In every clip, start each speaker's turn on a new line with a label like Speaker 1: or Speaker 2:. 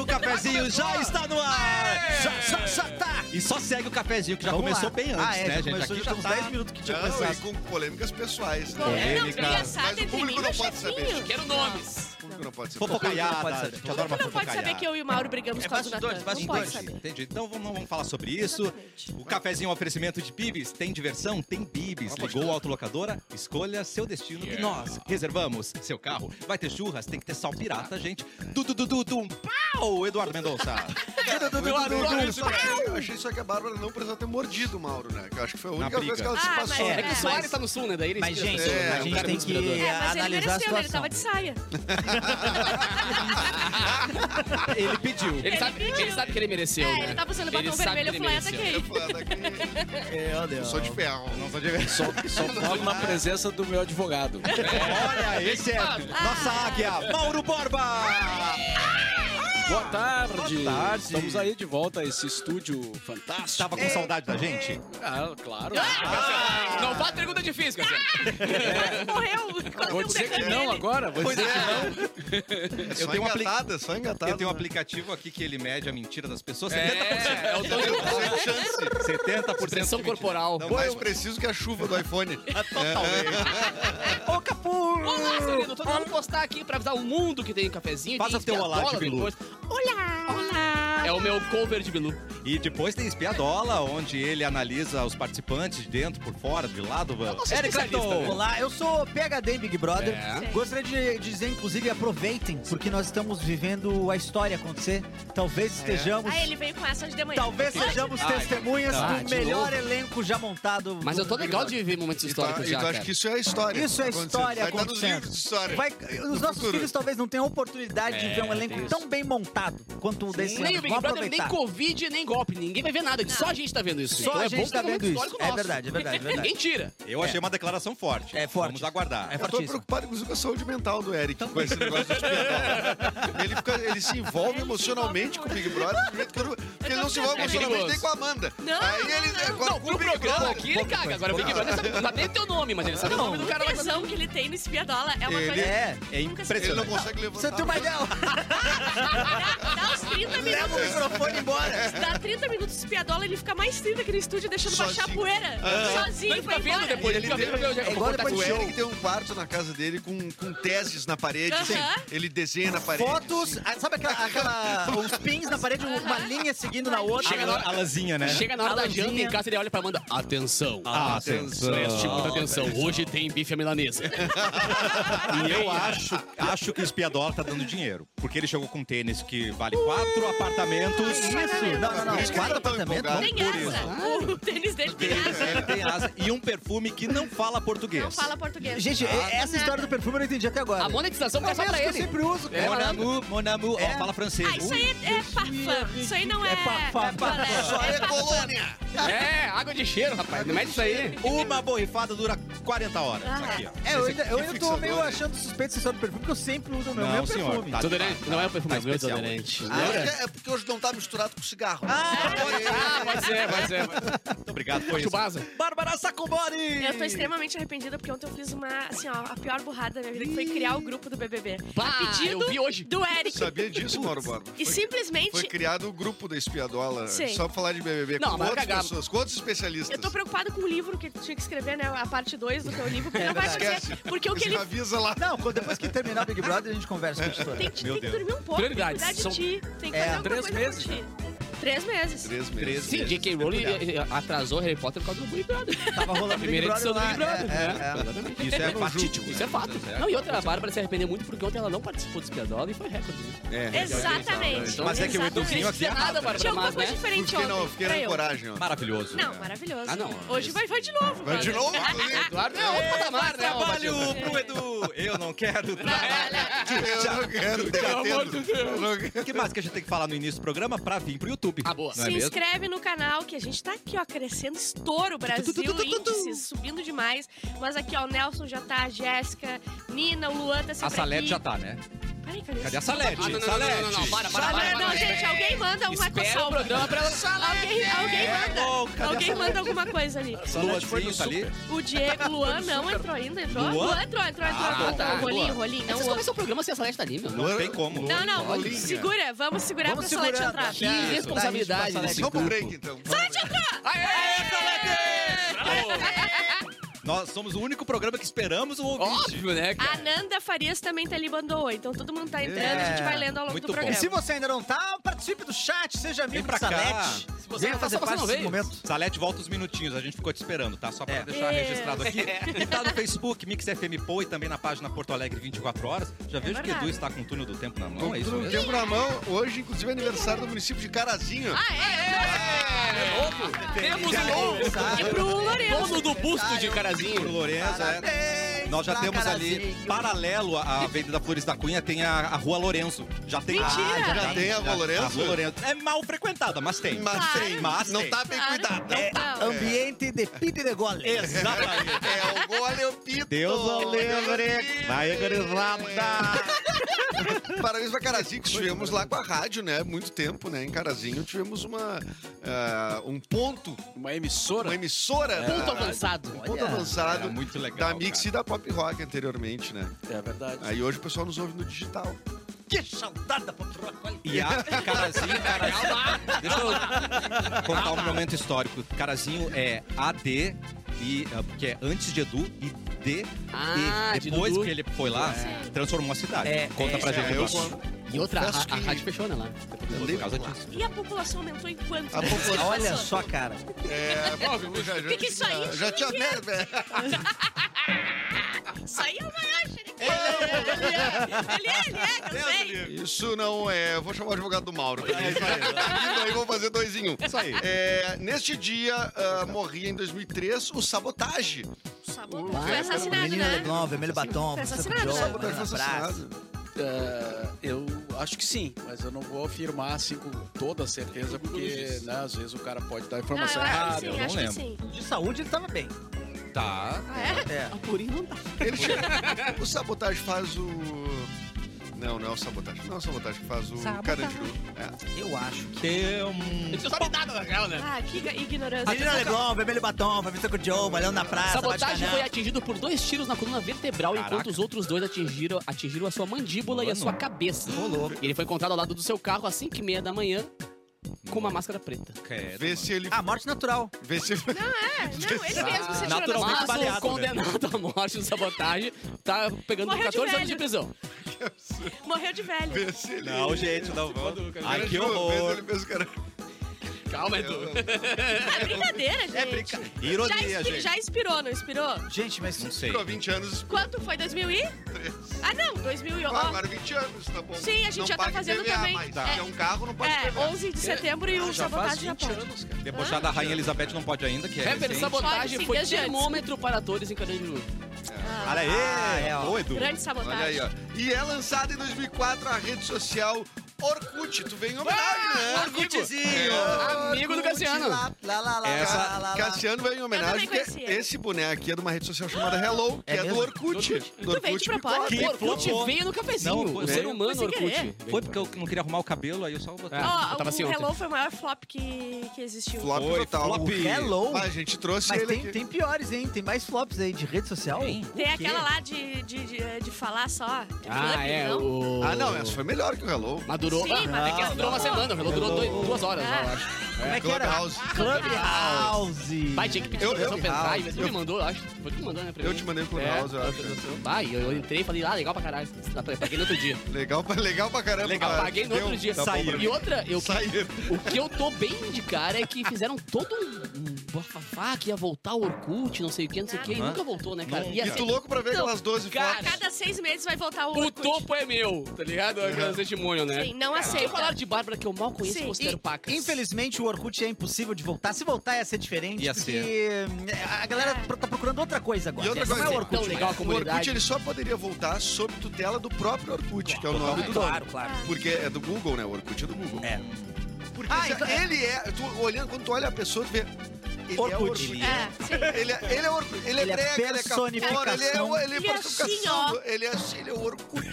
Speaker 1: o cafezinho já está no ar! Já, já, já tá! E só segue o cafezinho, que já
Speaker 2: Vamos
Speaker 1: começou
Speaker 2: lá.
Speaker 1: bem antes,
Speaker 2: Ah, é,
Speaker 1: né,
Speaker 2: já
Speaker 1: gente?
Speaker 2: começou,
Speaker 1: Aqui
Speaker 2: já
Speaker 1: já
Speaker 2: tem uns
Speaker 1: tá...
Speaker 2: 10 minutos que tinha
Speaker 3: Não, e
Speaker 2: começado.
Speaker 3: com polêmicas pessoais, né?
Speaker 1: Polêmica.
Speaker 4: É, Não,
Speaker 1: Polêmica.
Speaker 3: Mas
Speaker 4: criançada
Speaker 3: o
Speaker 4: entre
Speaker 3: público
Speaker 4: mim
Speaker 3: não
Speaker 4: e o
Speaker 3: pode saber.
Speaker 4: chefinho.
Speaker 5: Quero nomes.
Speaker 3: O público não pode ser.
Speaker 2: Não pode
Speaker 1: Fofocaiada.
Speaker 2: saber.
Speaker 1: Que adoro uma
Speaker 4: Ele não pode
Speaker 1: fofocaiada.
Speaker 4: saber que eu e o Mauro brigamos
Speaker 5: É
Speaker 4: por causa do
Speaker 5: bastidores,
Speaker 4: Natan. Não pode
Speaker 5: bastidores.
Speaker 4: saber.
Speaker 1: Entendi. Então vamos, não vamos falar sobre isso.
Speaker 4: Exatamente.
Speaker 1: O cafezinho é um oferecimento de Pibes. Tem diversão? Tem Pibes. Ligou a autolocadora? Escolha seu destino que
Speaker 5: Yeah.
Speaker 1: nós reservamos. Seu carro vai ter churras, tem que ter sal pirata, gente. Du, du, du, du, dum, pau, Eduardo Mendonça.
Speaker 3: Cara,
Speaker 5: do
Speaker 3: eu
Speaker 5: meu
Speaker 3: também,
Speaker 5: Haroldo.
Speaker 3: eu só achei- eu achei só que a Bárbara não precisava ter mordido o Mauro, né? Que eu acho que foi a única
Speaker 1: briga.
Speaker 3: vez que ela se
Speaker 4: Ah, mas
Speaker 3: passou.
Speaker 4: é.
Speaker 5: É que o
Speaker 4: Mas-
Speaker 5: Soares tá no sul, né? Daí ele
Speaker 2: Mas,
Speaker 5: inspira-
Speaker 2: gente,
Speaker 3: É,
Speaker 2: a gente
Speaker 3: cara
Speaker 2: tem
Speaker 5: inspirador.
Speaker 2: que
Speaker 4: É, mas ele
Speaker 2: analisar a
Speaker 4: mereceu, né? Ele
Speaker 2: situação.
Speaker 4: tava de saia.
Speaker 1: Ele pediu.
Speaker 5: Ele
Speaker 4: Ele
Speaker 5: sabe,
Speaker 4: pediu.
Speaker 5: ele sabe que ele mereceu.
Speaker 4: É,
Speaker 5: né?
Speaker 4: ele tava usando batom
Speaker 5: Ele sabe
Speaker 4: vermelho,
Speaker 5: que
Speaker 4: eu
Speaker 5: ele
Speaker 4: falei,
Speaker 5: mereceu.
Speaker 4: "Essa
Speaker 3: Eu fui lá daqui,
Speaker 2: Meu Deus.
Speaker 3: sou de ferro.
Speaker 1: Não sou de
Speaker 6: Só, só falo na presença do meu advogado.
Speaker 1: Olha, esse é nossa águia, Mauro Borba.
Speaker 6: Boa tarde.
Speaker 1: Boa tarde.
Speaker 6: Estamos aí de volta a esse estúdio fantástico.
Speaker 1: Tava com saudade da gente?
Speaker 6: Ah, claro.
Speaker 5: Cassiano, Não faz pergunta difícil, Cassiano.
Speaker 4: Quase Ah. morreu. Quase
Speaker 6: Vou
Speaker 4: deu um
Speaker 6: dizer que
Speaker 4: derrame
Speaker 6: não
Speaker 4: nele.
Speaker 6: agora. Vou dizer que não.
Speaker 3: É
Speaker 1: Eu
Speaker 3: só
Speaker 1: tenho um apli-
Speaker 3: engatada, é só engatada.
Speaker 1: Eu tenho um
Speaker 3: né?
Speaker 1: aplicativo aqui que ele mede a mentira das pessoas.
Speaker 5: É, é o dono do
Speaker 3: 100% chance.
Speaker 1: 70%.
Speaker 5: Expressão
Speaker 1: de mentira.
Speaker 5: corporal.
Speaker 3: Não, mais preciso que a chuva do iPhone.
Speaker 1: Ô, Capu!
Speaker 5: Olá, Sereno. Todo mundo postar aqui pra avisar o mundo que tem um cafezinho.
Speaker 1: Faça
Speaker 5: tem
Speaker 1: teu olá de
Speaker 5: espiadola, tem
Speaker 1: Bilu.
Speaker 5: coisa.
Speaker 4: Olá. Olá.
Speaker 5: É o meu cover de Bilu.
Speaker 1: E depois tem Espiadola, onde ele analisa os participantes de dentro, por fora, de lado.
Speaker 5: nosso especialista, né?
Speaker 2: Olá, eu sou PHD em Big Brother.
Speaker 5: É.
Speaker 2: Gostaria de, de dizer, inclusive, aproveitem, porque nós estamos vivendo a história acontecer. Talvez
Speaker 5: É.
Speaker 2: estejamos.
Speaker 4: Aí ele veio com essa hoje de manhã.
Speaker 2: Talvez sejamos
Speaker 5: Ai,
Speaker 2: testemunhas
Speaker 5: tá.
Speaker 2: do
Speaker 5: De
Speaker 2: melhor
Speaker 5: novo.
Speaker 2: elenco já montado.
Speaker 5: Mas
Speaker 2: do
Speaker 5: eu tô
Speaker 2: Big
Speaker 5: legal
Speaker 2: Brother.
Speaker 5: de viver momentos
Speaker 3: E tu,
Speaker 5: históricos
Speaker 3: e
Speaker 5: já,
Speaker 3: tu
Speaker 5: cara.
Speaker 3: acha que isso é a história?
Speaker 2: Isso é
Speaker 3: Acontecendo.
Speaker 2: história
Speaker 3: Vai estar nos
Speaker 2: acontecendo.
Speaker 3: livros de história.
Speaker 2: Vai- os
Speaker 3: do
Speaker 2: nossos
Speaker 3: futuro.
Speaker 2: filhos talvez não tenham oportunidade de
Speaker 5: É,
Speaker 2: ver um elenco
Speaker 5: tem isso.
Speaker 2: tão bem montado quanto o desse
Speaker 5: Nem
Speaker 2: ano.
Speaker 5: o Big
Speaker 2: Vamos
Speaker 5: Brother, nem
Speaker 2: aproveitar.
Speaker 5: Covid, nem golpe. Ninguém vai ver nada. Só a gente tá vendo isso.
Speaker 2: Só
Speaker 5: Então
Speaker 2: a
Speaker 5: é bom
Speaker 2: gente
Speaker 5: porque
Speaker 2: tá
Speaker 5: é um
Speaker 2: vendo
Speaker 5: momento
Speaker 2: isso.
Speaker 5: histórico
Speaker 2: É
Speaker 5: nosso.
Speaker 2: verdade, é verdade, é verdade.
Speaker 5: Ninguém tira.
Speaker 1: Eu achei uma declaração É. forte.
Speaker 2: É forte.
Speaker 1: Vamos aguardar.
Speaker 2: É
Speaker 3: Eu tô
Speaker 2: fortíssimo.
Speaker 3: preocupado, inclusive, com a saúde mental do Eric, com esse negócio de hospital. ele, fica- ele se envolve
Speaker 4: Ele se
Speaker 3: emocionalmente
Speaker 4: envolve
Speaker 3: com o Big Brother, do jeito que eu não- porque ele não se envolve
Speaker 5: É
Speaker 3: emocionalmente
Speaker 5: perigoso.
Speaker 3: nem com a Amanda.
Speaker 4: Não,
Speaker 3: Aí
Speaker 4: não,
Speaker 3: ele,
Speaker 4: não.
Speaker 3: agora
Speaker 5: Não,
Speaker 3: com o
Speaker 5: pro
Speaker 3: Big
Speaker 5: programa
Speaker 3: Brother,
Speaker 5: aqui ele caga. Agora o Big Brother sabe, não sabe nem teu nome, mas ele sabe o um nome do cara
Speaker 4: O
Speaker 5: lá que
Speaker 4: tesão que ele tem no espiadola é uma
Speaker 3: Ele-
Speaker 4: coisa...
Speaker 2: É.
Speaker 1: É
Speaker 3: ele não
Speaker 1: impressionante.
Speaker 3: consegue
Speaker 2: Você
Speaker 3: levantar.
Speaker 2: tem uma ideia?
Speaker 4: Dá, dá uns 30
Speaker 5: é
Speaker 2: Leva o
Speaker 4: minutos.
Speaker 2: microfone embora.
Speaker 4: Dá 30 minutos de espiadola, ele fica mais 30 aqui no estúdio deixando
Speaker 3: Sozinho.
Speaker 4: baixar a poeira. Sozinho,
Speaker 5: Ele
Speaker 4: foi
Speaker 5: fica vendo
Speaker 4: embora.
Speaker 5: depois. Ele tá fica
Speaker 3: Ele
Speaker 5: vendo.
Speaker 3: tem-
Speaker 5: eu- eu vou
Speaker 2: Agora
Speaker 5: cortar
Speaker 2: depois
Speaker 3: o
Speaker 5: isso.
Speaker 3: Eric tem um quarto na casa dele com, com teses na parede. assim.
Speaker 4: Aham.
Speaker 3: Ele desenha na parede.
Speaker 2: Fotos,
Speaker 3: assim.
Speaker 2: ah, sabe aquela, aquela- os pins na parede, uma linha seguindo na outra.
Speaker 5: Chega na hora-
Speaker 1: A lãzinha, né?
Speaker 5: Chega na hora da
Speaker 2: Alanzinha.
Speaker 5: janta em casa, ele olha pra Amanda. Atenção.
Speaker 1: Ah, Atenção.
Speaker 5: Preste muita atenção. Hoje tem bife à milanesa.
Speaker 1: E eu acho, acho que o espiadola tá dando dinheiro. Porque ele chegou com um tênis que vale quatro apartamentos.
Speaker 2: Isso, não, não,
Speaker 3: Por
Speaker 2: não.
Speaker 3: isso que ele tá
Speaker 2: Quatro
Speaker 3: tão
Speaker 2: apartamentos.
Speaker 3: empolgado.
Speaker 4: Tem asa. O tênis dele tem asa.
Speaker 1: É, Ele tem asa. E um perfume que não fala português.
Speaker 4: Não fala português.
Speaker 2: Gente, e- essa
Speaker 4: nada.
Speaker 2: história do perfume eu não entendi até agora.
Speaker 5: A monetização
Speaker 2: é
Speaker 5: vai
Speaker 2: o
Speaker 5: só
Speaker 2: mesmo
Speaker 5: pra
Speaker 2: que eu
Speaker 5: ele.
Speaker 2: sempre uso.
Speaker 5: É,
Speaker 1: Mon
Speaker 2: cara.
Speaker 1: amour, mon amour. Ó,
Speaker 2: É.
Speaker 1: fala francês.
Speaker 4: Ah, isso aí é, é parfum. Isso aí não é... né?
Speaker 2: É parfum.
Speaker 4: picolé.
Speaker 2: Só
Speaker 3: É
Speaker 4: parfum.
Speaker 3: colônia!
Speaker 5: É, água de cheiro, rapaz. Não mete isso aí.
Speaker 4: é
Speaker 1: Uma borrifada dura 40 horas.
Speaker 4: Ah.
Speaker 1: Aqui, ó.
Speaker 2: É, eu ainda, eu ainda tô
Speaker 3: fixador,
Speaker 2: meio
Speaker 3: né?
Speaker 2: achando suspeito essa história do perfume, porque eu sempre uso o meu,
Speaker 1: Não,
Speaker 2: meu
Speaker 1: senhor,
Speaker 2: perfume.
Speaker 1: tá.
Speaker 5: Desodorante. Não é o perfume, mas o meu
Speaker 1: especial.
Speaker 5: desodorante.
Speaker 3: Eu acho que é- é porque hoje não tá misturado com cigarro.
Speaker 5: Ah, pode ser, pode ser.
Speaker 1: Muito obrigado, foi isso.
Speaker 5: é. Chubasa.
Speaker 2: Bárbara Sacomori!
Speaker 4: Eu tô extremamente arrependida porque ontem eu fiz uma, assim, ó, a pior burrada da minha vida, que foi criar o grupo do BBB.
Speaker 5: Bah,
Speaker 4: a pedido
Speaker 5: Ah, eu vi hoje.
Speaker 4: do Eric.
Speaker 3: Sabia disso, Mauro Borba?
Speaker 4: E
Speaker 3: Foi-
Speaker 4: simplesmente,
Speaker 3: Foi criado o grupo da espiadola.
Speaker 4: Sim.
Speaker 3: Só pra falar de BBB.
Speaker 5: Não,
Speaker 3: com
Speaker 5: mas
Speaker 3: quantas
Speaker 5: cagar.
Speaker 3: pessoas? Quantos especialistas?
Speaker 4: eu tô preocupada com o livro que tinha que escrever, né? A parte 2 do teu livro, porque não vai
Speaker 3: Esquece.
Speaker 4: acontecer. Porque o que ele.
Speaker 3: Avisa lá.
Speaker 2: Não, quando- depois que terminar o Big Brother, a gente conversa com a editora.
Speaker 4: Tem, que-
Speaker 1: Meu
Speaker 4: tem que
Speaker 1: Deus.
Speaker 4: dormir um pouco, tem que
Speaker 5: Prioridades,
Speaker 4: cuidar de
Speaker 5: são-
Speaker 4: ti. Tem que
Speaker 2: É,
Speaker 4: fazer alguma
Speaker 6: três
Speaker 4: coisa
Speaker 6: meses,
Speaker 4: por ti. Três meses.
Speaker 3: Três
Speaker 1: Três
Speaker 3: meses.
Speaker 5: Sim, J.K. Rowling eh, eh, atrasou Harry Potter por causa do Big Brother.
Speaker 2: Tava rolando Big
Speaker 5: Primeira
Speaker 2: Brother
Speaker 5: edição do
Speaker 2: lá.
Speaker 5: Big Brother.
Speaker 2: é,
Speaker 5: né?
Speaker 2: é, é.
Speaker 5: Exatamente.
Speaker 1: Isso é fatídico.
Speaker 5: Isso é fato. Não, e outra, a Bárbara se arrependeu muito porque ontem ela não participou do Espiadola e foi recorde. né?
Speaker 3: É.
Speaker 4: Exatamente.
Speaker 1: Mas é que o
Speaker 4: Exatamente.
Speaker 1: Eduzinho aqui é
Speaker 5: nada, Bárbara,
Speaker 4: Tinha alguma
Speaker 5: mas,
Speaker 4: coisa
Speaker 5: né?
Speaker 4: diferente
Speaker 3: Fiquei
Speaker 4: ontem.
Speaker 3: na, fiquei
Speaker 4: pra
Speaker 3: na
Speaker 4: eu.
Speaker 3: coragem, ó.
Speaker 1: Maravilhoso.
Speaker 4: Não, maravilhoso.
Speaker 5: Ah, não.
Speaker 4: Hoje vai, vai de novo.
Speaker 3: Vai de
Speaker 4: brother.
Speaker 3: novo, inclusive.
Speaker 5: Eduardo é outro patamar, né?
Speaker 1: Trabalho pro Edu. Eu não quero trabalho.
Speaker 3: Eu não quero ter
Speaker 5: Pelo amor de Deus.
Speaker 1: O que mais que a gente tem que falar no início do programa pra vir pro YouTube?
Speaker 5: Ah, boa.
Speaker 1: Não é
Speaker 4: Se
Speaker 1: mesmo?
Speaker 4: inscreve no canal, que a gente tá aqui, ó, crescendo estouro, Brasil, índices subindo demais. Mas aqui, ó, o Nelson já tá, a Jéssica, Nina, o Luan tá sempre
Speaker 1: A Salete
Speaker 4: aqui.
Speaker 1: já tá, né?
Speaker 4: Peraí, cadê?
Speaker 1: Cadê a
Speaker 4: essa?
Speaker 1: Salete?
Speaker 6: Ah, não, não, não,
Speaker 1: Salete.
Speaker 6: não, não, não, para, para,
Speaker 4: Não,
Speaker 6: para.
Speaker 4: não, não,
Speaker 6: para.
Speaker 4: gente, alguém manda uma
Speaker 5: Espera o
Speaker 4: salva.
Speaker 5: programa pra ela...
Speaker 4: Alguém, alguém
Speaker 1: bom,
Speaker 4: manda.
Speaker 1: cadê
Speaker 4: Alguém
Speaker 1: essa
Speaker 4: manda alguma coisa ali.
Speaker 1: Luanzinho tá ali?
Speaker 4: O Diego, Luan não entrou ainda, entrou?
Speaker 1: Luan?
Speaker 4: Luan entrou, entrou, entrou.
Speaker 1: Ah,
Speaker 4: entrou.
Speaker 5: tá,
Speaker 4: O rolinho,
Speaker 1: Luan.
Speaker 4: rolinho, não
Speaker 5: Vocês
Speaker 4: o
Speaker 5: começam o programa sem a Salete tá ali, meu.
Speaker 1: Não tem como.
Speaker 4: Não, não,
Speaker 3: Rolinho.
Speaker 4: segura, vamos segurar
Speaker 2: Vamos
Speaker 4: pra Salete
Speaker 2: segurar,
Speaker 4: entrar.
Speaker 2: tá
Speaker 5: Que
Speaker 2: Isso,
Speaker 5: irresponsabilidade
Speaker 2: dá
Speaker 5: desse
Speaker 2: isso
Speaker 3: Vamos pro
Speaker 5: grupo.
Speaker 3: break, então. Vamos.
Speaker 1: Nós somos o único programa que esperamos o ouvinte.
Speaker 5: Óbvio, né,
Speaker 4: A
Speaker 5: cara?
Speaker 4: Ananda Farias também tá ali, mandou oi. Então todo mundo tá entrando, a gente vai lendo ao longo
Speaker 1: Muito
Speaker 4: do
Speaker 1: bom.
Speaker 2: E
Speaker 4: programa.
Speaker 2: se você ainda não tá, participe do chat, seja amigo
Speaker 1: pra cá.
Speaker 2: do Salete.
Speaker 5: Se você não tá, só você não veio.
Speaker 2: momento.
Speaker 1: Salete, volta os minutinhos, a gente ficou te esperando, tá? Só pra
Speaker 2: É.
Speaker 1: deixar
Speaker 4: Isso.
Speaker 1: registrado aqui. E tá no Facebook, Mix FM Poa e também na página Porto Alegre 24 horas. Já vejo que
Speaker 4: É verdade.
Speaker 1: Edu está com o túnel do tempo na mão, é isso
Speaker 3: Tudo
Speaker 1: mesmo?
Speaker 3: tempo na mão. Hoje, inclusive, é aniversário do município de Carazinho.
Speaker 4: Ah, é?
Speaker 5: Temos o
Speaker 4: E pro Lourenço.
Speaker 5: dono do busto de
Speaker 1: Pro
Speaker 5: Carazinho.
Speaker 1: Lourenço, é.
Speaker 2: Parabéns
Speaker 1: Nós já
Speaker 2: pra
Speaker 1: temos ali,
Speaker 2: Carazinho.
Speaker 1: paralelo à Avenida da Flores da Cunha, tem a, a Rua Lourenço. Já tem.
Speaker 4: Mentira!
Speaker 1: Ah,
Speaker 3: Já tem a Rua Lourenço?
Speaker 1: A Rua Lourenço. É mal frequentada, mas tem.
Speaker 3: Mas
Speaker 4: Claro.
Speaker 3: tem,
Speaker 1: Mas
Speaker 3: não
Speaker 1: tem.
Speaker 3: tá bem
Speaker 4: Claro.
Speaker 3: cuidado.
Speaker 4: Não, não. é.
Speaker 2: Ambiente de pide de gole.
Speaker 1: Exatamente.
Speaker 3: É o gole é o pito.
Speaker 1: Deus o livre. Vai, gurizada.
Speaker 3: Parabéns pra Carazinho, que estivemos lá com a rádio, né? Muito tempo, né? Em Carazinho tivemos uma, ah, um ponto,
Speaker 6: Uma emissora.
Speaker 3: uma emissora.
Speaker 5: Ponto
Speaker 3: da-
Speaker 5: avançado.
Speaker 3: um ponto
Speaker 1: Era
Speaker 2: Olha,
Speaker 3: avançado
Speaker 1: muito legal.
Speaker 3: da Tá Mix
Speaker 1: cara.
Speaker 3: e da Pop Rock anteriormente, né?
Speaker 6: É verdade.
Speaker 3: Aí hoje o pessoal nos ouve no digital.
Speaker 2: Que saudade da patroa.
Speaker 1: E a Carazinho, Carazinho. Deixa eu contar um momento histórico. Carazinho é AD, e, ah, porque é antes de Edu, e D.
Speaker 5: Ah,
Speaker 1: e
Speaker 5: de
Speaker 1: depois
Speaker 5: Dudu.
Speaker 1: que ele foi lá, transformou a cidade.
Speaker 5: É,
Speaker 1: Conta
Speaker 5: é,
Speaker 1: pra
Speaker 5: é,
Speaker 1: gente. um
Speaker 3: eu
Speaker 1: Edu.
Speaker 3: conto.
Speaker 5: E outra, a,
Speaker 3: Confesso
Speaker 5: a
Speaker 3: que-
Speaker 5: rádio fechou, né, lá.
Speaker 1: Por causa disso.
Speaker 4: E a população aumentou em quanto?
Speaker 3: A população-
Speaker 2: Olha só, cara.
Speaker 3: É, já,
Speaker 4: Que que isso aí?
Speaker 3: já- Já tinha merda.
Speaker 4: Isso aí é o maior xerife. Ele é, ele é, ele é, que eu sei.
Speaker 3: Isso não é. eu Vou chamar o advogado do Mauro. E aí vou fazer dois em um.
Speaker 1: Isso aí.
Speaker 3: É, neste dia, ah, morria em 2003 o Sabotage.
Speaker 4: Sabotagem. Foi assassinado,
Speaker 2: um Menino
Speaker 4: né?
Speaker 2: Leblon, vermelho batom.
Speaker 4: Foi
Speaker 2: Francisco
Speaker 4: assassinado, né?
Speaker 1: Ah,
Speaker 2: Jorge,
Speaker 1: um
Speaker 3: Sabotage foi
Speaker 2: Ana Braga.
Speaker 3: assassinado.
Speaker 6: É, eu acho que sim, mas eu não vou afirmar assim com toda certeza, porque né, às vezes o cara pode dar
Speaker 4: Ah,
Speaker 6: informação
Speaker 4: eu acho
Speaker 6: errada.
Speaker 4: que
Speaker 1: eu
Speaker 4: sim,
Speaker 1: não
Speaker 4: acho que sim.
Speaker 1: lembro.
Speaker 2: De saúde ele tava bem.
Speaker 1: Tá.
Speaker 4: Ah, é?
Speaker 2: É.
Speaker 5: A Purim não tá.
Speaker 3: Ele chega- o Sabotage faz o. Não, não é o Sabotage. Não é o Sabotage que faz o Carandiru. É.
Speaker 2: Eu acho.
Speaker 1: Tem um.
Speaker 5: Ele não sabe nada daquela, né?
Speaker 4: Ah, que ignorância.
Speaker 2: Menino Leblon, vermelho batom, Francisco com Joe, malhando na praça.
Speaker 5: Sabotagem
Speaker 2: Maracanã.
Speaker 5: foi atingido por dois tiros na coluna vertebral,
Speaker 1: Caraca.
Speaker 5: enquanto os outros dois atingiram, atingiram a sua mandíbula e a
Speaker 1: Mano.
Speaker 5: sua cabeça. E ele foi encontrado ao lado do seu carro às 5h30 da manhã com uma máscara preta.
Speaker 1: Credo,
Speaker 3: Vê
Speaker 1: mano.
Speaker 3: se ele.
Speaker 2: Ah, morte natural.
Speaker 3: Vê se...
Speaker 4: É, não, ele mesmo se atirou nas
Speaker 1: Naturalmente
Speaker 5: Mas
Speaker 4: costas.
Speaker 1: baleado,
Speaker 5: o
Speaker 1: né?
Speaker 5: condenado à morte no sabotagem tá pegando
Speaker 4: Morreu de
Speaker 5: 14
Speaker 4: velho.
Speaker 5: anos de prisão.
Speaker 4: Morreu de velho.
Speaker 3: Vê se ele.
Speaker 1: Não, gente, não vamos. Ai, que
Speaker 3: Carandiru, vê se
Speaker 1: horror.
Speaker 3: ele fez o cara.
Speaker 5: Calma, Edu.
Speaker 4: É brincadeira, gente. É brincadeira. Já,
Speaker 1: Ironia,
Speaker 4: inspi-
Speaker 1: gente.
Speaker 4: já inspirou, não inspirou?
Speaker 2: Gente, mas
Speaker 1: Não sei.
Speaker 3: Tirou 20 anos.
Speaker 4: Quanto foi? 2000 e? Ah, não, 2000 e... um, ó,
Speaker 3: Ah, agora 20 anos, tá bom.
Speaker 4: Sim, a gente
Speaker 3: Não
Speaker 4: já tá
Speaker 3: paga
Speaker 4: fazendo
Speaker 3: IPVA
Speaker 4: também.
Speaker 3: Mais.
Speaker 1: Tá.
Speaker 4: É.
Speaker 3: É. é um carro, não pode
Speaker 4: é,
Speaker 3: pegar.
Speaker 4: 11 de setembro
Speaker 5: Ah,
Speaker 4: e o
Speaker 6: Já faz
Speaker 4: sabotagem já
Speaker 6: 20
Speaker 4: pode.
Speaker 6: anos, cara.
Speaker 1: Debochar da Rainha Elizabeth não pode ainda, que é.
Speaker 5: Rapper
Speaker 1: recente.
Speaker 4: Pode,
Speaker 5: sabotagem
Speaker 4: sim,
Speaker 5: foi
Speaker 4: desde antes.
Speaker 5: termômetro para atores em Carandiru.
Speaker 1: Olha aí.
Speaker 2: Ah, é, ó.
Speaker 1: Boa, Edu.
Speaker 4: Grande
Speaker 3: Olha aí,
Speaker 4: sabotagem.
Speaker 3: ó. E é lançada em 2004 a rede social Orkut. Tu vem em
Speaker 4: Ah!
Speaker 3: homenagem, né?
Speaker 2: Orkutzinho.
Speaker 5: Amigo do Cassiano.
Speaker 2: Lá, lá, lá, lá,
Speaker 1: Essa-
Speaker 2: lá, lá, lá.
Speaker 3: Cassiano veio em homenagem
Speaker 4: Eu também
Speaker 3: porque
Speaker 4: conhecia.
Speaker 3: esse boneco aqui é de uma rede social chamada Hello, que
Speaker 2: É
Speaker 3: é, do
Speaker 2: mesmo?
Speaker 3: Orkut. Do
Speaker 4: Tu vem de
Speaker 3: Orkut
Speaker 4: propósito.
Speaker 1: Que
Speaker 5: O Orkut
Speaker 1: flopou.
Speaker 5: veio no cafezinho.
Speaker 1: Não, foi-
Speaker 5: o ser
Speaker 1: veio.
Speaker 4: Foi
Speaker 5: humano
Speaker 4: sem
Speaker 5: Orkut.
Speaker 4: querer.
Speaker 1: né? Foi porque eu não queria arrumar o cabelo, aí eu só botei.
Speaker 5: Ah,
Speaker 4: Ó,
Speaker 5: eu tava assim
Speaker 4: o
Speaker 5: ontem.
Speaker 4: Hello foi o maior flop que, que existiu.
Speaker 3: Flop
Speaker 1: Foi,
Speaker 3: total.
Speaker 1: flop.
Speaker 2: Hello.
Speaker 3: Ah, a gente trouxe
Speaker 2: Mas
Speaker 3: ele
Speaker 2: tem,
Speaker 3: aqui.
Speaker 2: tem piores, hein? Tem mais flops aí de rede social?
Speaker 1: Tem.
Speaker 2: O
Speaker 4: Tem
Speaker 2: quê?
Speaker 4: aquela lá de, de, de, de falar só. de
Speaker 5: Ah,
Speaker 4: flop,
Speaker 5: é.
Speaker 4: não?
Speaker 5: O...
Speaker 3: Ah, não, essa foi melhor que o Hello.
Speaker 5: Mas durou.
Speaker 4: Sim, mas
Speaker 5: é que essa durou uma semana. Ela durou dois- duas horas,
Speaker 4: Ah.
Speaker 5: eu acho.
Speaker 2: Como é que era?
Speaker 3: Clubhouse.
Speaker 2: Clubhouse.
Speaker 5: Vai, tinha que pedir
Speaker 3: Eu- ah,
Speaker 5: autorização
Speaker 3: eu-
Speaker 5: pra entrar. Você me mandou, eu acho. Foi tu que mandou, né? pra
Speaker 3: Eu
Speaker 5: mim?
Speaker 3: te mandei pro Clubhouse,
Speaker 5: é,
Speaker 3: eu acho.
Speaker 5: autorização. Vai, eu, eu entrei e falei, ah, legal pra caralho. Ah, pra- Paguei no outro dia.
Speaker 3: Legal, pra- legal pra caramba.
Speaker 5: Legal,
Speaker 3: cara.
Speaker 5: paguei no outro
Speaker 3: Deu-
Speaker 5: dia.
Speaker 3: tá bom pra
Speaker 1: Saiu.
Speaker 3: mim.
Speaker 5: E outra, eu,
Speaker 3: Saiu.
Speaker 5: o que eu tô bem de cara é que fizeram todo um um bafafá que ia voltar o Orkut, não sei o que, não sei o que, e
Speaker 1: Aham.
Speaker 5: nunca voltou, né, cara?
Speaker 1: Não.
Speaker 5: E
Speaker 3: E
Speaker 5: assim,
Speaker 3: tu louco pra ver
Speaker 4: Então,
Speaker 3: aquelas 12
Speaker 5: cara,
Speaker 4: A
Speaker 3: fotos.
Speaker 4: cada seis meses vai voltar o
Speaker 5: o
Speaker 4: Orkut.
Speaker 5: topo é meu, tá ligado? Aquele testemunho, né?
Speaker 4: Sim, não
Speaker 5: Porque
Speaker 4: aceita.
Speaker 5: falaram de Bárbara que eu mal conheço
Speaker 4: Sim.
Speaker 5: e considero pacas.
Speaker 2: Infelizmente, o Orkut é impossível de voltar. Se voltar, ia ser diferente.
Speaker 1: Ia
Speaker 2: porque é,
Speaker 1: ser.
Speaker 2: a galera
Speaker 4: É.
Speaker 2: pro- tá procurando outra coisa agora.
Speaker 3: E outra
Speaker 2: Não
Speaker 3: coisa,
Speaker 2: é o
Speaker 5: tão
Speaker 2: Orkut.
Speaker 5: legal a
Speaker 3: O Orkut
Speaker 5: comunidade.
Speaker 3: ele só poderia voltar sob tutela do próprio Orkut, que é o nome do dono.
Speaker 2: Claro, claro.
Speaker 3: Porque é do Google, né? O Orkut é do Google.
Speaker 2: É.
Speaker 4: Ah, então
Speaker 3: Porque se- ele é. Tu, olhando, quando tu olha a pessoa, tu vê. Ele é
Speaker 2: Orkut.
Speaker 4: É, sim.
Speaker 3: Ele é, ele é, or, ele é,
Speaker 2: Ele é
Speaker 3: brega, ele é capora, ele é, o- ele é
Speaker 4: Ele é
Speaker 3: personificação. Ele é assim, ele é o Orkut.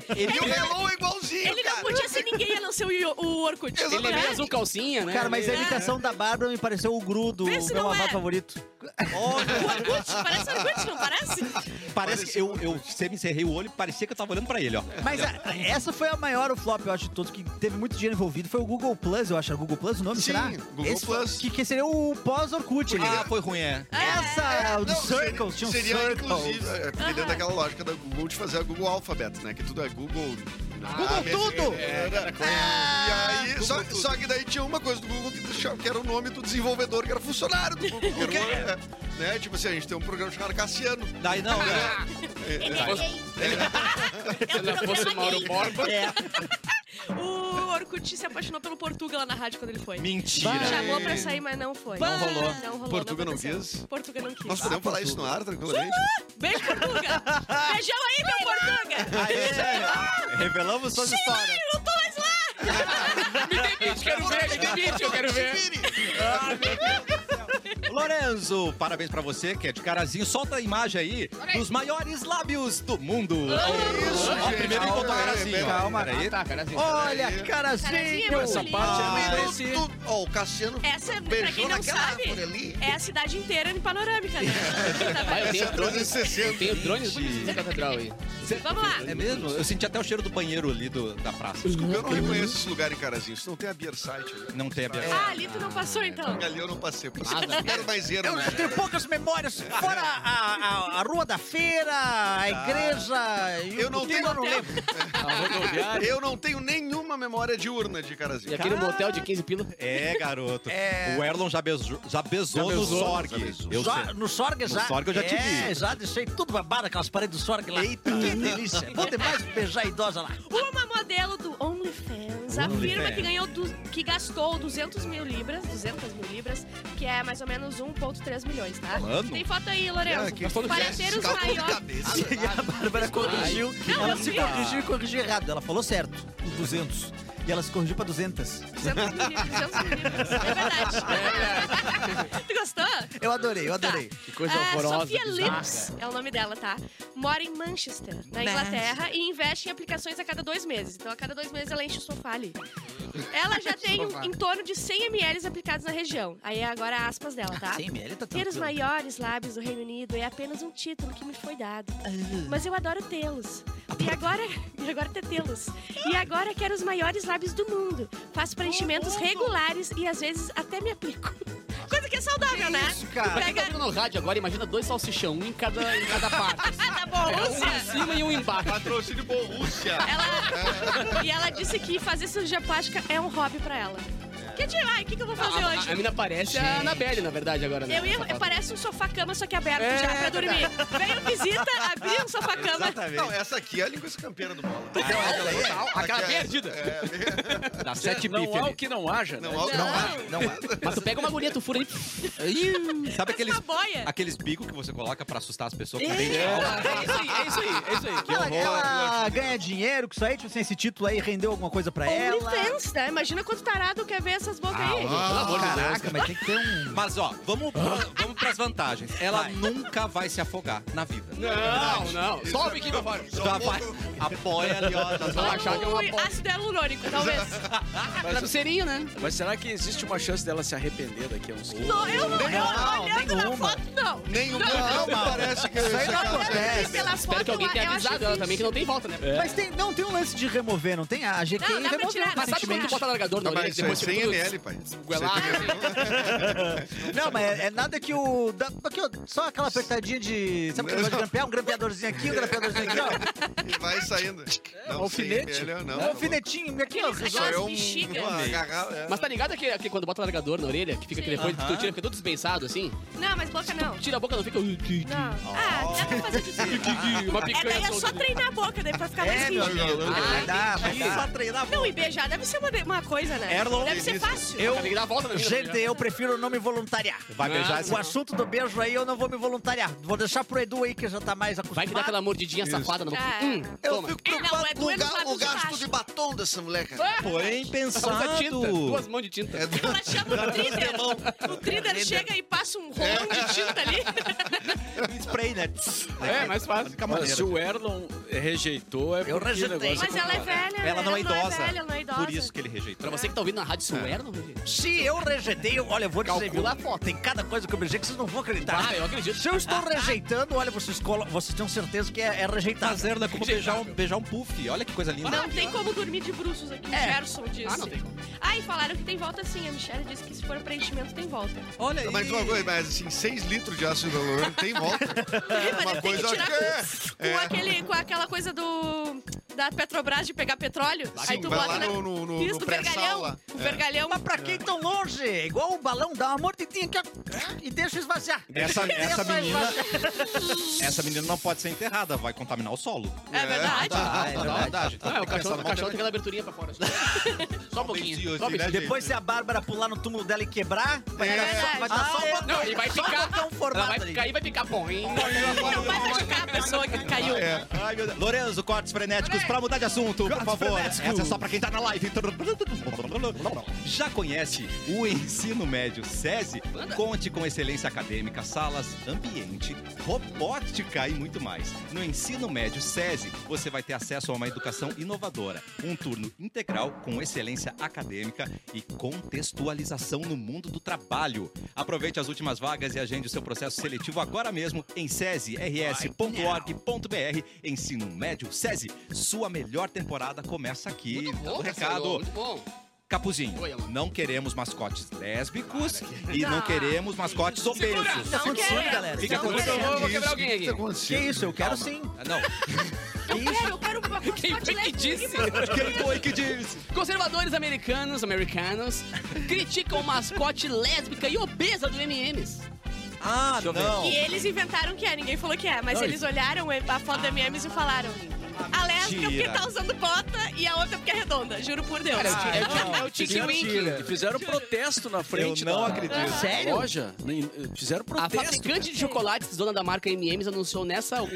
Speaker 3: né? E o Hello é igualzinho,
Speaker 4: Ele
Speaker 3: cara.
Speaker 4: não podia ser ninguém a não ser o, Io- o Orkut.
Speaker 5: Ele
Speaker 3: Exatamente.
Speaker 5: é meio
Speaker 4: né?
Speaker 5: azul calcinha, né?
Speaker 2: Cara, mas a imitação da Bárbara me pareceu o Gru do
Speaker 4: Vê se
Speaker 2: meu
Speaker 4: É. não
Speaker 2: avô
Speaker 4: é.
Speaker 2: favorito.
Speaker 4: O Orkut, parece o Orkut, não parece?
Speaker 1: Parece que eu, eu sempre encerrei o olho e parecia que eu tava olhando pra ele, ó.
Speaker 2: Mas a- a- essa foi a maior o flop, eu acho, de todos, que teve muito dinheiro envolvido. Foi o Google Plus, eu acho. É o Google Plus o nome,
Speaker 3: Sim,
Speaker 2: será?
Speaker 3: Google
Speaker 2: Esse foi-
Speaker 3: Plus.
Speaker 2: Que, que seria o pós-Orkut. ele-
Speaker 1: Ah, foi ruim, é.
Speaker 2: Essa, o do
Speaker 3: Não,
Speaker 2: Circles, tinha um
Speaker 3: seria, inclusive,
Speaker 2: Circles.
Speaker 3: é, porque dentro daquela lógica da Google de fazer a Google Alphabet, né? Que tudo é Google...
Speaker 2: Google tudo!
Speaker 3: É, era- e aí, só, só que daí tinha uma coisa do Google que, deixava- que era o nome do desenvolvedor, que era funcionário do Google. Que era, o- é, né? Tipo assim, a gente tem um programa chamado Cassiano.
Speaker 1: Daí não, né?
Speaker 7: Ele é gay.
Speaker 4: É um
Speaker 5: Se fosse o
Speaker 4: programa
Speaker 5: Mauro
Speaker 4: gay.
Speaker 5: Borba,
Speaker 4: O Orkut se apaixonou pelo Portuga lá na rádio quando ele foi.
Speaker 1: é Mentira.
Speaker 4: Chamou pra sair, mas não foi.
Speaker 2: Não
Speaker 1: rolou.
Speaker 4: Não rolou.
Speaker 3: Portuga não
Speaker 4: aconteceu.
Speaker 3: quis?
Speaker 4: Portuga não quis.
Speaker 3: Nós podemos falar isso no ar, tranquilamente?
Speaker 4: Beijo, Portuga! Beijão aí, meu Portuga!
Speaker 1: Aê, Revelamos suas histórias.
Speaker 4: Não tô mais lá!
Speaker 5: me demite, quero ver, me demite, eu quero ver.
Speaker 3: um
Speaker 1: Lorenzo, parabéns pra você, que é de carazinho. Solta a imagem aí dos maiores lábios do mundo. É
Speaker 3: isso,
Speaker 1: Ó,
Speaker 3: gente.
Speaker 1: primeiro ele botou
Speaker 3: Calma aí,
Speaker 1: carazinho. ó.
Speaker 2: calma.
Speaker 1: Peraí.
Speaker 5: Tá, cara, assim.
Speaker 2: Olha,
Speaker 4: Carazinho é
Speaker 2: carazinho!
Speaker 4: bonito.
Speaker 5: Essa parte
Speaker 3: Um
Speaker 5: é
Speaker 3: minuto.
Speaker 5: esse...
Speaker 3: Ó, o Cassiano
Speaker 4: Essa, pra
Speaker 3: beijou
Speaker 4: quem não
Speaker 3: naquela
Speaker 4: sabe,
Speaker 3: árvore ali.
Speaker 4: é a cidade inteira em panorâmica, né? Tá
Speaker 5: Vai, eu
Speaker 4: vendo?
Speaker 5: tenho drones,
Speaker 3: 360.
Speaker 5: eu tenho drones bonitos na catedral aí.
Speaker 4: Vamos lá.
Speaker 1: É mesmo? Eu senti até o cheiro do banheiro ali do- da praça.
Speaker 3: Desculpa, eu não reconheço esse lugar em Carazinho. Isso não tem a Beer Site ali.
Speaker 1: Não tem a
Speaker 4: Ah, ali tu não passou, então.
Speaker 3: Ali eu não passei. Por isso
Speaker 5: Ah,
Speaker 3: que
Speaker 5: tá.
Speaker 3: eu quero mais dinheiro,
Speaker 2: Eu
Speaker 3: né?
Speaker 2: tenho poucas memórias, fora a, a- a rua da feira, a igreja e o
Speaker 3: Eu não
Speaker 2: boteco,
Speaker 3: tenho- É.
Speaker 2: Ah. eu não lembro.
Speaker 5: A rodoviária.
Speaker 3: Eu não tenho nenhuma memória diurna de
Speaker 5: E
Speaker 3: Carazinho.
Speaker 5: aquele motel de 15 pila.
Speaker 1: É, garoto.
Speaker 2: É.
Speaker 1: O Erlon já beijou, já beijou no
Speaker 5: beijou,
Speaker 1: Sorg. Eu
Speaker 2: Só-
Speaker 1: sei.
Speaker 2: no Sorg já.
Speaker 1: Sorg eu já te
Speaker 2: É,
Speaker 1: vi.
Speaker 2: já deixei tudo babado, aquelas paredes do Sorg lá. Eita, que delícia. Vou demais beijar a idosa lá.
Speaker 4: Uma modelo do OnlyFans afirma
Speaker 1: OnlyFans.
Speaker 4: que ganhou du- que gastou 200 mil libras, 200 mil libras, que é mais ou menos 1,3 milhões, tá?
Speaker 1: Mano.
Speaker 4: Tem foto aí,
Speaker 5: Ah,
Speaker 4: Lourenço. Para ter os
Speaker 3: Calma de
Speaker 4: maiores.
Speaker 3: cabeça.
Speaker 2: E a Bárbara corrigiu.
Speaker 4: Não,
Speaker 2: ela
Speaker 4: eu
Speaker 2: se
Speaker 4: vi.
Speaker 2: corrigiu e corrigiu errado. Ela falou certo, 200. E ela se corrigiu pra 200.
Speaker 4: 200 mil libras, 200 mil libras. É verdade. tu gostou?
Speaker 2: Eu adorei, eu adorei.
Speaker 5: É, Que coisa
Speaker 4: a
Speaker 5: horrorosa.
Speaker 4: Sofia
Speaker 5: bizarra.
Speaker 4: Lips é o nome dela, tá? Mora em Manchester, na Inglaterra, e investe em aplicações a cada dois meses. Então, a cada dois meses, ela enche o sofá ali. Ela já tem um- em torno de 100 ml aplicados na região. Aí, é agora, aspas dela, tá?
Speaker 2: Sim, Meli, tá
Speaker 4: Ter os
Speaker 2: tranquilo.
Speaker 4: maiores lábios do Reino Unido é apenas um título que me foi dado. Mas eu adoro tê-los. E agora, e agora ter tê-los. E agora quero os maiores lábios do mundo. Faço preenchimentos regulares e às vezes até me aplico. Coisa que é saudável, né?
Speaker 2: isso, cara?
Speaker 4: Tu
Speaker 5: Pra quem tá
Speaker 4: Pega...
Speaker 5: ouvindo no rádio agora, imagina dois salsichão, um em cada, em cada parte. assim.
Speaker 4: Ah, tá bom,
Speaker 5: Um em
Speaker 4: Lúcia.
Speaker 5: cima e um embaixo.
Speaker 3: Patrocínio Borrússia.
Speaker 4: Ela... E ela disse que fazer cirurgia plástica é um hobby pra ela. Que dia, ai, o que, que eu vou fazer
Speaker 5: A, a, a
Speaker 4: hoje?
Speaker 5: mina parece a Anabelle, na verdade, agora, né?
Speaker 4: Eu ia,
Speaker 5: Essa foto.
Speaker 4: parece um sofá-cama, só que aberto
Speaker 5: É,
Speaker 4: já pra
Speaker 5: é
Speaker 4: dormir. Veio visita, abri um sofá-cama.
Speaker 3: Não,
Speaker 1: Ah,
Speaker 3: essa aqui é a linguiça campeira do bolo.
Speaker 1: é,
Speaker 5: Aquela
Speaker 3: Aquela-
Speaker 5: bem é ardida.
Speaker 1: Dá sete
Speaker 6: não
Speaker 1: bife
Speaker 6: há o
Speaker 1: ali.
Speaker 6: que não haja, né?
Speaker 3: Não, não,
Speaker 4: Não.
Speaker 2: Não,
Speaker 5: Tipo Mas tu pega uma agulha, tu fura ali.
Speaker 1: Sabe aqueles,
Speaker 4: Uma boia.
Speaker 1: aqueles bicos que você coloca pra assustar as pessoas?
Speaker 5: É,
Speaker 1: Que bem
Speaker 5: isso aí, é isso aí, é isso aí.
Speaker 2: ela, ela ganha dinheiro com isso aí, tipo assim, esse título aí rendeu alguma coisa pra ela.
Speaker 4: OnlyFans, né? Imagina quanto tarado quer ver essas bocas aí.
Speaker 5: Pelo amor de Deus.
Speaker 2: Caraca, mas tem que ter um.
Speaker 1: Mas ó, vamos, vamos pras vantagens. Ela nunca vai se afogar na vida.
Speaker 5: Não, não. Sobe aqui pra fora.
Speaker 1: Já vai, apoia ali, ó. tá. já
Speaker 5: Vamos
Speaker 1: vai-
Speaker 5: achar que é uma
Speaker 4: Ou
Speaker 5: bosta.
Speaker 4: ácido hialurônico, talvez.
Speaker 5: Travesseirinho, né?
Speaker 6: Mas será que existe uma chance dela se arrepender daqui a uns 15
Speaker 4: não, eu não, eu
Speaker 2: Não,
Speaker 4: olhando na
Speaker 2: nenhuma.
Speaker 4: foto, não.
Speaker 3: Nenhuma. Não, parece que tá
Speaker 2: aí não
Speaker 3: essa-
Speaker 4: Olhando aqui
Speaker 2: acontece.
Speaker 4: pela
Speaker 5: é. Espero
Speaker 4: foto,
Speaker 5: que alguém tenha
Speaker 4: eu acho
Speaker 5: avisado ela também que não tem volta, né?
Speaker 2: Mas tem, não tem um lance de remover, não tem? A GQ
Speaker 4: Não, dá pra
Speaker 2: removeu
Speaker 4: tirar,
Speaker 5: Mas sabe quando tu
Speaker 2: recentemente.
Speaker 5: bota largador na
Speaker 3: Não,
Speaker 5: orelha
Speaker 3: mas
Speaker 5: e
Speaker 3: isso é
Speaker 5: depois
Speaker 3: 100 ml, pai.
Speaker 5: Guelar,
Speaker 2: Não, mas é, é nada que o. dá- aqui, ó, só aquela apertadinha de. Sabe aquele negócio de grampear? Um grampeadorzinho aqui, um grampeadorzinho aqui, ó.
Speaker 3: E vai saindo. Não,
Speaker 6: alfinete.
Speaker 3: 100 ml, não.
Speaker 2: Um alfinetinho aqui, ó.
Speaker 4: Aqueles-
Speaker 3: Isso é um...
Speaker 4: bexiga.
Speaker 3: uma garra- é.
Speaker 5: Mas tá ligado que, que quando bota largador na orelha, que fica aquele depois tu tira, fica todo desbençado assim?
Speaker 4: que- Não, mas boca não.
Speaker 5: Tira a boca, não fica.
Speaker 4: Não. Ah, dá pra fazer de tudo.
Speaker 5: Uma
Speaker 4: É,
Speaker 5: picanha.
Speaker 4: daí é só
Speaker 5: solta.
Speaker 4: treinar a boca, daí pra ficar mais
Speaker 2: É, meu
Speaker 4: rígido.
Speaker 2: amigo. Vai dar, vai dar.
Speaker 4: Não, e beijar deve ser uma, uma coisa, né?
Speaker 1: Erlon,
Speaker 4: deve ser fácil.
Speaker 5: Tem que dar a volta na tá mina,
Speaker 2: Gente, eu prefiro não me voluntariar.
Speaker 1: Vai beijar
Speaker 5: Ah,
Speaker 1: esse
Speaker 2: O
Speaker 5: não.
Speaker 2: assunto do beijo aí, eu não vou me voluntariar. Vou deixar pro Edu aí, que já tá mais acostumado.
Speaker 5: Vai que dá aquela mordidinha safada no
Speaker 4: Ah.
Speaker 5: Hum,
Speaker 3: Eu
Speaker 5: toma.
Speaker 3: fico
Speaker 4: É, não,
Speaker 3: preocupado
Speaker 4: é
Speaker 3: com o,
Speaker 4: doendo
Speaker 3: ga-
Speaker 4: lá
Speaker 3: o
Speaker 4: dos
Speaker 3: gasto
Speaker 4: baixos.
Speaker 3: de batom dessa mulher, cara.
Speaker 4: Ah,
Speaker 1: Porém
Speaker 5: Ela usa tinta, duas
Speaker 1: pensado.
Speaker 5: mãos de tinta.
Speaker 3: É do-
Speaker 4: Ela chama o Trider. O Trider chega e passa um rolo de tinta ali.
Speaker 2: Spray, né?
Speaker 5: É, mais fácil.
Speaker 1: Fica
Speaker 6: Mas se
Speaker 1: maneiro.
Speaker 6: o Erlon rejeitou, é porque
Speaker 2: Eu
Speaker 6: o
Speaker 2: rejeitei.
Speaker 6: negócio
Speaker 4: Mas ela é velha.
Speaker 1: Ela não é idosa.
Speaker 4: velha, ela não é idosa.
Speaker 1: Por isso que ele rejeitou.
Speaker 5: Pra você que tá ouvindo na rádio, isso é, não
Speaker 2: Se eu rejeitei, eu- olha, eu vou dizer,
Speaker 5: Calcula.
Speaker 2: viu lá, pô, tem cada coisa que eu beijei que vocês não vão acreditar.
Speaker 5: Ah, eu acredito.
Speaker 2: Se eu estou rejeitando, olha, vocês, colo... vocês tenham certeza que é, é
Speaker 1: Tá
Speaker 2: rejeitado.
Speaker 1: zero da como beijar um, beijar um puff. Olha que coisa linda.
Speaker 4: Não tem como dormir de bruços aqui, o Gerson disse.
Speaker 5: Ah, não tem como.
Speaker 4: Ah, e falaram que tem volta sim. A Michelle disse que se for preenchimento tem volta.
Speaker 2: Olha aí.
Speaker 3: Mas uma coisa, mas assim, 6 litros de ácido hialurônico tem volta.
Speaker 4: Mas
Speaker 3: uma
Speaker 4: tem que
Speaker 3: coisa
Speaker 4: tirar
Speaker 3: que
Speaker 4: com, aquele, com aquela coisa do da Petrobras de pegar petróleo. Aí
Speaker 3: Sim,
Speaker 4: tu
Speaker 3: vai
Speaker 4: bota
Speaker 3: lá
Speaker 4: na...
Speaker 3: no, no, no,
Speaker 4: Isso,
Speaker 3: no
Speaker 4: do
Speaker 3: pré-sal
Speaker 4: vergalhão.
Speaker 3: lá.
Speaker 4: O vergalhão.
Speaker 2: Mas pra quem tão longe? É Igual o balão, dá uma mordidinha aqui ó, e deixa esvaziar.
Speaker 1: Essa, essa
Speaker 2: Deixa
Speaker 1: menina,
Speaker 2: esvaziar.
Speaker 1: essa menina não pode ser enterrada, vai contaminar o solo.
Speaker 4: É verdade.
Speaker 3: tá.
Speaker 1: Ah, é
Speaker 5: verdade.
Speaker 1: verdade.
Speaker 5: Ah, o cachorro, o cachorro tem aquela aberturinha pra fora. Só um pouquinho. Só um pouquinho.
Speaker 2: Depois se a Bárbara pular no túmulo dela e quebrar, vai
Speaker 3: É.
Speaker 2: dar só, vai dar
Speaker 5: Ah,
Speaker 2: só um
Speaker 5: é.
Speaker 2: botão.
Speaker 5: Não, ele vai
Speaker 2: só um
Speaker 5: ficar-
Speaker 2: botão
Speaker 5: Ela
Speaker 2: formado
Speaker 5: vai
Speaker 2: ali.
Speaker 5: ficar e vai ficar bom, hein?
Speaker 4: Não vai machucar a pessoa que caiu.
Speaker 1: É. Ai, meu Deus. Lorenzo, cortes frenéticos pra mudar de assunto, por
Speaker 2: É. Cortes
Speaker 1: favor.
Speaker 2: frenéticos.
Speaker 1: Essa é só pra quem tá na live. Já conhece o ensino médio SESI? Conte com excelência acadêmica, salas, ambiente, robótica e muito mais. No ensino médio SESI, você vai ter acesso a uma educação inovadora, um turno integral com excelência acadêmica e contextualização no mundo do trabalho. Aproveite as últimas vagas e agende o seu processo seletivo agora mesmo em sesirs.org.br. Ensino Médio SESI. Sua melhor temporada começa aqui.
Speaker 5: Muito
Speaker 1: Tá
Speaker 5: bom,
Speaker 1: o
Speaker 5: Marcelo,
Speaker 1: recado.
Speaker 5: é Muito bom.
Speaker 1: Capuzinho,
Speaker 5: Oi, amor.
Speaker 1: não queremos mascotes lésbicos e não queremos mascotes obesos.
Speaker 4: Não
Speaker 2: Tá acontecendo,
Speaker 4: quero.
Speaker 2: galera?
Speaker 1: Fica
Speaker 2: Não
Speaker 1: com
Speaker 2: quero.
Speaker 5: Eu vou- eu vou
Speaker 3: Isso,
Speaker 5: quebrar alguém
Speaker 3: o que
Speaker 5: aqui.
Speaker 3: tá acontecendo?
Speaker 2: Que isso, eu quero
Speaker 1: Calma.
Speaker 2: sim.
Speaker 1: Ah, Não,
Speaker 4: Eu quero, eu quero uma
Speaker 5: Quem
Speaker 4: mascote
Speaker 5: foi que
Speaker 4: lésbica.
Speaker 5: disse?
Speaker 1: quem foi que disse?
Speaker 5: Conservadores americanos, americanos, criticam mascote lésbica e obesa do MMs.
Speaker 1: Ah,
Speaker 5: eu ver.
Speaker 1: não.
Speaker 4: E eles inventaram que é, ninguém falou que é, mas eles olharam a foto da MMs e falaram. A lésbica porque
Speaker 1: Mentira.
Speaker 4: tá usando bota e a outra porque é redonda, juro por Deus. Ah,
Speaker 5: Cara, é o Tiki- é o Tiki
Speaker 6: Fizeram,
Speaker 5: Winky.
Speaker 6: fizeram protesto na frente
Speaker 1: Eu não
Speaker 6: da,
Speaker 1: acredito.
Speaker 6: da
Speaker 2: Sério?
Speaker 6: loja. Nem- eh, Fizeram
Speaker 4: Ah,
Speaker 5: A
Speaker 6: protesto.
Speaker 5: fabricante de chocolates, dona da marca M&M's, anunciou nessa... um,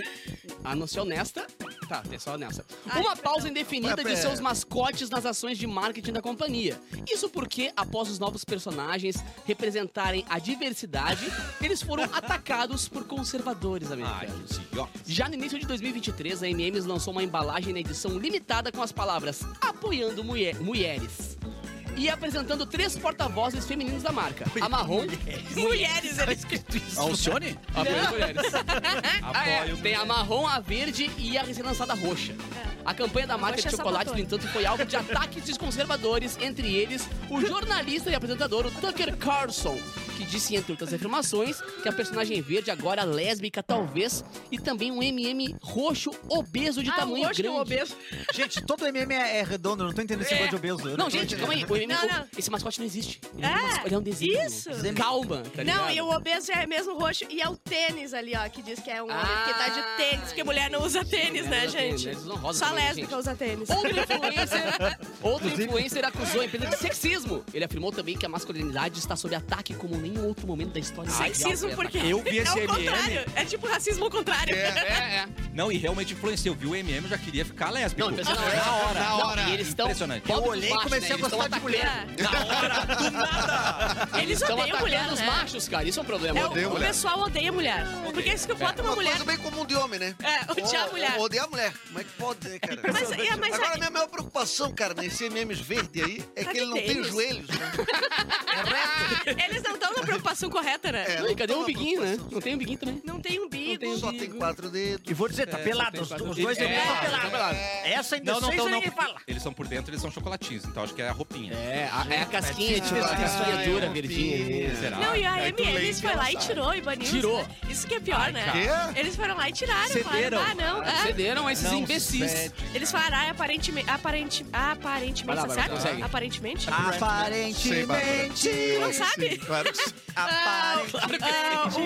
Speaker 5: Anunciou nesta... Tá, é só nessa.
Speaker 4: Ai,
Speaker 5: Uma
Speaker 4: perdão.
Speaker 5: pausa indefinida de seus mascotes nas ações de marketing da companhia. Isso porque, após os novos personagens representarem a diversidade, eles foram atacados por conservadores
Speaker 1: Ai,
Speaker 5: americanos.
Speaker 1: que idiota.
Speaker 5: Já no início de 2023, a M&M's lançou uma embalagem na edição limitada com as palavras apoiando mulher- mulheres. E apresentando três porta-vozes femininos da marca. A marrom,
Speaker 4: Mulheres, eles
Speaker 6: Alcione?
Speaker 5: apoiando mulheres. Ah, é.
Speaker 1: Apoio.
Speaker 5: Tem a marrom, a verde e a recém-lançada roxa. A campanha da
Speaker 4: É.
Speaker 5: marca
Speaker 4: Roxa é
Speaker 5: de chocolates, no
Speaker 4: Salvatore.
Speaker 5: entanto, foi alvo de ataques dos conservadores, entre eles o jornalista e apresentador o Tucker Carlson, que disse, entre outras afirmações, que a personagem verde agora é lésbica, talvez, e também um MM roxo obeso de
Speaker 4: Ah, o
Speaker 5: tamanho
Speaker 4: roxo
Speaker 5: grande.
Speaker 4: obeso.
Speaker 2: Gente, todo MM é é redondo, eu não tô entendendo esse
Speaker 5: É.
Speaker 2: negócio de obeso. eu
Speaker 5: Não,
Speaker 2: tô
Speaker 5: gente,
Speaker 2: entendendo.
Speaker 5: calma aí. O MM,
Speaker 4: Não, não.
Speaker 5: Esse mascote não existe. Ele
Speaker 4: É,
Speaker 5: um mascote- ele é um desenho.
Speaker 4: isso.
Speaker 5: Calma,
Speaker 4: Não,
Speaker 5: tá ligado?
Speaker 4: e o obeso é mesmo roxo e é o tênis ali, ó, que diz que é um homem que tá de tênis, porque mulher não usa tênis,
Speaker 5: Mulher
Speaker 4: né,
Speaker 5: não usa Ah. tênis,
Speaker 4: gente?
Speaker 5: eles não rosam
Speaker 4: Só
Speaker 5: também,
Speaker 4: lésbica
Speaker 5: gente.
Speaker 4: usa tênis.
Speaker 5: Outro influencer, outro influencer acusou a empresa de sexismo. Ele afirmou também que a masculinidade está sob ataque como em nenhum outro momento da história.
Speaker 4: Sexismo
Speaker 5: mundial foi
Speaker 4: porque
Speaker 1: eu vi
Speaker 4: é
Speaker 1: esse
Speaker 4: o
Speaker 1: MM.
Speaker 4: contrário, é tipo racismo ao contrário.
Speaker 5: atacado. É, é.
Speaker 1: Não, e realmente influenciou. Viu o MM, eu já queria ficar lésbico.
Speaker 5: Não, impressionante. Na hora,
Speaker 1: Tipo, na hora.
Speaker 5: e eles estão...
Speaker 1: Impressionante.
Speaker 5: bola
Speaker 2: Eu olhei e
Speaker 5: por baixo,
Speaker 2: comecei a
Speaker 5: né? Eles tão
Speaker 2: gostar de mulher.
Speaker 5: atacando-
Speaker 1: Na hora, do nada.
Speaker 4: É. Eles
Speaker 5: tão
Speaker 4: odeiam
Speaker 5: atacando
Speaker 4: mulher,
Speaker 5: os
Speaker 4: né?
Speaker 5: machos, cara. Isso é um problema.
Speaker 4: É,
Speaker 5: É,
Speaker 4: o, o
Speaker 3: mulher. É,
Speaker 4: pessoal odeia mulher. Porque isso que bota uma
Speaker 3: Uma
Speaker 4: mulher.
Speaker 3: coisa bem comum de homem, né?
Speaker 4: É, odiar a
Speaker 3: Ó,
Speaker 4: mulher.
Speaker 3: Odiar a mulher. Como é que pode, né, cara?
Speaker 4: Mas, é, mas
Speaker 3: Agora,
Speaker 4: a-
Speaker 3: a minha maior preocupação, cara, nesse MMs verde aí, é
Speaker 4: Tá
Speaker 3: que ele não
Speaker 4: de
Speaker 3: tem
Speaker 4: tênis.
Speaker 3: joelhos. né?
Speaker 4: eles não estão na preocupação correta, né?
Speaker 3: É.
Speaker 5: e cadê
Speaker 3: Não,
Speaker 5: o biguinho, né?
Speaker 3: não.
Speaker 5: Não tem o biguinho também.
Speaker 4: Não tem umbigo.
Speaker 5: tem
Speaker 3: Só tem quatro dedos.
Speaker 2: E vou dizer, tá pelado, os, os dois
Speaker 1: É,
Speaker 2: MMs estão
Speaker 1: tá
Speaker 2: pelados. Essa
Speaker 1: Não, não,
Speaker 2: indecência
Speaker 1: não, não.
Speaker 2: ninguém fala.
Speaker 1: Eles são por dentro, eles são chocolatinhos. Então acho que é a roupinha.
Speaker 5: É, a, é a casquinha, tipo, a
Speaker 3: Ah,
Speaker 5: casquinha dura,
Speaker 3: é,
Speaker 5: verdinha. né?
Speaker 1: Será?
Speaker 4: Não, e a
Speaker 3: Aí tu
Speaker 4: MMs
Speaker 3: lembra,
Speaker 5: é
Speaker 4: foi lá e
Speaker 3: sabe?
Speaker 4: tirou e baniu.
Speaker 5: Tirou.
Speaker 4: né? Isso que é pior, né?
Speaker 3: quê?
Speaker 4: Eles foram lá e tiraram.
Speaker 1: Cederam.
Speaker 4: Falaram, ah, não. é.
Speaker 5: Cederam a esses
Speaker 1: Não
Speaker 5: imbecis.
Speaker 1: cede,
Speaker 4: Eles
Speaker 1: cara.
Speaker 4: falaram, ah, aparentemente. Aparente,
Speaker 5: Vai
Speaker 4: aparentemente,
Speaker 5: lá,
Speaker 4: você
Speaker 5: Bárbara,
Speaker 4: sabe?
Speaker 5: consegue.
Speaker 4: Aparentemente?
Speaker 3: Ah, Sei, Bárbara.
Speaker 2: Aparentemente,
Speaker 4: Não sabe?
Speaker 3: Claro que sim.
Speaker 4: Ah, ah,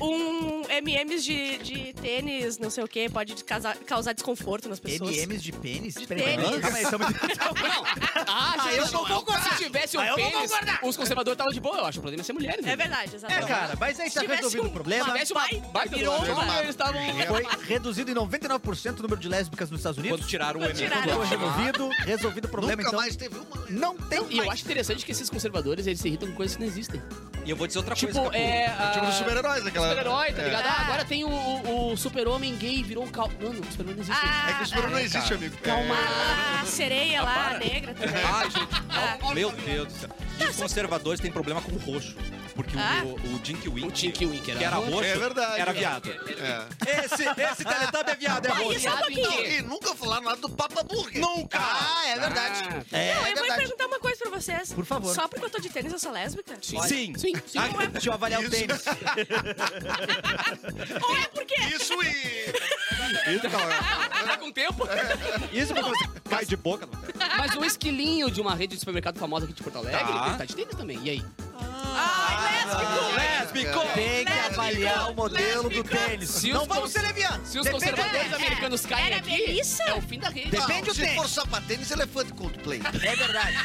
Speaker 4: um, um MMs de, de tênis, não sei o quê, pode causar, causar desconforto nas pessoas.
Speaker 2: MMs de pênis? De
Speaker 4: tênis.
Speaker 2: Calma aí, estamos...
Speaker 5: Não, ah,
Speaker 2: Ah, eu
Speaker 5: eu não,
Speaker 2: vou concordar.
Speaker 5: se tivesse um
Speaker 2: Ah, eu vou
Speaker 5: pênis,
Speaker 2: concordar.
Speaker 5: os conservadores estavam de boa, eu acho. O problema é ser mulher, né?
Speaker 4: É verdade,
Speaker 2: É,
Speaker 4: exatamente.
Speaker 2: cara, mas aí
Speaker 4: Se
Speaker 2: tá
Speaker 4: tivesse
Speaker 2: resolvido
Speaker 4: um-
Speaker 2: o problema.
Speaker 5: Tivesse uma tá baita
Speaker 4: virou
Speaker 5: do né?
Speaker 4: uma-
Speaker 5: eles estavam...
Speaker 2: Foi reduzido em 99% o número de lésbicas nos Estados Unidos.
Speaker 1: Quando tiraram o
Speaker 4: Quando
Speaker 1: MM.
Speaker 4: tiraram.
Speaker 2: Foi resolvido, resolvido o problema,
Speaker 3: Nunca
Speaker 2: então.
Speaker 3: mais teve uma. né?
Speaker 2: Não tem
Speaker 5: E eu acho interessante que esses conservadores, eles se irritam com coisas que não existem.
Speaker 1: E eu vou dizer outra coisa,
Speaker 5: Tipo,
Speaker 1: Capu.
Speaker 5: é...
Speaker 3: Tipo
Speaker 5: ah,
Speaker 3: dos super-heróis daquela.
Speaker 5: super-herói, tá
Speaker 3: É.
Speaker 5: ligado? Ah, agora tem o, o- o super-homem gay, virou um cal... Mano, o super-homem não existe.
Speaker 4: Ah,
Speaker 3: É que o super não
Speaker 1: é,
Speaker 3: existe,
Speaker 1: cara.
Speaker 3: amigo.
Speaker 4: Calma. A sereia lá,
Speaker 1: para.
Speaker 4: negra também.
Speaker 1: Ai, gente.
Speaker 4: Ah.
Speaker 1: Meu Deus do céu. E os conservadores têm problema com o roxo. Porque
Speaker 4: Ah.
Speaker 1: o, o Dink
Speaker 5: O
Speaker 1: Wink,
Speaker 5: Tink Wink
Speaker 1: que era roxo,
Speaker 3: É verdade.
Speaker 1: era viado.
Speaker 3: É.
Speaker 1: Esse, esse Teletubb é viado, é
Speaker 4: Ai,
Speaker 1: roxo.
Speaker 4: isso é um pouquinho.
Speaker 3: Não, e nunca falaram nada do Papa Burger.
Speaker 1: Nunca!
Speaker 2: Ah, é verdade. É,
Speaker 4: Não, eu vou
Speaker 2: verdade.
Speaker 4: perguntar uma coisa pra vocês.
Speaker 2: Por favor.
Speaker 4: Só porque eu tô de tênis, eu sou lésbica?
Speaker 1: Sim.
Speaker 5: Sim, sim.
Speaker 2: Ah, deixa eu avaliar o tênis.
Speaker 4: Ou é porque...
Speaker 3: Isso e.
Speaker 5: Tá com tempo?
Speaker 1: É. Isso porque você cai de boca.
Speaker 5: Mas o esquilinho de uma rede de supermercado famosa aqui de Porto Alegre,
Speaker 1: Tá.
Speaker 5: ele tá de tênis também. E aí?
Speaker 4: Ai, Ah, lésbico!
Speaker 2: É,
Speaker 1: Lésbico!
Speaker 2: Tem que
Speaker 3: Lésbico,
Speaker 2: avaliar o modelo do tênis.
Speaker 5: Se os
Speaker 2: não
Speaker 5: cons-
Speaker 2: vamos ser levianos.
Speaker 5: Se os
Speaker 2: Depende-
Speaker 5: conservadores
Speaker 4: é,
Speaker 5: americanos caem
Speaker 4: era
Speaker 5: aqui,
Speaker 4: Melissa?
Speaker 5: é o fim da rede.
Speaker 2: Depende
Speaker 3: Não,
Speaker 2: do
Speaker 3: se
Speaker 2: tênis.
Speaker 3: for sapatênis, elefante Coldplay.
Speaker 2: É verdade.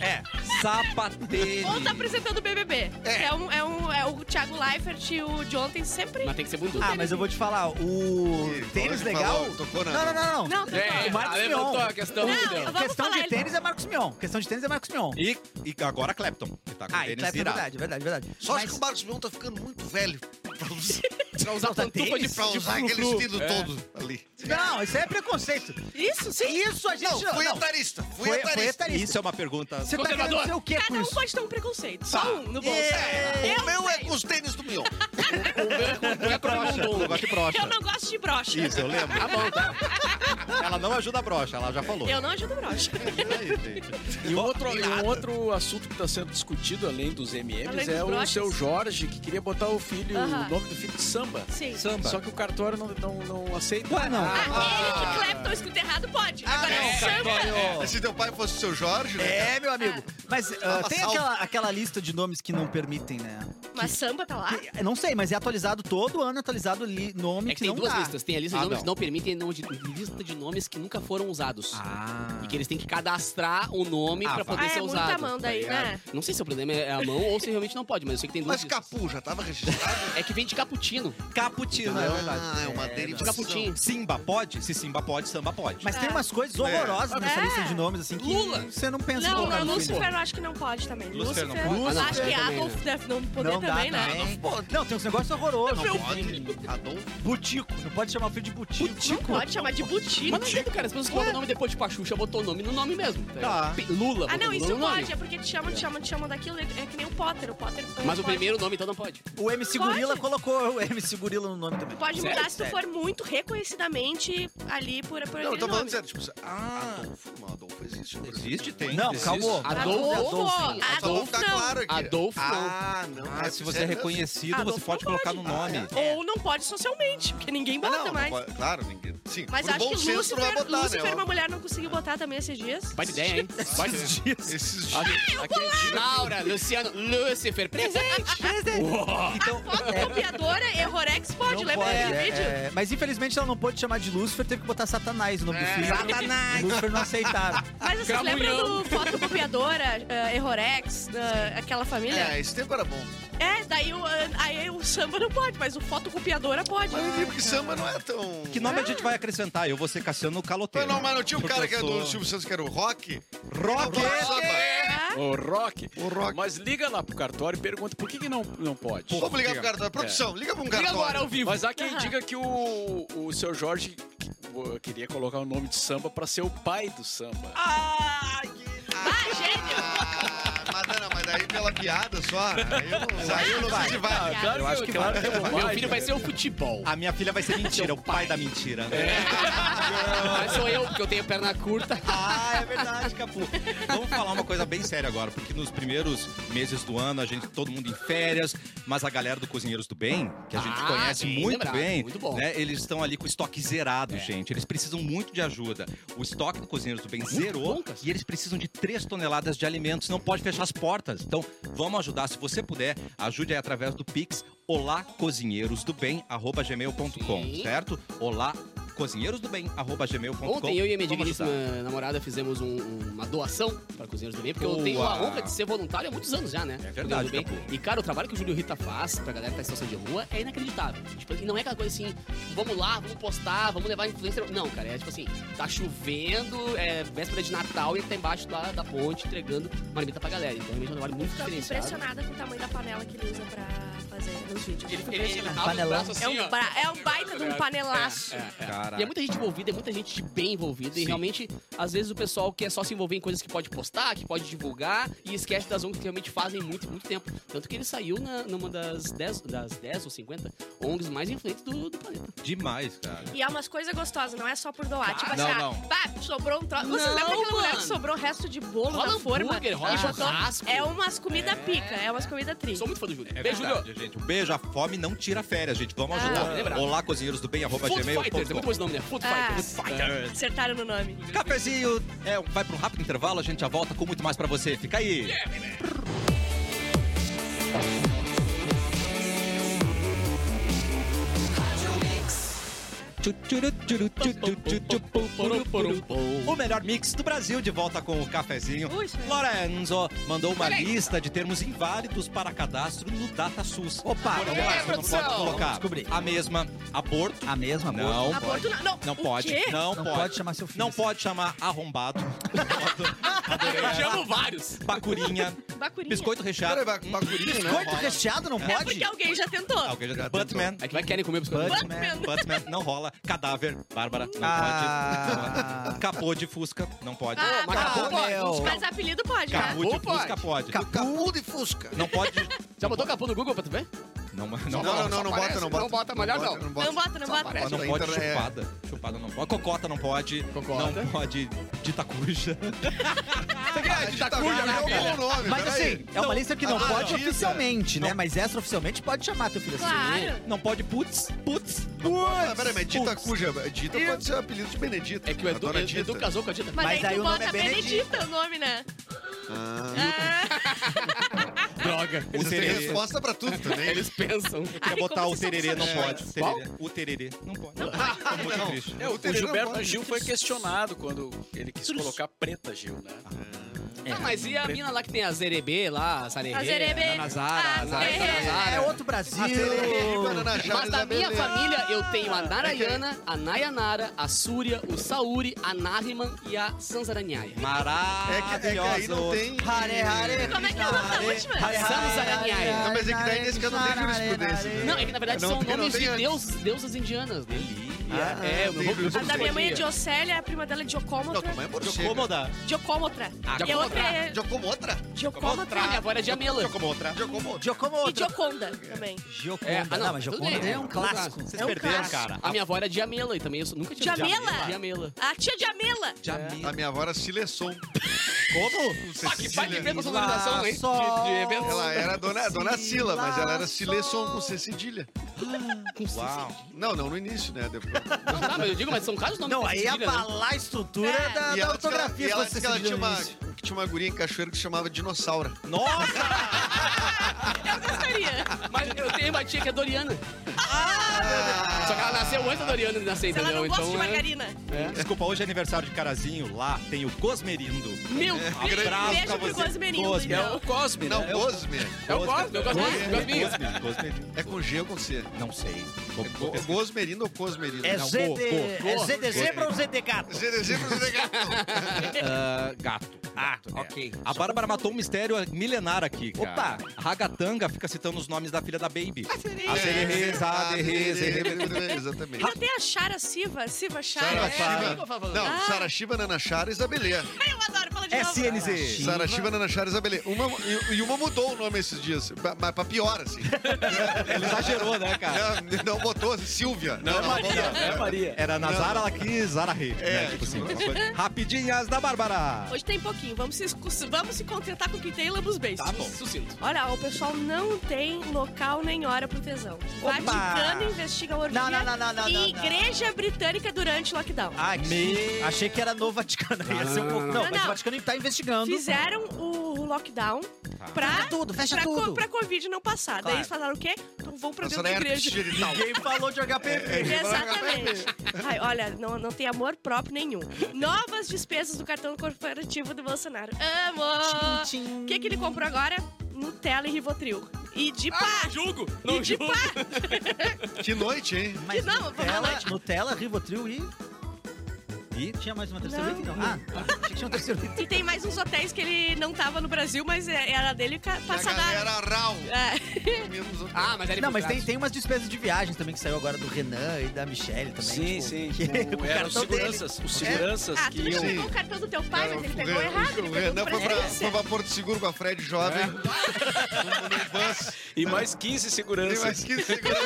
Speaker 1: É, sapatênis.
Speaker 4: Ou tá apresentando o BBB. É. um, é, um, é o Thiago Leifert e o de ontem sempre...
Speaker 5: Mas tem que ser bundudo.
Speaker 2: Ah, mas eu vou te falar, o
Speaker 3: Ih, falou
Speaker 2: tênis
Speaker 3: que
Speaker 2: legal...
Speaker 3: falou, tocou na-
Speaker 2: Não, não, não, não.
Speaker 4: Não, tá
Speaker 5: É,
Speaker 2: o Marcos
Speaker 5: ah, levantou
Speaker 2: Mion.
Speaker 5: a questão.
Speaker 4: Não,
Speaker 5: entendeu?
Speaker 4: eu vou- Vamos
Speaker 2: Questão
Speaker 4: falar,
Speaker 2: de
Speaker 4: ele-
Speaker 2: tênis é Marcos Mion. Questão de tênis é Marcos Mion.
Speaker 1: E, e agora Clapton, que tá com
Speaker 2: Ah, e
Speaker 1: tênis
Speaker 2: Clapton, é
Speaker 1: virado.
Speaker 2: verdade, é verdade, é verdade.
Speaker 3: Só
Speaker 2: Mas-
Speaker 3: acho que o Marcos Mion tá ficando muito velho pra usar,
Speaker 5: Pra usar
Speaker 2: Usar
Speaker 5: pantufa de
Speaker 2: tênis?
Speaker 3: pra
Speaker 5: fralda.
Speaker 3: usar
Speaker 5: de
Speaker 3: aquele
Speaker 5: frufru.
Speaker 3: vestido todo ali.
Speaker 2: Não, isso aí é preconceito.
Speaker 4: Isso, sim.
Speaker 2: Isso a gente
Speaker 3: Não,
Speaker 2: não...
Speaker 3: foi
Speaker 2: não.
Speaker 3: etarista. Foi
Speaker 2: Foi- foi
Speaker 3: etarista.
Speaker 2: etarista.
Speaker 1: Isso é uma pergunta.
Speaker 2: Você tá
Speaker 5: Conservador.
Speaker 2: querendo dizer o que com
Speaker 4: Cada um
Speaker 2: isso?
Speaker 4: pode ter um preconceito.
Speaker 1: Tá.
Speaker 4: Só um no bolso.
Speaker 2: É.
Speaker 3: O meu é
Speaker 4: sei.
Speaker 3: com os tênis do
Speaker 5: O
Speaker 3: Mion.
Speaker 5: meu é com- é com a
Speaker 1: Negócio de brocha.
Speaker 4: Eu não gosto de brocha.
Speaker 1: Isso, eu lembro.
Speaker 5: Tá bom, tá.
Speaker 1: Ela não ajuda a brocha, ela já falou.
Speaker 4: Eu não ajudo brocha.
Speaker 6: E um outro, e um outro assunto que está sendo discutido, além dos MMs,
Speaker 4: Além dos
Speaker 6: é o
Speaker 4: broches.
Speaker 6: seu Jorge, que queria botar o filho,
Speaker 4: Aham.
Speaker 6: o nome do filho de samba.
Speaker 4: Sim.
Speaker 1: Samba.
Speaker 6: Só que o cartório não, não, não aceita.
Speaker 2: Ué, não. Ah,
Speaker 4: Ah, ele que Clapton escuta errado pode.
Speaker 5: Ah,
Speaker 4: Agora
Speaker 3: não,
Speaker 4: é samba.
Speaker 3: Mas Se teu pai fosse o seu Jorge, né?
Speaker 2: É, meu amigo. Mas ah,
Speaker 3: uma
Speaker 2: tem
Speaker 3: salva.
Speaker 2: aquela, aquela lista de nomes que não permitem, né?
Speaker 4: Mas samba tá lá.
Speaker 2: Eu não sei, mas é atualizado todo ano, é atualizado ali nome
Speaker 5: É que tem
Speaker 2: não
Speaker 5: duas
Speaker 2: dá.
Speaker 5: listas. Tem a lista de
Speaker 1: Ah,
Speaker 5: nomes
Speaker 1: não.
Speaker 5: que não permitem, e não de- lista de nomes que nunca foram usados.
Speaker 2: Ah.
Speaker 5: E que eles têm que cadastrar o nome
Speaker 1: Ah,
Speaker 5: pra
Speaker 1: vai.
Speaker 5: poder
Speaker 4: Ah,
Speaker 5: ser
Speaker 4: é muita
Speaker 5: usado.
Speaker 4: mão daí,
Speaker 5: ligado?
Speaker 4: né?
Speaker 5: Não sei se o problema é a mão ou se realmente não pode, mas eu sei que tem duas.
Speaker 3: Mas
Speaker 5: listas.
Speaker 3: Capu já tava registrado.
Speaker 5: É que vem de cappuccino.
Speaker 1: Caputino.
Speaker 3: Ah, é uma
Speaker 5: De
Speaker 3: derivação.
Speaker 5: cappuccino.
Speaker 1: Simba pode? Se Simba pode, samba pode.
Speaker 2: Mas tem umas coisas horrorosas nessa
Speaker 4: É.
Speaker 2: lista de nomes, assim, que
Speaker 5: Lula.
Speaker 2: você não pensa em
Speaker 4: Não,
Speaker 2: colocar
Speaker 4: não,
Speaker 2: no filho.
Speaker 4: Lucifer eu acho que não pode também.
Speaker 1: Lúcifer não
Speaker 4: Lúcifer, acho
Speaker 5: pode.
Speaker 4: que
Speaker 5: Lúcifer também,
Speaker 4: Adolf
Speaker 5: né?
Speaker 4: deve não poder
Speaker 2: Não dá
Speaker 4: também, né?
Speaker 2: também. Não, tem uns negócios horrorosos.
Speaker 3: Não pode. Adolfo.
Speaker 2: Butico. Não pode chamar o filho de butico.
Speaker 4: Não pode chamar de
Speaker 5: Mas
Speaker 4: butico.
Speaker 5: não adianta, cara. As pessoas colocam o nome depois de Pachucha, botou o nome no nome mesmo.
Speaker 2: Tá.
Speaker 5: Pe- Lula.
Speaker 4: Ah,
Speaker 5: botou
Speaker 4: não,
Speaker 5: o
Speaker 4: isso
Speaker 5: nome no nome.
Speaker 4: pode. É porque te chamam, te chamam, te chamam daquilo. É é que nem o Potter. O Potter.
Speaker 5: Mas
Speaker 4: pode-
Speaker 5: o primeiro nome, então, não pode.
Speaker 2: O MC
Speaker 4: Pode.
Speaker 2: Gorila colocou o MC Gorila no nome também.
Speaker 4: Pode
Speaker 5: Sério?
Speaker 4: mudar se tu
Speaker 2: Sério.
Speaker 4: for muito reconhecidamente ali por, por
Speaker 3: Não, eu
Speaker 4: aquele
Speaker 3: tô falando
Speaker 4: nome.
Speaker 3: sério. Tipo, ah, Adolfo. Não, Adolfo existe. por exemplo.
Speaker 1: Existe, tem.
Speaker 2: Não,
Speaker 1: Existe.
Speaker 2: calmou.
Speaker 5: Adolfo.
Speaker 4: Adolfo.
Speaker 3: Só pra
Speaker 4: Adolfo
Speaker 3: ficar tá claro
Speaker 4: não.
Speaker 3: aqui.
Speaker 5: Adolfo, não.
Speaker 3: Ah, não.
Speaker 1: Ah, se você é
Speaker 3: mesmo.
Speaker 1: reconhecido,
Speaker 4: Adolfo
Speaker 1: você pode
Speaker 4: não
Speaker 1: colocar no
Speaker 4: pode. Ah,
Speaker 1: nome.
Speaker 4: Ou não pode socialmente, porque ninguém
Speaker 3: Ah,
Speaker 4: bota
Speaker 3: né? não, não
Speaker 4: mais.
Speaker 3: pode- claro, ninguém. Sim,
Speaker 4: Mas
Speaker 3: por
Speaker 4: acho
Speaker 3: bom
Speaker 4: que
Speaker 3: senso não vai
Speaker 4: Lúcifer, é-
Speaker 3: botar,
Speaker 4: Lúcifer
Speaker 3: né?
Speaker 4: uma mulher não conseguiu botar também esses dias.
Speaker 5: Baita ideia, hein? Baita ideia.
Speaker 3: Esses dias.
Speaker 5: Laura, Luciano, Lúcifer, presente.
Speaker 4: Então, a foto copiadora, Errorex pode,
Speaker 2: Não
Speaker 4: lembra
Speaker 2: pode,
Speaker 4: daquele
Speaker 2: é,
Speaker 4: vídeo?
Speaker 2: é. mas infelizmente ela não pôde chamar de Lúcifer, teve que botar Satanás no nome
Speaker 4: É.
Speaker 2: do filho. Satanás! Lúcifer não aceitaram.
Speaker 4: Mas vocês
Speaker 5: Cramunhão.
Speaker 4: lembram do foto copiadora, eh, Errorex, da- aquela família?
Speaker 3: É, esse tempo era bom.
Speaker 4: É, daí o, eh, aí o samba não pode, mas o foto copiadora pode.
Speaker 3: Mas eu lembro que samba não é tão.
Speaker 1: Que nome a gente vai acrescentar? Eu vou ser Cassiano
Speaker 3: Mas
Speaker 1: Caloteiro.
Speaker 3: não, mas não tinha um
Speaker 1: Porque
Speaker 3: cara
Speaker 1: eu
Speaker 3: que era
Speaker 1: sou-
Speaker 3: do Silvio Santos que era o rock?
Speaker 1: Rock!
Speaker 3: Não, samba.
Speaker 4: Ah,
Speaker 6: O rock.
Speaker 3: O rock.
Speaker 6: Mas liga lá pro cartório e pergunta por que, que não, não pode.
Speaker 3: Vamos ligar pro cartório. Produção, liga pra um
Speaker 5: Liga
Speaker 3: cartório.
Speaker 5: agora ao vivo.
Speaker 6: Mas há quem diga que o, o seu Jorge que- o- queria colocar o nome de samba pra ser o pai do samba.
Speaker 4: ah, gênio!
Speaker 3: Ah, mas, não, mas daí pela piada só. né? Aí eu não, aí eu não sei se vai.
Speaker 4: claro
Speaker 6: eu acho que claro que é
Speaker 5: Meu filho vai ser o futebol.
Speaker 1: A minha filha vai ser mentira, né? o pai da mentira.
Speaker 5: Mas sou eu, porque eu tenho perna curta.
Speaker 2: Ah, é
Speaker 1: verdade, Capu. Vamos falar uma coisa bem séria agora, porque nos primeiros meses do ano a gente, todo mundo em férias, mas a galera do Cozinheiros do Bem, que a gente
Speaker 5: Ah,
Speaker 1: conhece
Speaker 5: bem
Speaker 1: muito
Speaker 5: lembrado,
Speaker 1: bem,
Speaker 5: muito bom. É.
Speaker 1: né, eles estão ali com o estoque zerado, gente. Eles precisam muito de ajuda. O estoque do Cozinheiros do Bem zerou
Speaker 5: bom, cara.
Speaker 1: e eles precisam de 3 toneladas de alimentos, não pode fechar as portas. Então, vamos ajudar. Se você puder, ajude aí através do Pix, olá
Speaker 5: Sim.
Speaker 1: certo? Olá cozinheirosdobem@gmail.com.
Speaker 5: Ontem eu e a minha
Speaker 1: Vamos
Speaker 5: digníssima
Speaker 1: ajudar.
Speaker 5: namorada fizemos um- uma doação para Cozinheiros do Bem, porque eu tenho a
Speaker 1: Boa.
Speaker 5: honra de ser voluntário há muitos anos já, né?
Speaker 1: É verdade,
Speaker 5: Cozinheiros do Bem.
Speaker 1: Capu.
Speaker 5: E, cara, o trabalho que o Júlio Rita faz pra galera que tá em situação de rua é inacreditável. Tipo, e não é aquela coisa assim, vamos lá, vamos postar, vamos levar influencer. Não, cara, é tipo assim, tá chovendo, é véspera de Natal e ele tá embaixo lá da ponte entregando marmita pra galera. Então, realmente é um trabalho muito
Speaker 4: Tô
Speaker 5: diferenciado.
Speaker 4: impressionada com o tamanho da panela que ele usa pra fazer os vídeos.
Speaker 5: Ele,
Speaker 4: Tô
Speaker 5: ele, ele
Speaker 4: impressionada.
Speaker 5: abre os
Speaker 2: Panelão.
Speaker 5: braços assim,
Speaker 4: é, um
Speaker 5: ó.
Speaker 4: bra- é um baita de um panelaço.
Speaker 5: É, é, é.
Speaker 1: Caraca.
Speaker 5: E é muita gente envolvida, é muita gente bem envolvida. E
Speaker 1: Sim.
Speaker 5: realmente, às vezes o pessoal quer só se envolver em coisas que pode postar, que pode divulgar, e esquece das ONGs que realmente fazem muito, muito tempo. Tanto que ele saiu na- numa das 10, das 10 ou 50 ONGs mais influentes do, do planeta.
Speaker 1: Demais, cara.
Speaker 4: E é umas coisas gostosas, não é só por doar. Tipo assim,
Speaker 1: Não,
Speaker 4: ah,
Speaker 1: não.
Speaker 4: pá, sobrou um troço. Você
Speaker 5: Não,
Speaker 4: lembra aquela mulher que
Speaker 5: mano.
Speaker 4: sobrou resto de bolo
Speaker 5: Rola um
Speaker 4: na forma?
Speaker 5: hambúrguer, rola
Speaker 4: e botou-
Speaker 5: churrasco.
Speaker 4: É umas comida pica, é umas comida tri.
Speaker 5: um- Sou muito fã do Júlio.
Speaker 1: É
Speaker 5: Beijo, Júlio.
Speaker 1: verdade, gente. Um beijo. A fome não tira férias, gente. Vamos
Speaker 4: Ah.
Speaker 5: Não,
Speaker 1: ajudar.
Speaker 5: lembra.
Speaker 1: Olá, cozinheiros do bem, arroba
Speaker 5: Food Fighters, é muito bom
Speaker 1: gmail.com.
Speaker 5: esse nome, né? Food
Speaker 4: Ah.
Speaker 5: Fighters. É.
Speaker 4: Acertaram no nome.
Speaker 1: Cafezinho. É, vai para um rápido intervalo, a gente já volta com muito mais pra você. Fica aí. O melhor mix do Brasil de volta com o cafezinho.
Speaker 4: Ui, senhor.
Speaker 1: Lorenzo mandou uma lista de termos inválidos para cadastro no DataSUS. Opa, não,
Speaker 5: é,
Speaker 1: pode, não
Speaker 5: produção?
Speaker 1: pode
Speaker 2: Vamos
Speaker 1: colocar.
Speaker 2: descobrir.
Speaker 1: A mesma, aborto.
Speaker 2: A mesma,
Speaker 1: Ah, Não,
Speaker 2: boa.
Speaker 4: Aborto Ah, não. Não,
Speaker 1: Não
Speaker 4: o
Speaker 1: pode,
Speaker 4: quê?
Speaker 1: não,
Speaker 2: Ah, Não
Speaker 1: pode.
Speaker 2: pode chamar seu filho
Speaker 1: Não
Speaker 2: assim.
Speaker 1: pode chamar arrombado. Adorei
Speaker 5: Eu te
Speaker 1: essa.
Speaker 5: amo vários.
Speaker 1: Bacurinha.
Speaker 4: Bacurinha.
Speaker 1: Biscoito recheado.
Speaker 3: Peraí, vai, bagulhinho, né?
Speaker 2: Biscoito
Speaker 3: Rola.
Speaker 2: recheado não
Speaker 4: É porque
Speaker 2: pode?
Speaker 4: alguém já tentou.
Speaker 1: Alguém Ah, já-
Speaker 3: Já tentou.
Speaker 1: Buttman.
Speaker 5: É que vai querem comer biscoito.
Speaker 2: Bud-
Speaker 4: Batman.
Speaker 1: Buttman não rola. Cadáver. Bárbara, não
Speaker 2: Ah.
Speaker 1: pode. Capô de Fusca, não pode.
Speaker 4: Ah,
Speaker 5: mas acabou,
Speaker 4: pode.
Speaker 2: meu.
Speaker 4: Mas apelido pode, né?
Speaker 1: Capô de
Speaker 5: Capô
Speaker 1: Fusca pode.
Speaker 3: Capu de Fusca.
Speaker 1: Não pode.
Speaker 5: Já botou capô no Google pra tu ver?
Speaker 1: Não, não, rola.
Speaker 3: Não, não, não, não bota, não bota.
Speaker 5: Não bota, melhor não.
Speaker 4: Não bota, não
Speaker 3: Só
Speaker 4: bota.
Speaker 3: aparece
Speaker 1: não
Speaker 3: na
Speaker 1: pode
Speaker 3: internet.
Speaker 1: chupada. Chupada não pode. Cocota não pode.
Speaker 5: Cocota.
Speaker 1: Não pode ditacuja.
Speaker 3: Ah, de Itacuja, não é um bom nome,
Speaker 2: Mas
Speaker 3: peraí.
Speaker 2: assim, é uma lista que não
Speaker 3: Ah,
Speaker 2: pode
Speaker 3: não.
Speaker 2: oficialmente, né? Mas extra-oficialmente pode chamar teu filho assim.
Speaker 4: Claro.
Speaker 1: Não pode putz, putz.
Speaker 3: Ah, peraí, mas Dita Cuja, Dita pode ser o apelido de Benedita.
Speaker 5: É que o
Speaker 3: a
Speaker 5: Edu,
Speaker 3: dona
Speaker 5: Edu,
Speaker 3: Dita.
Speaker 5: Edu casou com a Dita.
Speaker 4: Mas,
Speaker 2: Mas
Speaker 4: aí tu
Speaker 2: aí o nome
Speaker 4: bota
Speaker 2: é Benedita.
Speaker 4: Benedita o nome, né?
Speaker 3: Ah,
Speaker 4: Ah,
Speaker 5: Droga.
Speaker 1: O
Speaker 3: vocês têm
Speaker 1: tererê.
Speaker 3: resposta pra tudo também.
Speaker 5: Eles pensam.
Speaker 1: Quer
Speaker 4: Ai,
Speaker 1: botar
Speaker 4: como
Speaker 1: o
Speaker 4: vocês são
Speaker 1: tererê, não
Speaker 4: sensacionais.
Speaker 1: pode. Tererê. O tererê, não pode. Tô muito triste.
Speaker 6: É, o,
Speaker 3: tererê não
Speaker 6: Gilberto
Speaker 3: pode.
Speaker 6: Gil foi questionado quando ele quis colocar preta Gil, né?
Speaker 5: Ah, mas e a mina lá que tem a Zerebê lá, a Sarerê?
Speaker 4: A Zerebê.
Speaker 5: A Nazara,
Speaker 4: A
Speaker 5: a Zara,
Speaker 4: Zerebê.
Speaker 5: a Zara.
Speaker 2: É outro Brasil.
Speaker 5: Mas da minha família eu tenho a Narayana, a Nayanara, a Súria, o Sauri, a Nariman e a Sanzaranhaya.
Speaker 3: É que, é que aí não
Speaker 1: Maravilhoso.
Speaker 3: tem.
Speaker 2: Hare, hare,
Speaker 4: Como é que é o nome da última?
Speaker 2: hare, hare,
Speaker 5: Sanzaranhaya.
Speaker 3: Não, mas é que daí nesse caso não tem
Speaker 2: hare,
Speaker 3: jurisprudência,
Speaker 2: hare,
Speaker 3: né?
Speaker 5: Não, é que na verdade
Speaker 3: Não
Speaker 5: são
Speaker 3: tem- não
Speaker 5: nomes
Speaker 3: tem
Speaker 5: de
Speaker 3: antes.
Speaker 5: deus, deusas indianas. Né?
Speaker 1: Delícia.
Speaker 5: é,
Speaker 3: não tem jurisprudência.
Speaker 4: A da minha mãe é
Speaker 5: Diocelia.
Speaker 4: Diocélia, a prima dela é
Speaker 3: Não, tua
Speaker 4: Diocômotra.
Speaker 3: mãe é morcega.
Speaker 1: Jocomoda.
Speaker 4: Diocômotra.
Speaker 5: Ah,
Speaker 4: E a outra é
Speaker 3: Já como outra?
Speaker 4: Diocomotra
Speaker 5: Minha avó era de Amela.
Speaker 1: Jocomotra.
Speaker 3: Já como é outra?
Speaker 2: Giocomo.
Speaker 4: e Dioconda também.
Speaker 2: Gioconda.
Speaker 5: É, ah, não,
Speaker 2: não, mas
Speaker 5: tudo
Speaker 2: Gioconda
Speaker 5: bem.
Speaker 2: é um clássico.
Speaker 5: Vocês
Speaker 1: Vocês perderam,
Speaker 2: é,
Speaker 1: cara.
Speaker 5: A minha avó era de Amela e também eu sou- nunca tinha
Speaker 4: De Amela?
Speaker 5: De Amela.
Speaker 4: A tia Jamila.
Speaker 1: Jamila.
Speaker 3: A minha avó era Silesson.
Speaker 1: Como?
Speaker 5: Ah, que baita
Speaker 3: Cecília.
Speaker 5: evento essa organização, hein?
Speaker 2: Só-
Speaker 5: De, de evento.
Speaker 3: Ela era dona, dona Sila, mas ela era
Speaker 2: Silesson.
Speaker 3: Silesson com C cedilha.
Speaker 1: Uau.
Speaker 3: Não, não no início, né? Depois.
Speaker 5: Não, tá, mas eu digo, mas são casos nomes
Speaker 2: Não, aí
Speaker 5: é
Speaker 2: é abalar a estrutura da,
Speaker 3: E
Speaker 2: da
Speaker 3: ela disse que ela-
Speaker 2: ortografia.
Speaker 3: e ela
Speaker 2: se
Speaker 3: disse
Speaker 2: você
Speaker 3: que ela
Speaker 2: seguir
Speaker 3: tinha uma,
Speaker 2: isso.
Speaker 3: que tinha uma guria em cachoeiro que se chamava Dinossauro.
Speaker 1: Nossa!
Speaker 4: Eu gostaria.
Speaker 5: Mas eu tenho uma tia que é Doriana.
Speaker 4: Ah,
Speaker 5: Só que ela nasceu antes da Doriana nascer,
Speaker 4: Se ela
Speaker 5: entendeu?
Speaker 4: não gosta de
Speaker 5: Então, é-
Speaker 4: margarina.
Speaker 1: Desculpa, hoje é aniversário de Carazinho. Lá tem o Gosmerindo.
Speaker 5: Meu
Speaker 3: É.
Speaker 5: Deus!
Speaker 1: Abraço
Speaker 4: Beijo
Speaker 1: pra
Speaker 4: pro
Speaker 1: Ah, você.
Speaker 4: Gosmerindo,
Speaker 6: É
Speaker 4: então.
Speaker 6: o Cosme,
Speaker 3: Não,
Speaker 6: né?
Speaker 3: Gosme.
Speaker 5: Eu gosto, eu gosto
Speaker 1: Gosmerindo.
Speaker 5: muito, gosto
Speaker 1: Gosmerindo.
Speaker 5: muito.
Speaker 1: Gosmerindo.
Speaker 3: É com G ou com C?
Speaker 1: Não sei. Vou-
Speaker 3: É
Speaker 1: vou
Speaker 3: go-
Speaker 1: pesquisar.
Speaker 3: Gosmerino ou Cosmerino?
Speaker 2: É
Speaker 1: Não,
Speaker 2: Z
Speaker 1: boa,
Speaker 2: de-
Speaker 1: boa,
Speaker 2: é
Speaker 5: boa.
Speaker 2: Z de zebra ou Z de gato?
Speaker 3: ZDZ pro ZDH.
Speaker 1: Ah, gato.
Speaker 2: Ah,
Speaker 1: é.
Speaker 2: ok.
Speaker 1: A Bárbara matou um mistério milenar aqui, cara.
Speaker 2: Opa!
Speaker 1: A Ragatanga fica citando os nomes da filha da Baby. A
Speaker 3: É,
Speaker 1: Cererez, a Aderrez, Errez.
Speaker 3: Exatamente.
Speaker 4: Não tem a Chara Siva, Siva Chara.
Speaker 3: Sara
Speaker 4: É.
Speaker 3: Shiva. Não, Sara Shiva, Nana Chara e Isabelê.
Speaker 4: Ai, eu adoro falar fala
Speaker 2: É
Speaker 4: de novo.
Speaker 2: SNZ.
Speaker 3: Sara Shiva, Nana Chara e Isabelê. Uma, e, e uma mudou o nome esses dias, pra- mas pra pior, assim.
Speaker 1: Ele exagerou, né, cara?
Speaker 3: Não, não botou Silvia. Não,
Speaker 6: é Maria,
Speaker 3: botou.
Speaker 6: não é Maria.
Speaker 1: Era na Zara, ela quis Zara Rê.
Speaker 3: É,
Speaker 1: né? Tipo assim,
Speaker 3: tipo,
Speaker 1: uma coisa- Rapidinhas da Bárbara.
Speaker 4: Hoje tem pouquinho, vamos se, vamos se contentar com o que tem e lambos beijos.
Speaker 5: Tá bom. Sucinto.
Speaker 4: Olha, o pessoal não tem local nem hora pro tesão. Vaticano investiga a orgia
Speaker 2: Não, não, não, não, não, Ah, não,
Speaker 4: e Igreja Britânica durante o lockdown.
Speaker 2: Ai, que... Achei que era no Vaticano. Ia ser um pouco... Não,
Speaker 4: não,
Speaker 2: mas
Speaker 4: não.
Speaker 2: o Vaticano tá investigando.
Speaker 4: Fizeram o, o lockdown pra,
Speaker 2: Tá. Fecha tudo, fecha
Speaker 4: pra, co-
Speaker 2: tudo.
Speaker 4: pra Covid não passar.
Speaker 2: Claro.
Speaker 4: Daí eles falaram o quê? Então vão pra dentro
Speaker 3: Nossa, não
Speaker 4: da
Speaker 3: é
Speaker 4: igreja.
Speaker 3: artigenital.
Speaker 2: Ninguém falou de
Speaker 4: É,
Speaker 2: HPV.
Speaker 4: Exatamente. Ai, olha, não, não tem amor próprio nenhum. Novas despesas do cartão corporativo do Bolsonaro. Amo! O que, que ele comprou agora? Nutella e Rivotril. E de pá!
Speaker 5: Ah, julgo!
Speaker 4: e
Speaker 5: Não
Speaker 4: de
Speaker 5: julgo!
Speaker 4: pá!
Speaker 3: Que noite, hein?
Speaker 2: Mas
Speaker 4: Que não,
Speaker 2: Nutella,
Speaker 4: vamos lá.
Speaker 2: Nutella, Rivotril e... E tinha mais uma terceira
Speaker 4: Não.
Speaker 2: item? Não. Ah, achei que tinha um terceiro item.
Speaker 4: E tem mais uns hotéis que ele não tava no Brasil, mas é- era dele ca-
Speaker 3: a
Speaker 4: passada.
Speaker 3: galera rau.
Speaker 4: É.
Speaker 5: Ah, mas ele
Speaker 2: Não, mas tem, tem umas despesas de viagem também que saiu agora do Renan e da Michelle também.
Speaker 6: Sim, sim.
Speaker 2: tipo, que-
Speaker 6: o-
Speaker 2: o
Speaker 6: eram os
Speaker 2: cartão dele.
Speaker 6: seguranças. Os seguranças
Speaker 4: Ah, tu
Speaker 6: que iam.
Speaker 3: Sim.
Speaker 4: pegou o cartão do teu pai, mas ele pegou
Speaker 3: Renan-
Speaker 4: errado. Ele
Speaker 3: O
Speaker 4: pegou
Speaker 3: Renan
Speaker 4: por
Speaker 3: foi pra,
Speaker 4: essência.
Speaker 3: foi pra Porto Seguro com a Fred
Speaker 2: É.
Speaker 3: jovem.
Speaker 6: E mais 15
Speaker 3: Tem
Speaker 6: seguranças.
Speaker 3: mais 15 segundos.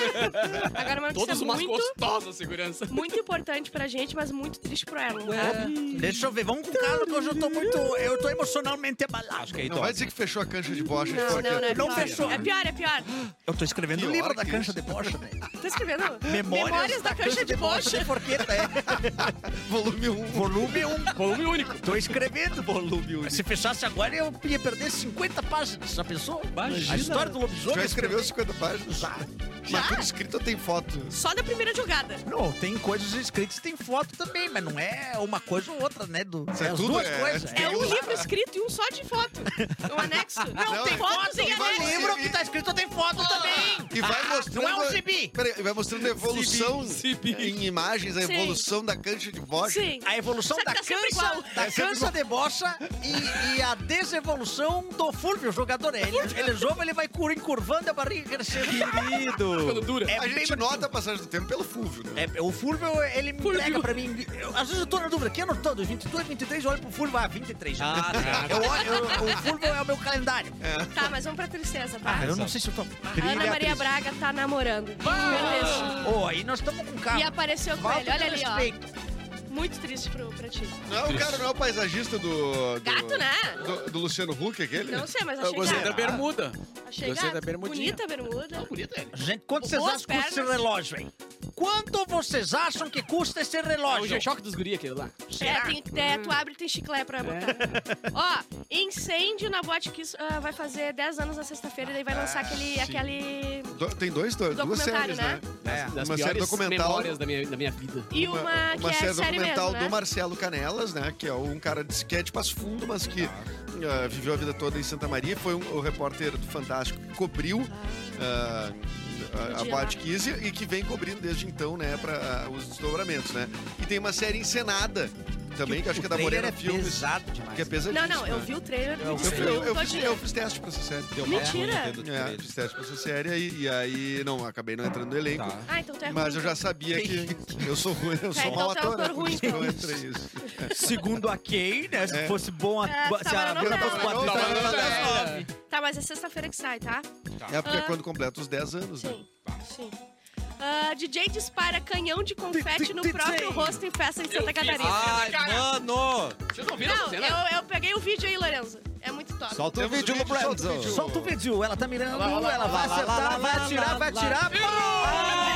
Speaker 4: Agora uma notícia
Speaker 5: Todos umas
Speaker 4: muito,
Speaker 5: gostosas, segurança.
Speaker 4: muito importante pra gente, mas muito triste pro Elon. Ah,
Speaker 2: Deixa eu ver, vamos com o Carlos, que hoje eu tô muito. Eu tô emocionalmente abalado.
Speaker 1: Acho que é
Speaker 3: Não vai
Speaker 1: idosa.
Speaker 3: dizer que fechou a cancha de bocha de
Speaker 4: Não, não, não. É
Speaker 2: Não
Speaker 4: pior.
Speaker 2: fechou.
Speaker 4: É pior, é pior.
Speaker 2: Eu tô escrevendo o
Speaker 3: Pior
Speaker 2: livro da
Speaker 3: que
Speaker 2: cancha
Speaker 3: isso.
Speaker 2: de bocha, velho.
Speaker 4: Tá escrevendo?
Speaker 2: Memórias,
Speaker 4: da, Cancha de Bocha.
Speaker 2: De forqueta, é.
Speaker 3: Volume 1.
Speaker 2: Volume 1.
Speaker 5: Volume único.
Speaker 2: Tô escrevendo. Volume 1. Se fechasse agora, eu ia perder 50 páginas. Já pensou?
Speaker 5: Imagina.
Speaker 2: A história do lobisomem.
Speaker 3: Já escreveu
Speaker 2: escreveu
Speaker 3: 50 páginas?
Speaker 2: Já.
Speaker 4: Tá.
Speaker 3: Mas tem escrito ou tem foto?
Speaker 4: Só da primeira jogada.
Speaker 2: Não, tem coisas escritas e tem foto também, mas não é uma coisa ou outra, né? Do,
Speaker 3: Isso
Speaker 2: é
Speaker 3: é
Speaker 2: as
Speaker 3: tudo,
Speaker 2: duas
Speaker 3: é-
Speaker 2: coisas.
Speaker 4: É um
Speaker 3: Tem
Speaker 4: livro escrito e um só de foto. Um anexo. Não,
Speaker 3: Não,
Speaker 4: tem
Speaker 3: é
Speaker 4: foto, tem
Speaker 3: e vai
Speaker 4: anexo.
Speaker 3: ler.
Speaker 2: livro que tá escrito tem foto também.
Speaker 3: E vai
Speaker 2: Ah,
Speaker 3: mostrando.
Speaker 2: Não é um gibi.
Speaker 3: Peraí, e vai mostrando a evolução
Speaker 5: Gibi, gibi.
Speaker 3: em imagens, a
Speaker 4: Sim.
Speaker 3: evolução da cancha de bocha.
Speaker 4: Sim.
Speaker 2: A evolução
Speaker 4: Só que
Speaker 2: da
Speaker 4: tá sempre
Speaker 2: cansa,
Speaker 4: igual.
Speaker 3: É
Speaker 2: da cansa de bocha e, e a desevolução do Fúrvio, o jogador. é. Ele, ele joga, ele vai cur- encurvando a barriga crescendo.
Speaker 5: Quando
Speaker 1: Querido.
Speaker 5: dura.
Speaker 2: É
Speaker 3: a
Speaker 2: bem
Speaker 3: gente
Speaker 2: bonitinho.
Speaker 3: nota a passagem do tempo pelo fúvio, né?
Speaker 2: É, o Fúrvio, ele me pega pra mim. Eu- às vezes eu tô na dúvida, que ano todo? 22, 23, eu olho pro Fúrvio, ah, 23 já.
Speaker 1: Ah, tá.
Speaker 2: Eu olho, eu- o Fúrvio é o meu calendário.
Speaker 4: Tá, mas vamos pra tristeza, tá?
Speaker 2: Ah, eu não sei se eu tô...
Speaker 4: A Ana
Speaker 1: Brilha
Speaker 4: Maria
Speaker 1: triste.
Speaker 4: Braga tá namorando. Beleza.
Speaker 2: Oh, aí nós estamos com carro.
Speaker 4: E apareceu com
Speaker 2: Falta
Speaker 4: ele. Olha
Speaker 2: de
Speaker 4: ali, ó.
Speaker 2: respeito.
Speaker 4: Muito triste pro, pra ti.
Speaker 3: Não, o cara não é o paisagista do. do
Speaker 4: Gato, né?
Speaker 3: Do, do Luciano Huck, aquele?
Speaker 4: Não sei, mas
Speaker 6: Eu
Speaker 4: achei
Speaker 6: gostei da
Speaker 4: gato.
Speaker 6: bermuda.
Speaker 4: Achei
Speaker 6: gostei
Speaker 4: gato.
Speaker 6: da bermudinha.
Speaker 4: Bonita a bermuda.
Speaker 5: Bonito ele.
Speaker 2: Gente, quanto vocês
Speaker 4: Boas
Speaker 2: acham que custa esse
Speaker 4: pernas.
Speaker 2: relógio, hein? Quanto vocês acham que custa esse
Speaker 5: É o
Speaker 2: relógio?
Speaker 5: G-Shock dos guri aquele lá.
Speaker 4: É, tem, é, tu abre e tem chiclete pra botar. Ó, incêndio na boate que ah, vai fazer 10 anos na sexta-feira e daí vai lançar aquele,
Speaker 3: sim.
Speaker 4: aquele.
Speaker 3: Do- tem dois, do- duas
Speaker 4: Documentário,
Speaker 3: séries, né?
Speaker 4: né?
Speaker 2: É.
Speaker 5: Das
Speaker 3: Uma série
Speaker 5: piores
Speaker 3: documental.
Speaker 5: memórias da minha, da minha vida.
Speaker 4: E uma, que é série,
Speaker 3: série documental
Speaker 4: mesmo. Né?
Speaker 3: do Marcelo Canelas, né? Que é um cara de que é de Passo Fundo, mas que ah, viveu a vida toda em Santa Maria. Foi um, o repórter do Fantástico que cobriu ah, a, a
Speaker 4: Dia
Speaker 3: Boate
Speaker 4: lá.
Speaker 3: 15 e que vem cobrindo desde então, né? Para os desdobramentos, né? E tem uma série encenada também, que, eu acho que é da Morena
Speaker 2: é
Speaker 3: Filmes.
Speaker 2: pesado demais.
Speaker 3: Que é pesadíssima.
Speaker 4: Não, não, eu
Speaker 3: né?
Speaker 4: vi o trailer.
Speaker 2: Eu-
Speaker 3: Eu, fui- eu- eu
Speaker 4: tô
Speaker 3: fiz,
Speaker 4: de-
Speaker 3: eu fiz teste pra essa série.
Speaker 1: Deu uma
Speaker 4: Mentira.
Speaker 1: ruim dentro do
Speaker 3: É,
Speaker 1: trailer.
Speaker 3: fiz teste pra essa série e, e aí, não, acabei não entrando no elenco.
Speaker 1: Tá.
Speaker 4: Ah, então tu é ruim,
Speaker 3: Mas eu já sabia que eu sou ruim, eu sou
Speaker 4: então
Speaker 3: mau
Speaker 4: tu é um
Speaker 3: ator.
Speaker 4: ator ruim,
Speaker 3: por isso que eu
Speaker 4: então.
Speaker 3: entrei isso.
Speaker 2: né? Segundo a Kay, né? Se
Speaker 3: É.
Speaker 2: fosse bom... A...
Speaker 4: É,
Speaker 2: se a
Speaker 4: tava na
Speaker 2: Bruna
Speaker 4: novela.
Speaker 2: fosse tá boa atriz,
Speaker 3: Tava
Speaker 2: ela
Speaker 3: na
Speaker 2: era
Speaker 3: novela.
Speaker 2: das nove.
Speaker 4: então. Tá, mas é sexta-feira que sai, tá?
Speaker 3: É porque é
Speaker 4: Ah.
Speaker 3: quando completa os 10 anos, né?
Speaker 4: Sim, sim. Ah, DJ dispara canhão de confete no próprio rosto em festa em Santa
Speaker 5: Ah,
Speaker 4: Catarina.
Speaker 1: Ai, mano!
Speaker 5: Vocês não viram essa
Speaker 4: Não,
Speaker 5: cena?
Speaker 4: eu, eu peguei o vídeo aí, Lorenzo. É muito top.
Speaker 1: Solta o
Speaker 3: Temos
Speaker 1: vídeo
Speaker 3: o
Speaker 1: no
Speaker 3: vídeo, solta o
Speaker 1: Branzo.
Speaker 3: vídeo.
Speaker 2: Solta o vídeo, ela tá mirando,
Speaker 5: Lá, lá, lá,
Speaker 2: ela
Speaker 1: lá, lá, lá,
Speaker 2: vai
Speaker 1: lá,
Speaker 2: acertar, vai
Speaker 1: lá,
Speaker 2: atirar,
Speaker 1: lá,
Speaker 2: vai
Speaker 1: lá.
Speaker 2: atirar.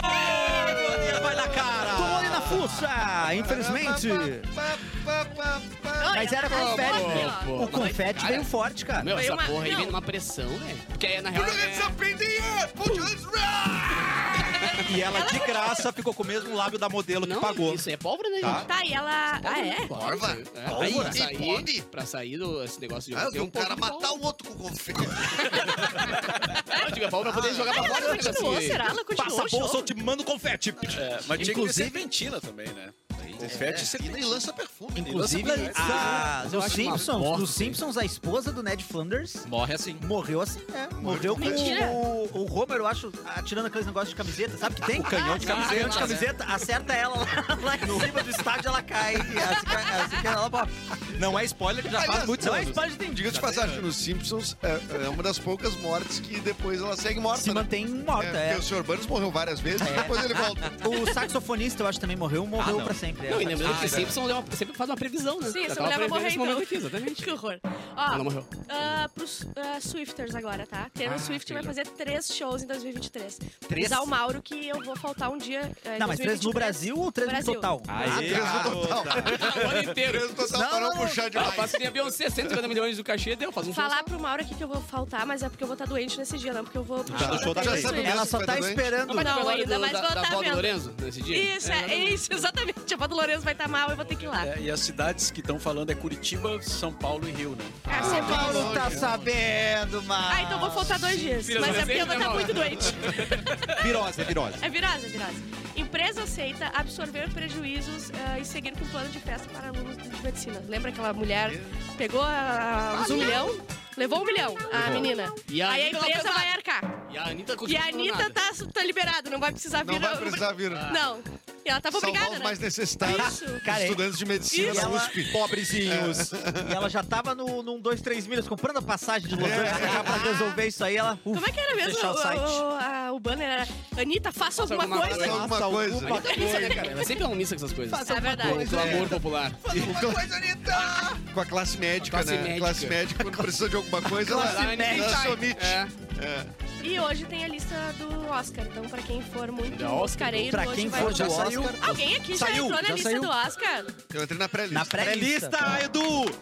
Speaker 1: Vai na cara!
Speaker 2: Toma ele na fuça, infelizmente.
Speaker 3: Pá, pá, pá, pá, pá.
Speaker 2: Mas era confete.
Speaker 5: pô, pô.
Speaker 2: O confete veio forte, cara.
Speaker 5: Meu,
Speaker 4: Foi
Speaker 5: essa
Speaker 4: uma-
Speaker 5: porra aí
Speaker 4: não.
Speaker 5: vem numa pressão, velho. Porque aí, na real,
Speaker 3: It's
Speaker 5: é...
Speaker 3: up in the air, put your hands up.
Speaker 1: E ela de graça ficou com o mesmo lábio da modelo que
Speaker 5: Não,
Speaker 1: pagou.
Speaker 5: isso aí é pólvora, né,
Speaker 1: Tá.
Speaker 5: gente?
Speaker 4: Tá, e ela. Ah, é?
Speaker 3: Pólvora?
Speaker 5: É, aí, pra
Speaker 3: Pólvora? E
Speaker 5: sair,
Speaker 3: pode?
Speaker 5: pra sair do, esse negócio de...
Speaker 3: Ah, eu vi
Speaker 5: tem
Speaker 3: um cara
Speaker 5: pouco de
Speaker 3: matar
Speaker 5: pólvora.
Speaker 3: o outro com confete.
Speaker 5: Ah, eu digo, é pólvora pra poder jogar pra
Speaker 4: Ai,
Speaker 5: fora.
Speaker 4: ela
Speaker 5: né,
Speaker 4: continuou,
Speaker 5: assim.
Speaker 4: será? Ela
Speaker 1: Passa
Speaker 4: continuou
Speaker 1: a
Speaker 4: o show?
Speaker 1: bolsa, eu te mando confete.
Speaker 6: É, mas tinha que
Speaker 2: Inclusive-
Speaker 6: ser ventina também, né? Aí,
Speaker 3: Confete e nem lança perfume. nem lança
Speaker 2: Inclusive,
Speaker 3: perfume.
Speaker 2: a,
Speaker 5: Mas eu
Speaker 2: dos
Speaker 5: acho uma
Speaker 2: Simpsons,
Speaker 5: bosta,
Speaker 2: dos Simpsons, a esposa do Ned Flanders
Speaker 7: Morre assim.
Speaker 2: morreu assim, né? Morreu com
Speaker 4: Mentira.
Speaker 2: o, o Homer, eu acho, atirando aqueles negócios de camiseta, sabe que tem?
Speaker 7: O canhão de
Speaker 2: O canhão
Speaker 7: camiseta.
Speaker 2: de camiseta, acerta ela lá, lá em cima do estádio, ela cai. Assim, cai- assim, cai ela pra...
Speaker 7: Não é spoiler que já faz
Speaker 3: Aliás,
Speaker 7: muitos
Speaker 3: não é
Speaker 7: anos.
Speaker 3: spoiler, tem. Diga de
Speaker 2: né?
Speaker 3: passagem, nos Simpsons é, é uma das poucas mortes que depois ela segue morta.
Speaker 2: Se
Speaker 3: né?
Speaker 2: mantém morta,
Speaker 3: É,
Speaker 2: é.
Speaker 3: porque o Sr. Burns morreu várias vezes e depois ele volta.
Speaker 2: O saxofonista, eu acho, também morreu, morreu
Speaker 7: não.
Speaker 2: pra sempre. é.
Speaker 5: Não, e lembrando que
Speaker 7: Ah,
Speaker 5: Simpson leva- sempre faz uma previsão, né?
Speaker 4: Sim,
Speaker 5: Ela
Speaker 4: essa
Speaker 5: tava
Speaker 4: mulher vai
Speaker 5: prevendo
Speaker 4: morrer
Speaker 5: esse
Speaker 4: então.
Speaker 5: momento aqui, Tá, exatamente.
Speaker 4: Que horror.
Speaker 5: Ela
Speaker 4: Ó,
Speaker 5: morreu.
Speaker 4: ah, pros ah, Swifters agora, tá? Taylor
Speaker 5: Ah,
Speaker 4: Swift
Speaker 5: Taylor.
Speaker 4: vai fazer três shows em 2023.
Speaker 2: Três?
Speaker 4: Avisar o Mauro que eu vou faltar um dia. ah, em
Speaker 2: Não, mas três
Speaker 4: 2023.
Speaker 2: no Brasil ou três no
Speaker 4: Brasil.
Speaker 2: total?
Speaker 7: Aê,
Speaker 3: Ah, três no total.
Speaker 7: garota.
Speaker 5: tá, O ano inteiro.
Speaker 3: Preso total pra não puxar
Speaker 5: Ah,
Speaker 3: demais.
Speaker 5: passei a Beyoncé, 150 milhões do cachê, deu, faz um show
Speaker 4: Falar
Speaker 5: só.
Speaker 4: pro Mauro aqui que eu vou faltar, mas é porque eu vou estar doente nesse dia, não, porque eu vou puxar.
Speaker 1: no show da
Speaker 4: Taylor
Speaker 1: Taylor.
Speaker 4: Swift.
Speaker 2: Ela só
Speaker 3: Vai
Speaker 2: tá
Speaker 3: doente?
Speaker 2: esperando.
Speaker 4: Não,
Speaker 5: Vai ter
Speaker 4: ainda,
Speaker 5: do-
Speaker 4: mas
Speaker 5: da,
Speaker 4: vou
Speaker 5: da
Speaker 4: tá
Speaker 5: avó do
Speaker 4: vendo.
Speaker 5: Lorenzo nesse dia?
Speaker 4: Isso, é, isso, exatamente. A avó do Lourenço vai estar mal, eu vou ter que ir lá.
Speaker 6: É, e as cidades que estão falando é Curitiba, São Paulo e Rio, né?
Speaker 4: Ah, você
Speaker 2: O
Speaker 4: vai.
Speaker 2: Paulo tá sabendo, mano.
Speaker 4: Ah, então vou faltar dois dias.
Speaker 5: filhas,
Speaker 4: Mas é
Speaker 5: mas
Speaker 4: porque eu vou
Speaker 5: sempre
Speaker 4: estar
Speaker 5: é
Speaker 4: muito doente.
Speaker 1: Virose, é virose.
Speaker 4: É virose, é virose. Empresa aceita absorver prejuízos ah, e seguir com plano de festa para alunos de medicina. Lembra aquela mulher pegou a, uns um milhão? Levou um milhão, a menina.
Speaker 5: E a
Speaker 4: Aí a
Speaker 5: Anitta não
Speaker 4: empresa
Speaker 5: fez
Speaker 4: vai
Speaker 5: nada.
Speaker 4: arcar.
Speaker 5: E a Anitta
Speaker 4: E
Speaker 5: continua
Speaker 4: a Anitta
Speaker 5: nada.
Speaker 4: tá, tá liberada, não vai precisar vir.
Speaker 3: Não vai
Speaker 4: ao-
Speaker 3: precisar vir.
Speaker 4: Não. E ela tava
Speaker 3: Salvar
Speaker 4: obrigada,
Speaker 3: os
Speaker 4: né?
Speaker 3: mais necessitados.
Speaker 4: Isso.
Speaker 2: Cara,
Speaker 3: Estudantes de medicina
Speaker 2: isso.
Speaker 3: da USP.
Speaker 7: Pobrezinhos.
Speaker 2: E ela já tava no, num 2, 3 milhas comprando a passagem de Los Angeles já pra resolver isso aí. Ela.
Speaker 4: Como é que era mesmo
Speaker 2: Fechar
Speaker 4: o,
Speaker 2: o site.
Speaker 4: o- a- o banner? Era Anitta, faça alguma
Speaker 5: alguma
Speaker 4: coisa.
Speaker 5: coisa.
Speaker 3: Faça alguma coisa.
Speaker 5: Anitta é missa, né, cara? Ela sempre é uma missa com essas coisas.
Speaker 2: Faça
Speaker 4: É
Speaker 2: alguma
Speaker 4: verdade.
Speaker 5: O
Speaker 2: coisa.
Speaker 5: clamor popular.
Speaker 3: Com a classe médica,
Speaker 5: Classe
Speaker 3: né?
Speaker 5: médica.
Speaker 3: Classe médica, quando precisa de alguma coisa,
Speaker 2: Classe
Speaker 3: ela,
Speaker 2: médica.
Speaker 3: ela se omite.
Speaker 5: É.
Speaker 4: E hoje tem a lista do Oscar. Então, pra quem for muito
Speaker 5: Da Oscar?
Speaker 4: oscareiro,
Speaker 2: É então? Pra
Speaker 4: hoje
Speaker 2: quem
Speaker 4: vai
Speaker 2: for
Speaker 4: rolar.
Speaker 2: do Oscar.
Speaker 4: Alguém aqui já
Speaker 2: Saiu,
Speaker 4: entrou na
Speaker 2: já
Speaker 4: lista
Speaker 2: saiu.
Speaker 4: do Oscar?
Speaker 3: Eu entrei na
Speaker 2: Na
Speaker 3: pré-lista.
Speaker 2: pré-lista.
Speaker 1: Lista, Edu!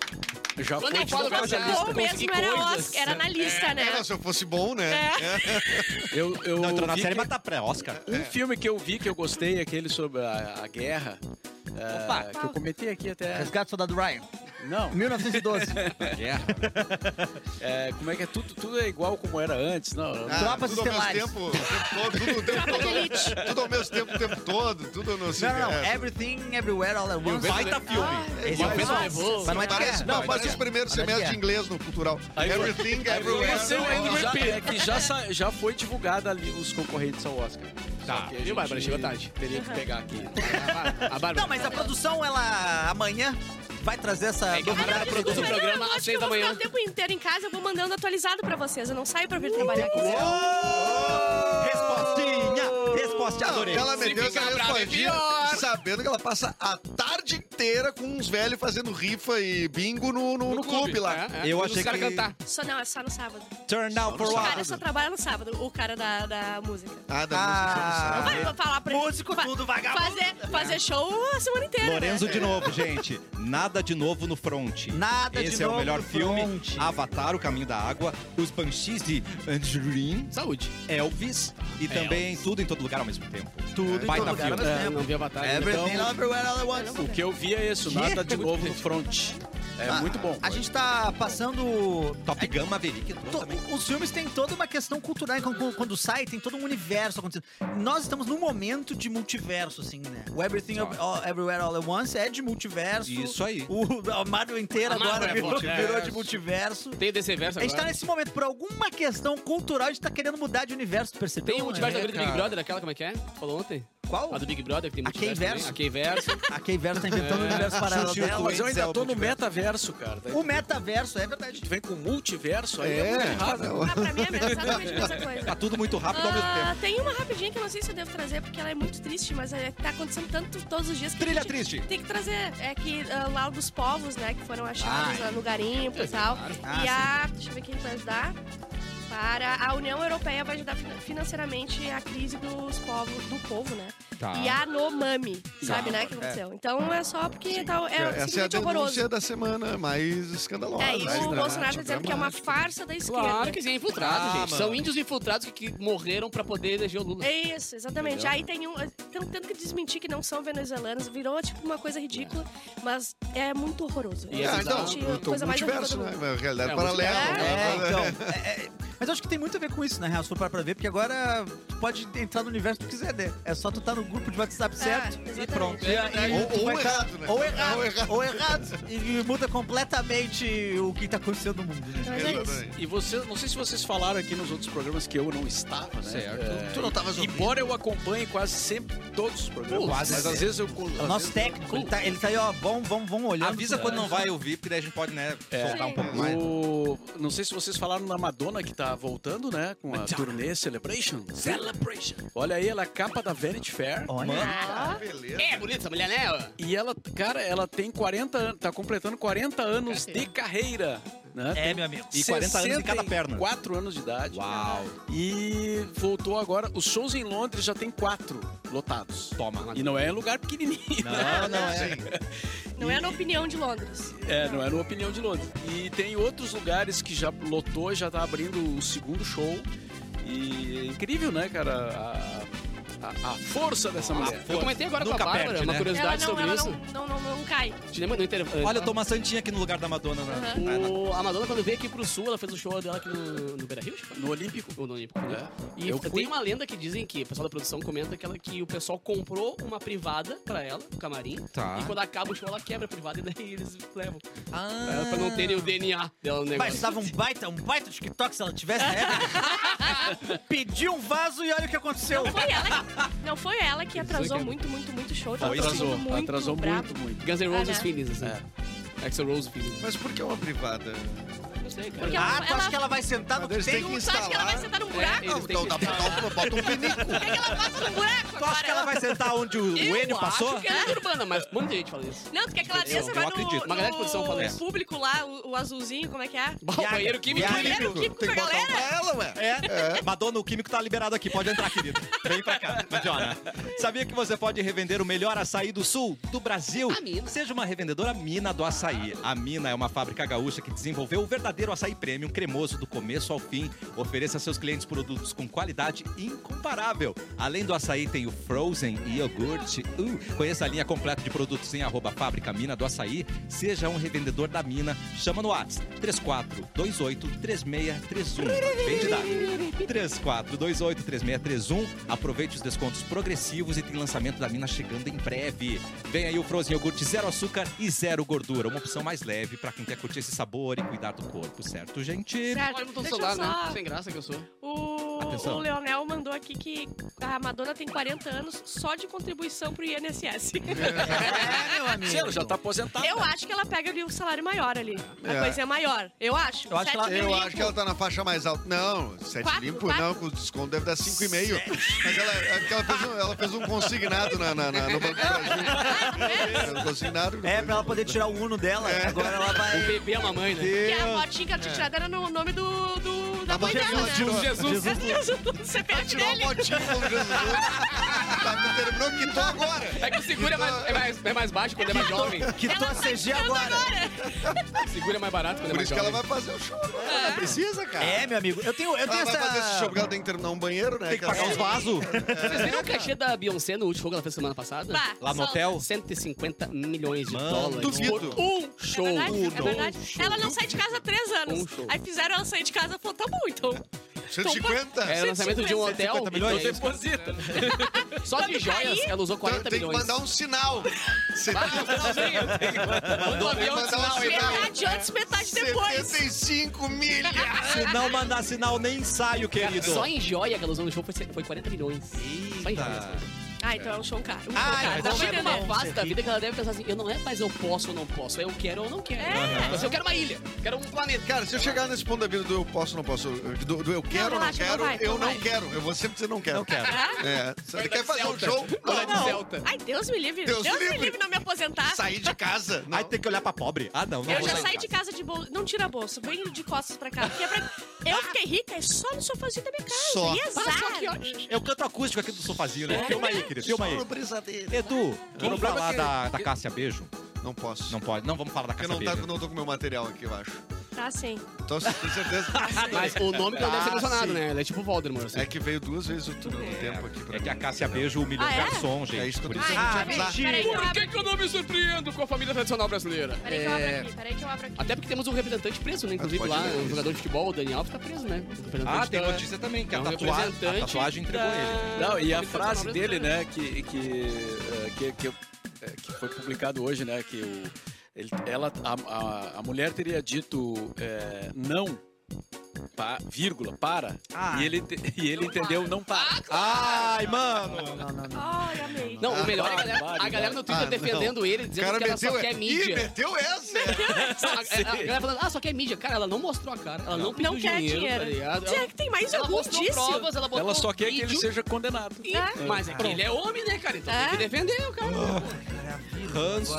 Speaker 6: Já
Speaker 5: Quando é
Speaker 6: foi
Speaker 5: eu falo
Speaker 6: divulgada
Speaker 5: pra
Speaker 6: a
Speaker 5: você,
Speaker 6: lista.
Speaker 4: Ou mesmo era
Speaker 5: coisas.
Speaker 4: Oscar, era na lista, né?
Speaker 3: É, não, se eu fosse bom, né?
Speaker 6: Eu, eu
Speaker 1: Não, entrou na
Speaker 6: vi
Speaker 1: série,
Speaker 6: que-
Speaker 1: mas tá pré-Oscar.
Speaker 6: Um filme que eu vi que eu gostei é aquele sobre a, a guerra. é,
Speaker 7: Opa.
Speaker 6: que eu comentei aqui até.
Speaker 2: Resgate do Soldado Ryan.
Speaker 6: Não.
Speaker 2: 1912.
Speaker 6: Guerra. É, como é que é? Tudo, tudo é igual como era antes. Não, Então, não.
Speaker 3: Ah,
Speaker 2: Tropas
Speaker 3: tudo ao mesmo
Speaker 2: estelares.
Speaker 3: tempo, o tempo todo, tudo o tempo todo. Tudo ao mesmo tempo, o tempo todo. Tudo no
Speaker 2: Não, não, não.
Speaker 3: é,
Speaker 2: Everything, Everywhere, All at Once.
Speaker 7: Baita
Speaker 4: Ah,
Speaker 7: filme.
Speaker 2: Esse
Speaker 5: E
Speaker 2: é
Speaker 5: o
Speaker 2: o
Speaker 5: Pedro
Speaker 2: pessoal.
Speaker 5: levou.
Speaker 2: Mas não é de
Speaker 3: Parece,
Speaker 2: guerra. Não,
Speaker 3: não, parece o primeiro
Speaker 2: Mas não é
Speaker 3: semestre
Speaker 2: guerra.
Speaker 3: de inglês no cultural.
Speaker 6: Aí foi-
Speaker 3: Everything,
Speaker 2: é
Speaker 6: Aí foi
Speaker 3: everywhere.
Speaker 6: você,
Speaker 3: all
Speaker 6: aí
Speaker 3: at
Speaker 6: já-
Speaker 5: repeat.
Speaker 6: é que já, sa- já foi divulgada ali os concorrentes ao Oscar.
Speaker 5: Tá.
Speaker 6: Só que a
Speaker 5: Viu,
Speaker 6: gente
Speaker 5: Bárbara? Chegou tarde.
Speaker 6: Teria que pegar aqui.
Speaker 5: A Bárbara.
Speaker 2: Não, mas a produção, ela amanhã vai trazer essa.
Speaker 5: É que a Bárbara produz o
Speaker 4: Não, não,
Speaker 5: programa
Speaker 4: não,
Speaker 5: às
Speaker 4: acho que eu
Speaker 5: 6 da
Speaker 4: vou ficar o
Speaker 5: manhã.
Speaker 4: tempo inteiro em casa, eu vou mandando atualizado pra vocês. Eu não saio pra vir trabalhar aqui.
Speaker 5: Uhum.
Speaker 1: Respostinha! Respostinha, adorei.
Speaker 3: Ela meteu essa
Speaker 5: ficar bravo é
Speaker 3: respondida
Speaker 5: pior.
Speaker 3: sabendo que ela passa a tarde inteira com uns velhos fazendo rifa e bingo no, no, no clube, lá.
Speaker 5: É, é.
Speaker 1: Eu
Speaker 5: Os
Speaker 1: achei
Speaker 5: caras
Speaker 1: que-
Speaker 5: cantar.
Speaker 4: Só não, é só no sábado.
Speaker 1: Turn now for
Speaker 4: O
Speaker 1: what?
Speaker 4: cara só trabalha no sábado, o cara da, da música.
Speaker 3: Ah, da
Speaker 2: Ah.
Speaker 3: música.
Speaker 4: Vai vou falar pra
Speaker 2: Músico
Speaker 4: fa-
Speaker 2: tudo, vagabundo.
Speaker 4: Fazer, fazer show a semana inteira.
Speaker 1: Lorenzo
Speaker 4: né?
Speaker 1: de novo, gente. Nada de novo no front.
Speaker 2: Nada de
Speaker 1: Esse é o
Speaker 2: novo
Speaker 1: melhor
Speaker 2: no
Speaker 1: filme.
Speaker 2: front.
Speaker 1: Avatar, O Caminho da Água, Os Banshees de Angerin,
Speaker 5: Saúde.
Speaker 1: É Elvis e também Tudo em Todo Lugar ao mesmo tempo.
Speaker 2: Tudo
Speaker 1: Baita
Speaker 2: em todo lugar ao
Speaker 1: filme.
Speaker 5: Tipo,
Speaker 2: mesmo
Speaker 5: é, Não
Speaker 2: tempo.
Speaker 5: vi a batalha. né?
Speaker 2: Everything,
Speaker 6: então-
Speaker 2: Everywhere, All at Once.
Speaker 6: O que eu vi é isso, nada de novo no front. É
Speaker 2: Ah,
Speaker 6: muito bom.
Speaker 2: A gente tá passando.
Speaker 1: Top Gun Maverick.
Speaker 2: To- os filmes têm toda uma questão cultural, e quando, quando sai, tem todo um universo acontecendo. Nós estamos num momento de multiverso, assim, né? O Everything All- Everywhere All at Once é de multiverso.
Speaker 1: Isso aí.
Speaker 2: O, a Marvel inteira
Speaker 5: A Marvel
Speaker 2: agora
Speaker 5: é
Speaker 2: virou,
Speaker 5: multiverso.
Speaker 2: virou de multiverso.
Speaker 5: Tem o DC Verso
Speaker 2: A gente tá
Speaker 5: agora.
Speaker 2: nesse momento, por alguma questão cultural, a gente tá querendo mudar de universo, tu percebeu?
Speaker 5: Tem o multiverso
Speaker 2: É,
Speaker 5: da grande
Speaker 2: cara.
Speaker 5: Big Brother, aquela como é que é? Falou ontem?
Speaker 2: Qual?
Speaker 5: A do Big Brother, que tem
Speaker 2: A
Speaker 5: multiverso. também. A
Speaker 2: K-Verso.
Speaker 5: K-Verso.
Speaker 2: A Keyverse tá inventando um universo paralelo
Speaker 1: Surgiu
Speaker 2: dela.
Speaker 1: tudo.
Speaker 6: Mas eu ainda tô no
Speaker 1: multiverso.
Speaker 6: metaverso, cara. Daí
Speaker 2: é O metaverso, é verdade.
Speaker 6: tu vem com multiverso, aí é,
Speaker 3: É.
Speaker 6: muito errado.
Speaker 4: Ah, pra mim é mesmo, exatamente a mesma coisa.
Speaker 1: Tá tudo muito rápido ao mesmo
Speaker 4: Ah,
Speaker 1: tempo.
Speaker 4: tem uma rapidinha que eu não sei se eu devo trazer, porque ela é muito triste, mas é, tá acontecendo tanto todos os dias que. a
Speaker 1: Trilha
Speaker 4: gente
Speaker 1: triste.
Speaker 4: Tem que trazer. É que ah, lá dos povos, né, que foram achados
Speaker 2: Ah,
Speaker 4: lá no garimpo e tal.
Speaker 5: Ah,
Speaker 3: Ah,
Speaker 4: e a. Deixa eu ver quem vai ajudar. Para a União Europeia vai ajudar fin- financeiramente a crise dos povos, do povo, né?
Speaker 3: Tá.
Speaker 4: E a Nomami, sabe, né, que aconteceu. Então é só porque tá, é,
Speaker 3: Essa Tá. é a
Speaker 4: simplesmente
Speaker 3: denúncia
Speaker 4: horroroso.
Speaker 3: da semana, mais escandalosa. né?
Speaker 4: É, e
Speaker 3: mais
Speaker 4: o Bolsonaro tá
Speaker 3: dramática,
Speaker 4: dizendo que é uma
Speaker 3: dramática.
Speaker 4: farsa da esquerda.
Speaker 5: Claro que sim, é infiltrado,
Speaker 1: Ah,
Speaker 5: gente.
Speaker 1: mano.
Speaker 5: São índios infiltrados que, que morreram pra poder eleger o Lula.
Speaker 4: É isso, exatamente. Aí tem um. Estão tendo que desmentir que não são venezuelanos, virou tipo uma coisa ridícula, mas é muito horroroso.
Speaker 5: E
Speaker 4: É
Speaker 5: essa
Speaker 3: Ah,
Speaker 5: exatamente
Speaker 3: então, eu
Speaker 4: a
Speaker 3: tô
Speaker 4: coisa mais horrível
Speaker 3: multiverso,
Speaker 4: do
Speaker 3: né?
Speaker 4: mundo.
Speaker 3: Realidade
Speaker 5: É,
Speaker 3: paralela.
Speaker 4: multiverso.
Speaker 3: né?
Speaker 2: É, então. é, é. Mas Mas eu acho que tem muito a ver com isso, na real, se for parar pra ver, porque agora tu pode entrar no universo que tu quiser, né? É só tu tá no grupo de WhatsApp certo
Speaker 4: exatamente.
Speaker 2: e pronto. E, aí
Speaker 3: É, Ou-
Speaker 2: tu
Speaker 3: ou
Speaker 2: vai tá-
Speaker 3: errado, né?
Speaker 2: Ou errado,
Speaker 3: Ou errado.
Speaker 2: ou errado. E muda completamente o que tá acontecendo no mundo, né?
Speaker 4: Mas é isso.
Speaker 6: E você, não sei se vocês falaram aqui nos outros programas que eu não estava, né?
Speaker 1: Certo.
Speaker 6: tu
Speaker 3: tá
Speaker 6: não estavas Embora eu acompanhe quase sempre todos os programas.
Speaker 1: Pô, quase
Speaker 6: mas às
Speaker 1: sempre.
Speaker 6: vezes eu...
Speaker 2: É O nosso técnico, ele tá, ele tá aí, ó, vão, vão, vão olhando.
Speaker 1: Avisa quando não vai ouvir, porque daí a gente pode, né, soltar um pouco mais.
Speaker 6: O... Não sei se vocês falaram na Madonna que tá voltando, né? Com a turnê Celebration. Celebration. Olha aí, ela é capa da Vanity Fair.
Speaker 2: Olha.
Speaker 4: Ah,
Speaker 3: Beleza.
Speaker 5: É bonita essa mulher, né?
Speaker 6: E ela, cara, ela tem 40 anos, tá completando 40 anos de
Speaker 5: Carreira.
Speaker 6: carreira, né?
Speaker 2: É, meu amigo.
Speaker 1: E 40 anos em cada perna.
Speaker 6: 4 anos de idade.
Speaker 1: Uau.
Speaker 6: E voltou agora. Os shows em Londres já tem quatro lotados.
Speaker 1: Toma.
Speaker 6: E não é em lugar pequenininho.
Speaker 1: Não, não é.
Speaker 4: Não é na opinião de Londres.
Speaker 6: É, não é no Opinião de Londres. E tem outros lugares que já lotou, já tá abrindo o segundo show. E é incrível, né, cara? A, a- a força dessa mulher.
Speaker 5: Eu comentei agora com a
Speaker 1: Nunca
Speaker 5: Bárbara
Speaker 1: perde,
Speaker 5: uma
Speaker 1: né?
Speaker 4: Ela
Speaker 5: curiosidade
Speaker 4: não,
Speaker 5: sobre
Speaker 4: ela
Speaker 5: isso.
Speaker 4: não, não, não, não cai.
Speaker 5: Te lembra? No inter...
Speaker 1: Olha, eu tô uma santinha aqui no lugar da Madonna. né?
Speaker 4: Aham.
Speaker 5: O, a Madonna, quando veio aqui pro Sul, ela fez o show dela aqui no, no Beira Rio, acho que foi.
Speaker 6: No Olímpico.
Speaker 5: Ou no Olímpico. né?
Speaker 6: né?
Speaker 5: E
Speaker 6: Eu fui-
Speaker 5: tem uma lenda que dizem que o pessoal da produção comenta que, ela, que o pessoal comprou uma privada pra ela, um camarim,
Speaker 1: Tá.
Speaker 5: e quando acaba o show ela quebra a privada e daí eles levam.
Speaker 1: Ah.
Speaker 5: Ela, pra não terem o DNA dela no
Speaker 2: Mas
Speaker 5: negócio.
Speaker 2: dava um baita, um baita TikTok se ela tivesse na época. Pediu um vaso e olha o que
Speaker 4: Não
Speaker 2: aconteceu.
Speaker 4: foi ela que, não foi ela que atrasou muito, muito, muito o show. Tava todo
Speaker 6: Atrasou,
Speaker 4: mundo muito
Speaker 6: atrasou
Speaker 4: bravo.
Speaker 6: muito, muito.
Speaker 5: Guns N' Roses
Speaker 4: Ah, né?
Speaker 5: feelings, assim. Axel Rose É, feelings.
Speaker 3: Mas por que uma privada?
Speaker 5: Eu sei, cara.
Speaker 4: Porque é ela-
Speaker 2: Ah, tu acha que ela vai sentar no
Speaker 3: Mas eles
Speaker 2: tem
Speaker 3: têm
Speaker 2: um
Speaker 3: que
Speaker 4: Tu acha que ela vai
Speaker 3: instalar.
Speaker 4: sentar num
Speaker 5: É,
Speaker 4: buraco?
Speaker 5: eles têm
Speaker 3: Então dá
Speaker 5: que-
Speaker 3: pra bota, bota um pinico.
Speaker 4: Por que que ela passa num buraco
Speaker 1: Tu acha que ela
Speaker 4: agora?
Speaker 1: vai sentar onde o
Speaker 5: Eu
Speaker 1: Enio passou?
Speaker 5: acho que é lenda urbana, mas muita gente fala isso.
Speaker 4: Não, tu quer que ela
Speaker 1: Eu-
Speaker 4: desça,
Speaker 1: eu
Speaker 4: vai
Speaker 1: acredito.
Speaker 4: no,
Speaker 5: Uma galera de produção fala
Speaker 4: no
Speaker 5: isso.
Speaker 4: público lá, o, o azulzinho, como é que é?
Speaker 5: Bah, O banheiro químico.
Speaker 1: Viagra.
Speaker 4: Primeiro
Speaker 3: Tem
Speaker 4: químico
Speaker 3: que
Speaker 4: pra
Speaker 3: botar um
Speaker 4: galera.
Speaker 3: pra ela, ué.
Speaker 1: É. Madonna, o químico tá liberado aqui. Pode entrar, querido. Vem pra cá, Madonna. Sabia que você pode revender o melhor açaí do sul do Brasil?
Speaker 5: A Mina.
Speaker 1: Seja uma revendedora Mina do Açaí. A Mina é uma fábrica gaúcha que desenvolveu o verdadeiro açaí premium cremoso do começo ao fim. Ofereça a seus clientes produtos com qualidade incomparável. Além do açaí, tem o Frozen e iogurte. Uh, conheça a linha completa de produtos em arroba fábrica Mina do Açaí. Seja um revendedor da Mina. Chama no WhatsApp 34283631. Vem de dar. 34283631. Aproveite os descontos progressivos e tem lançamento da mina chegando em breve. Vem aí o Frozen Iogurte Zero Açúcar e Zero Gordura. Uma opção mais leve pra quem quer curtir esse sabor e cuidar do corpo, certo, gente?
Speaker 5: Olha, não
Speaker 4: Certo,
Speaker 5: tô no
Speaker 4: deixa
Speaker 5: celular,
Speaker 4: eu
Speaker 5: né?
Speaker 4: só...
Speaker 5: Sem graça que eu sou.
Speaker 4: O,
Speaker 1: Atenção.
Speaker 4: o Leonel mandou aqui que a Madonna tem 40 anos só de contribuição pro INSS.
Speaker 2: É, meu amigo.
Speaker 6: Sim, ela já tá aposentada.
Speaker 4: Eu acho que ela pega ali o salário maior ali. A
Speaker 3: É.
Speaker 4: coisa é maior. Eu acho.
Speaker 2: Eu acho que ela-
Speaker 4: Sete
Speaker 3: Eu
Speaker 4: mil
Speaker 3: acho que ela tá na faixa mais alta. Não, sete
Speaker 4: Quatro,
Speaker 3: limpo
Speaker 4: quatro.
Speaker 3: não, com o desconto deve dar cinco e meio. Mas ela, é que ela fez um, ela fez um consignado na, na, na, no Banco do Brasil. Fez um consignado.
Speaker 2: É, pra ela poder tirar o uno dela, agora ela
Speaker 5: O
Speaker 2: vai.
Speaker 5: bebê é a mamãe, né?
Speaker 4: Porque a motinha que ela tinha tirado era no nome do, do- da
Speaker 3: Tá
Speaker 4: mãe
Speaker 3: bom,
Speaker 4: dela, né?
Speaker 3: Jesus,
Speaker 5: Jesus.
Speaker 4: Era Jesus do
Speaker 3: Ela
Speaker 4: CPF
Speaker 3: tirou a
Speaker 4: dele.
Speaker 3: motinha um do Jesus. Tá, terminou, quitou agora.
Speaker 5: É que o seguro é mais, é mais, é mais baixo quando é mais jovem.
Speaker 2: Que tô a CG agora.
Speaker 5: O seguro é mais barato quando é
Speaker 3: Por
Speaker 5: mais
Speaker 3: isso que ela
Speaker 5: jovem.
Speaker 3: vai fazer o show agora. Ela precisa, cara.
Speaker 2: É, meu amigo. Eu tenho, eu tenho
Speaker 3: Ela vai fazer esse show porque
Speaker 2: essa.
Speaker 3: ela tem que terminar um banheiro, né?
Speaker 1: Tem que pagar os vasos
Speaker 5: Vocês viram o cachê da Beyoncé no último show que ela fez semana passada?
Speaker 4: Bah,
Speaker 1: lá no
Speaker 4: solta.
Speaker 1: hotel.
Speaker 5: 150 milhões de
Speaker 1: Mano,
Speaker 5: dólares.
Speaker 3: duvido.
Speaker 5: Por um
Speaker 4: É
Speaker 5: show.
Speaker 4: verdade, é
Speaker 5: Uno.
Speaker 4: verdade. Ela não sai de casa há três anos.
Speaker 5: Um show.
Speaker 4: Aí fizeram ela sair de casa e falou, tá bom, então.
Speaker 3: 150?
Speaker 5: É o lançamento de um hotel.
Speaker 1: 150 milhões?
Speaker 5: Então, Só de
Speaker 4: Quando
Speaker 5: joias,
Speaker 4: cair-
Speaker 5: ela usou
Speaker 3: Então,
Speaker 5: 40
Speaker 3: tem que
Speaker 5: milhões.
Speaker 3: mandar um sinal. Você
Speaker 5: Ah, não, não, não, tem que mandar- Manda um avião de
Speaker 3: mandar um
Speaker 5: sinal aí.
Speaker 3: sinal.
Speaker 4: Metade antes, metade depois.
Speaker 3: 75 milhas.
Speaker 1: Se não mandar sinal, nem ensaio, querido.
Speaker 5: Só em joia que ela usou no show foi, foi 40 milhões. Só em joias.
Speaker 1: Eita.
Speaker 4: Ah, então é um show caro. Um show
Speaker 2: Ah,
Speaker 4: caro.
Speaker 2: então
Speaker 4: Dá
Speaker 5: Ela
Speaker 4: pra
Speaker 5: chega
Speaker 4: entender.
Speaker 5: numa fase da vida que ela deve pensar assim, eu não é mais eu posso ou não posso, é eu quero ou não quero.
Speaker 4: É.
Speaker 5: Mas eu quero uma ilha, quero um planeta.
Speaker 3: Cara, se eu chegar nesse ponto da vida do eu posso, não posso, do, do eu quero, não,
Speaker 4: relaxa, não
Speaker 3: quero,
Speaker 4: vai, não
Speaker 3: eu não
Speaker 4: vai.
Speaker 3: quero. Eu vou sempre dizer não quero.
Speaker 1: Não quero.
Speaker 3: É, você quer fazer um show?
Speaker 5: Ela é de
Speaker 3: Não.
Speaker 5: Celta.
Speaker 4: Ai, Deus me livre.
Speaker 3: Deus
Speaker 4: Deus,
Speaker 3: livre.
Speaker 4: me livre não me aposentar.
Speaker 3: Sair de casa? Não.
Speaker 1: Aí tem que olhar pra pobre. Ah, não. não
Speaker 4: Eu
Speaker 1: vou
Speaker 4: já
Speaker 1: sair
Speaker 4: saí de casa de bolsa. Não tira a bolsa, vem de costas pra cá. Porque é pra- Eu fiquei rica, é só no sofazinho da minha casa.
Speaker 3: Só.
Speaker 4: E é
Speaker 5: Passa
Speaker 4: azar.
Speaker 5: aqui, ó.
Speaker 1: Eu canto acústico aqui do sofazinho,
Speaker 4: É.
Speaker 1: né? Filma aí, querido. Filma aí. Edu, vamos
Speaker 6: problema
Speaker 1: falar
Speaker 6: que-
Speaker 4: é?
Speaker 1: da, da Cássia Beijo?
Speaker 3: Não posso.
Speaker 1: Não pode. Não vamos falar da
Speaker 3: Porque eu
Speaker 1: Cássia
Speaker 3: não, tá,
Speaker 1: Beijo.
Speaker 3: não tô com meu material aqui, eu acho.
Speaker 4: Tá sim.
Speaker 3: Então, você tem certeza.
Speaker 5: Mas o nome não deve ser
Speaker 6: Ah,
Speaker 5: mencionado,
Speaker 6: sim.
Speaker 5: né? Ele é tipo Voldemort. Assim.
Speaker 3: É que veio duas vezes o turno do tempo aqui pra
Speaker 7: É que a
Speaker 3: mim.
Speaker 7: Cássia Beijo humilhou
Speaker 4: Ah,
Speaker 7: o
Speaker 4: é?
Speaker 7: garçom, gente.
Speaker 3: É isso que eu tô
Speaker 7: por
Speaker 3: dizendo.
Speaker 4: Ah,
Speaker 3: Tipo,
Speaker 4: peraí, peraí que eu
Speaker 5: Por
Speaker 4: abro,
Speaker 5: que, que eu não me surpreendo com a família tradicional brasileira?
Speaker 4: peraí que eu
Speaker 5: É.
Speaker 4: abro aqui, peraí que eu abro aqui.
Speaker 5: Até porque temos um representante preso, né? Inclusive
Speaker 3: pode
Speaker 5: lá,
Speaker 3: ver
Speaker 5: um
Speaker 3: isso.
Speaker 5: jogador de futebol, o Daniel, tá preso, né? O representante
Speaker 7: Ah, tem
Speaker 5: da-
Speaker 7: notícia também, que
Speaker 5: é
Speaker 7: a
Speaker 5: um
Speaker 7: tatuagem, a
Speaker 5: representante
Speaker 7: tatuagem entregou
Speaker 5: da-
Speaker 7: ele.
Speaker 6: Não, e a
Speaker 5: Família
Speaker 6: frase
Speaker 5: tradicional
Speaker 6: dele,
Speaker 5: brasileira.
Speaker 6: né, que, que, eh, que, que, eh, que foi publicado hoje, né, que o, ele- ela, a, a, a mulher teria dito eh, não, pa- vírgula, para, e ele, te- e ele entendeu não para.
Speaker 7: Ai, mano!
Speaker 2: Não, não, não.
Speaker 4: Ai, amei.
Speaker 5: Não, o
Speaker 6: Ah,
Speaker 5: melhor é a galera,
Speaker 6: vale,
Speaker 5: a galera no Twitter
Speaker 3: Ah, não.
Speaker 5: defendendo ele,
Speaker 3: O
Speaker 5: dizendo
Speaker 3: cara
Speaker 5: que ela só
Speaker 3: meteu.
Speaker 5: quer
Speaker 3: Ih,
Speaker 5: mídia.
Speaker 3: meteu essa!
Speaker 5: Não, a,
Speaker 6: assim.
Speaker 5: a- a galera falando, ah, só quer mídia. Cara, ela não mostrou a cara, ela não, pediu
Speaker 4: Não quer
Speaker 5: dinheiro,
Speaker 4: dinheiro.
Speaker 5: tá ligado?
Speaker 4: Será
Speaker 5: Ela,
Speaker 4: que tem mais
Speaker 5: ela
Speaker 4: algum
Speaker 5: mostrou
Speaker 4: indício?
Speaker 5: provas, ela botou
Speaker 6: Ela só quer que ele
Speaker 5: vídeo.
Speaker 6: seja condenado.
Speaker 4: É.
Speaker 5: Mas é que ele é homem, né, cara? Então tem que defender o cara.
Speaker 7: Ranço.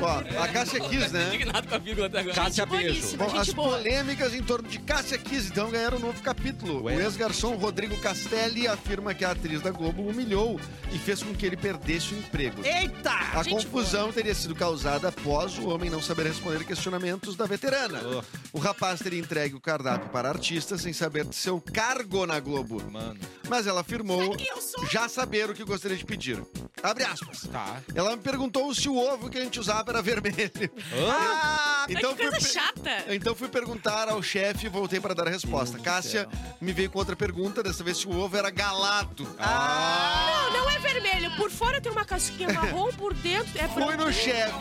Speaker 3: Ó, a Cássia Kiss, né?
Speaker 5: Indignado com a vírgula até agora.
Speaker 7: Cássia Beijo.
Speaker 4: Boníssima, É
Speaker 3: Bom, as
Speaker 4: tipo gente boa.
Speaker 3: polêmicas em torno de Cássia Kiss, então, ganharam um novo capítulo. O
Speaker 7: Ué.
Speaker 3: ex-garçom Rodrigo Castelli afirma que a atriz da Globo humilhou e fez com que ele perdesse o emprego.
Speaker 2: Eita!
Speaker 3: A confusão teria sido causada após o homem não saber responder questionamentos da veterana.
Speaker 7: Oh.
Speaker 3: O rapaz teria entregue o cardápio para artista sem saber de seu cargo na Globo.
Speaker 7: Mano,
Speaker 3: Mas ela afirmou
Speaker 4: Eu sou
Speaker 3: já saber o que gostaria de pedir. Abre aspas.
Speaker 7: tá.
Speaker 3: Ela me perguntou se o ovo que a gente usava era vermelho.
Speaker 2: Ah,
Speaker 4: Ai, é que tá coisa
Speaker 3: fui Então pe-
Speaker 4: chata.
Speaker 3: então fui perguntar ao chefe e voltei para dar a resposta. Cássia me veio com outra pergunta, dessa vez se o ovo era Ah. galato.
Speaker 7: Ah.
Speaker 4: Não, não é vermelho. Por fora tem uma casquinha marrom, por dentro é
Speaker 3: Fui no
Speaker 4: branco.
Speaker 3: chefe,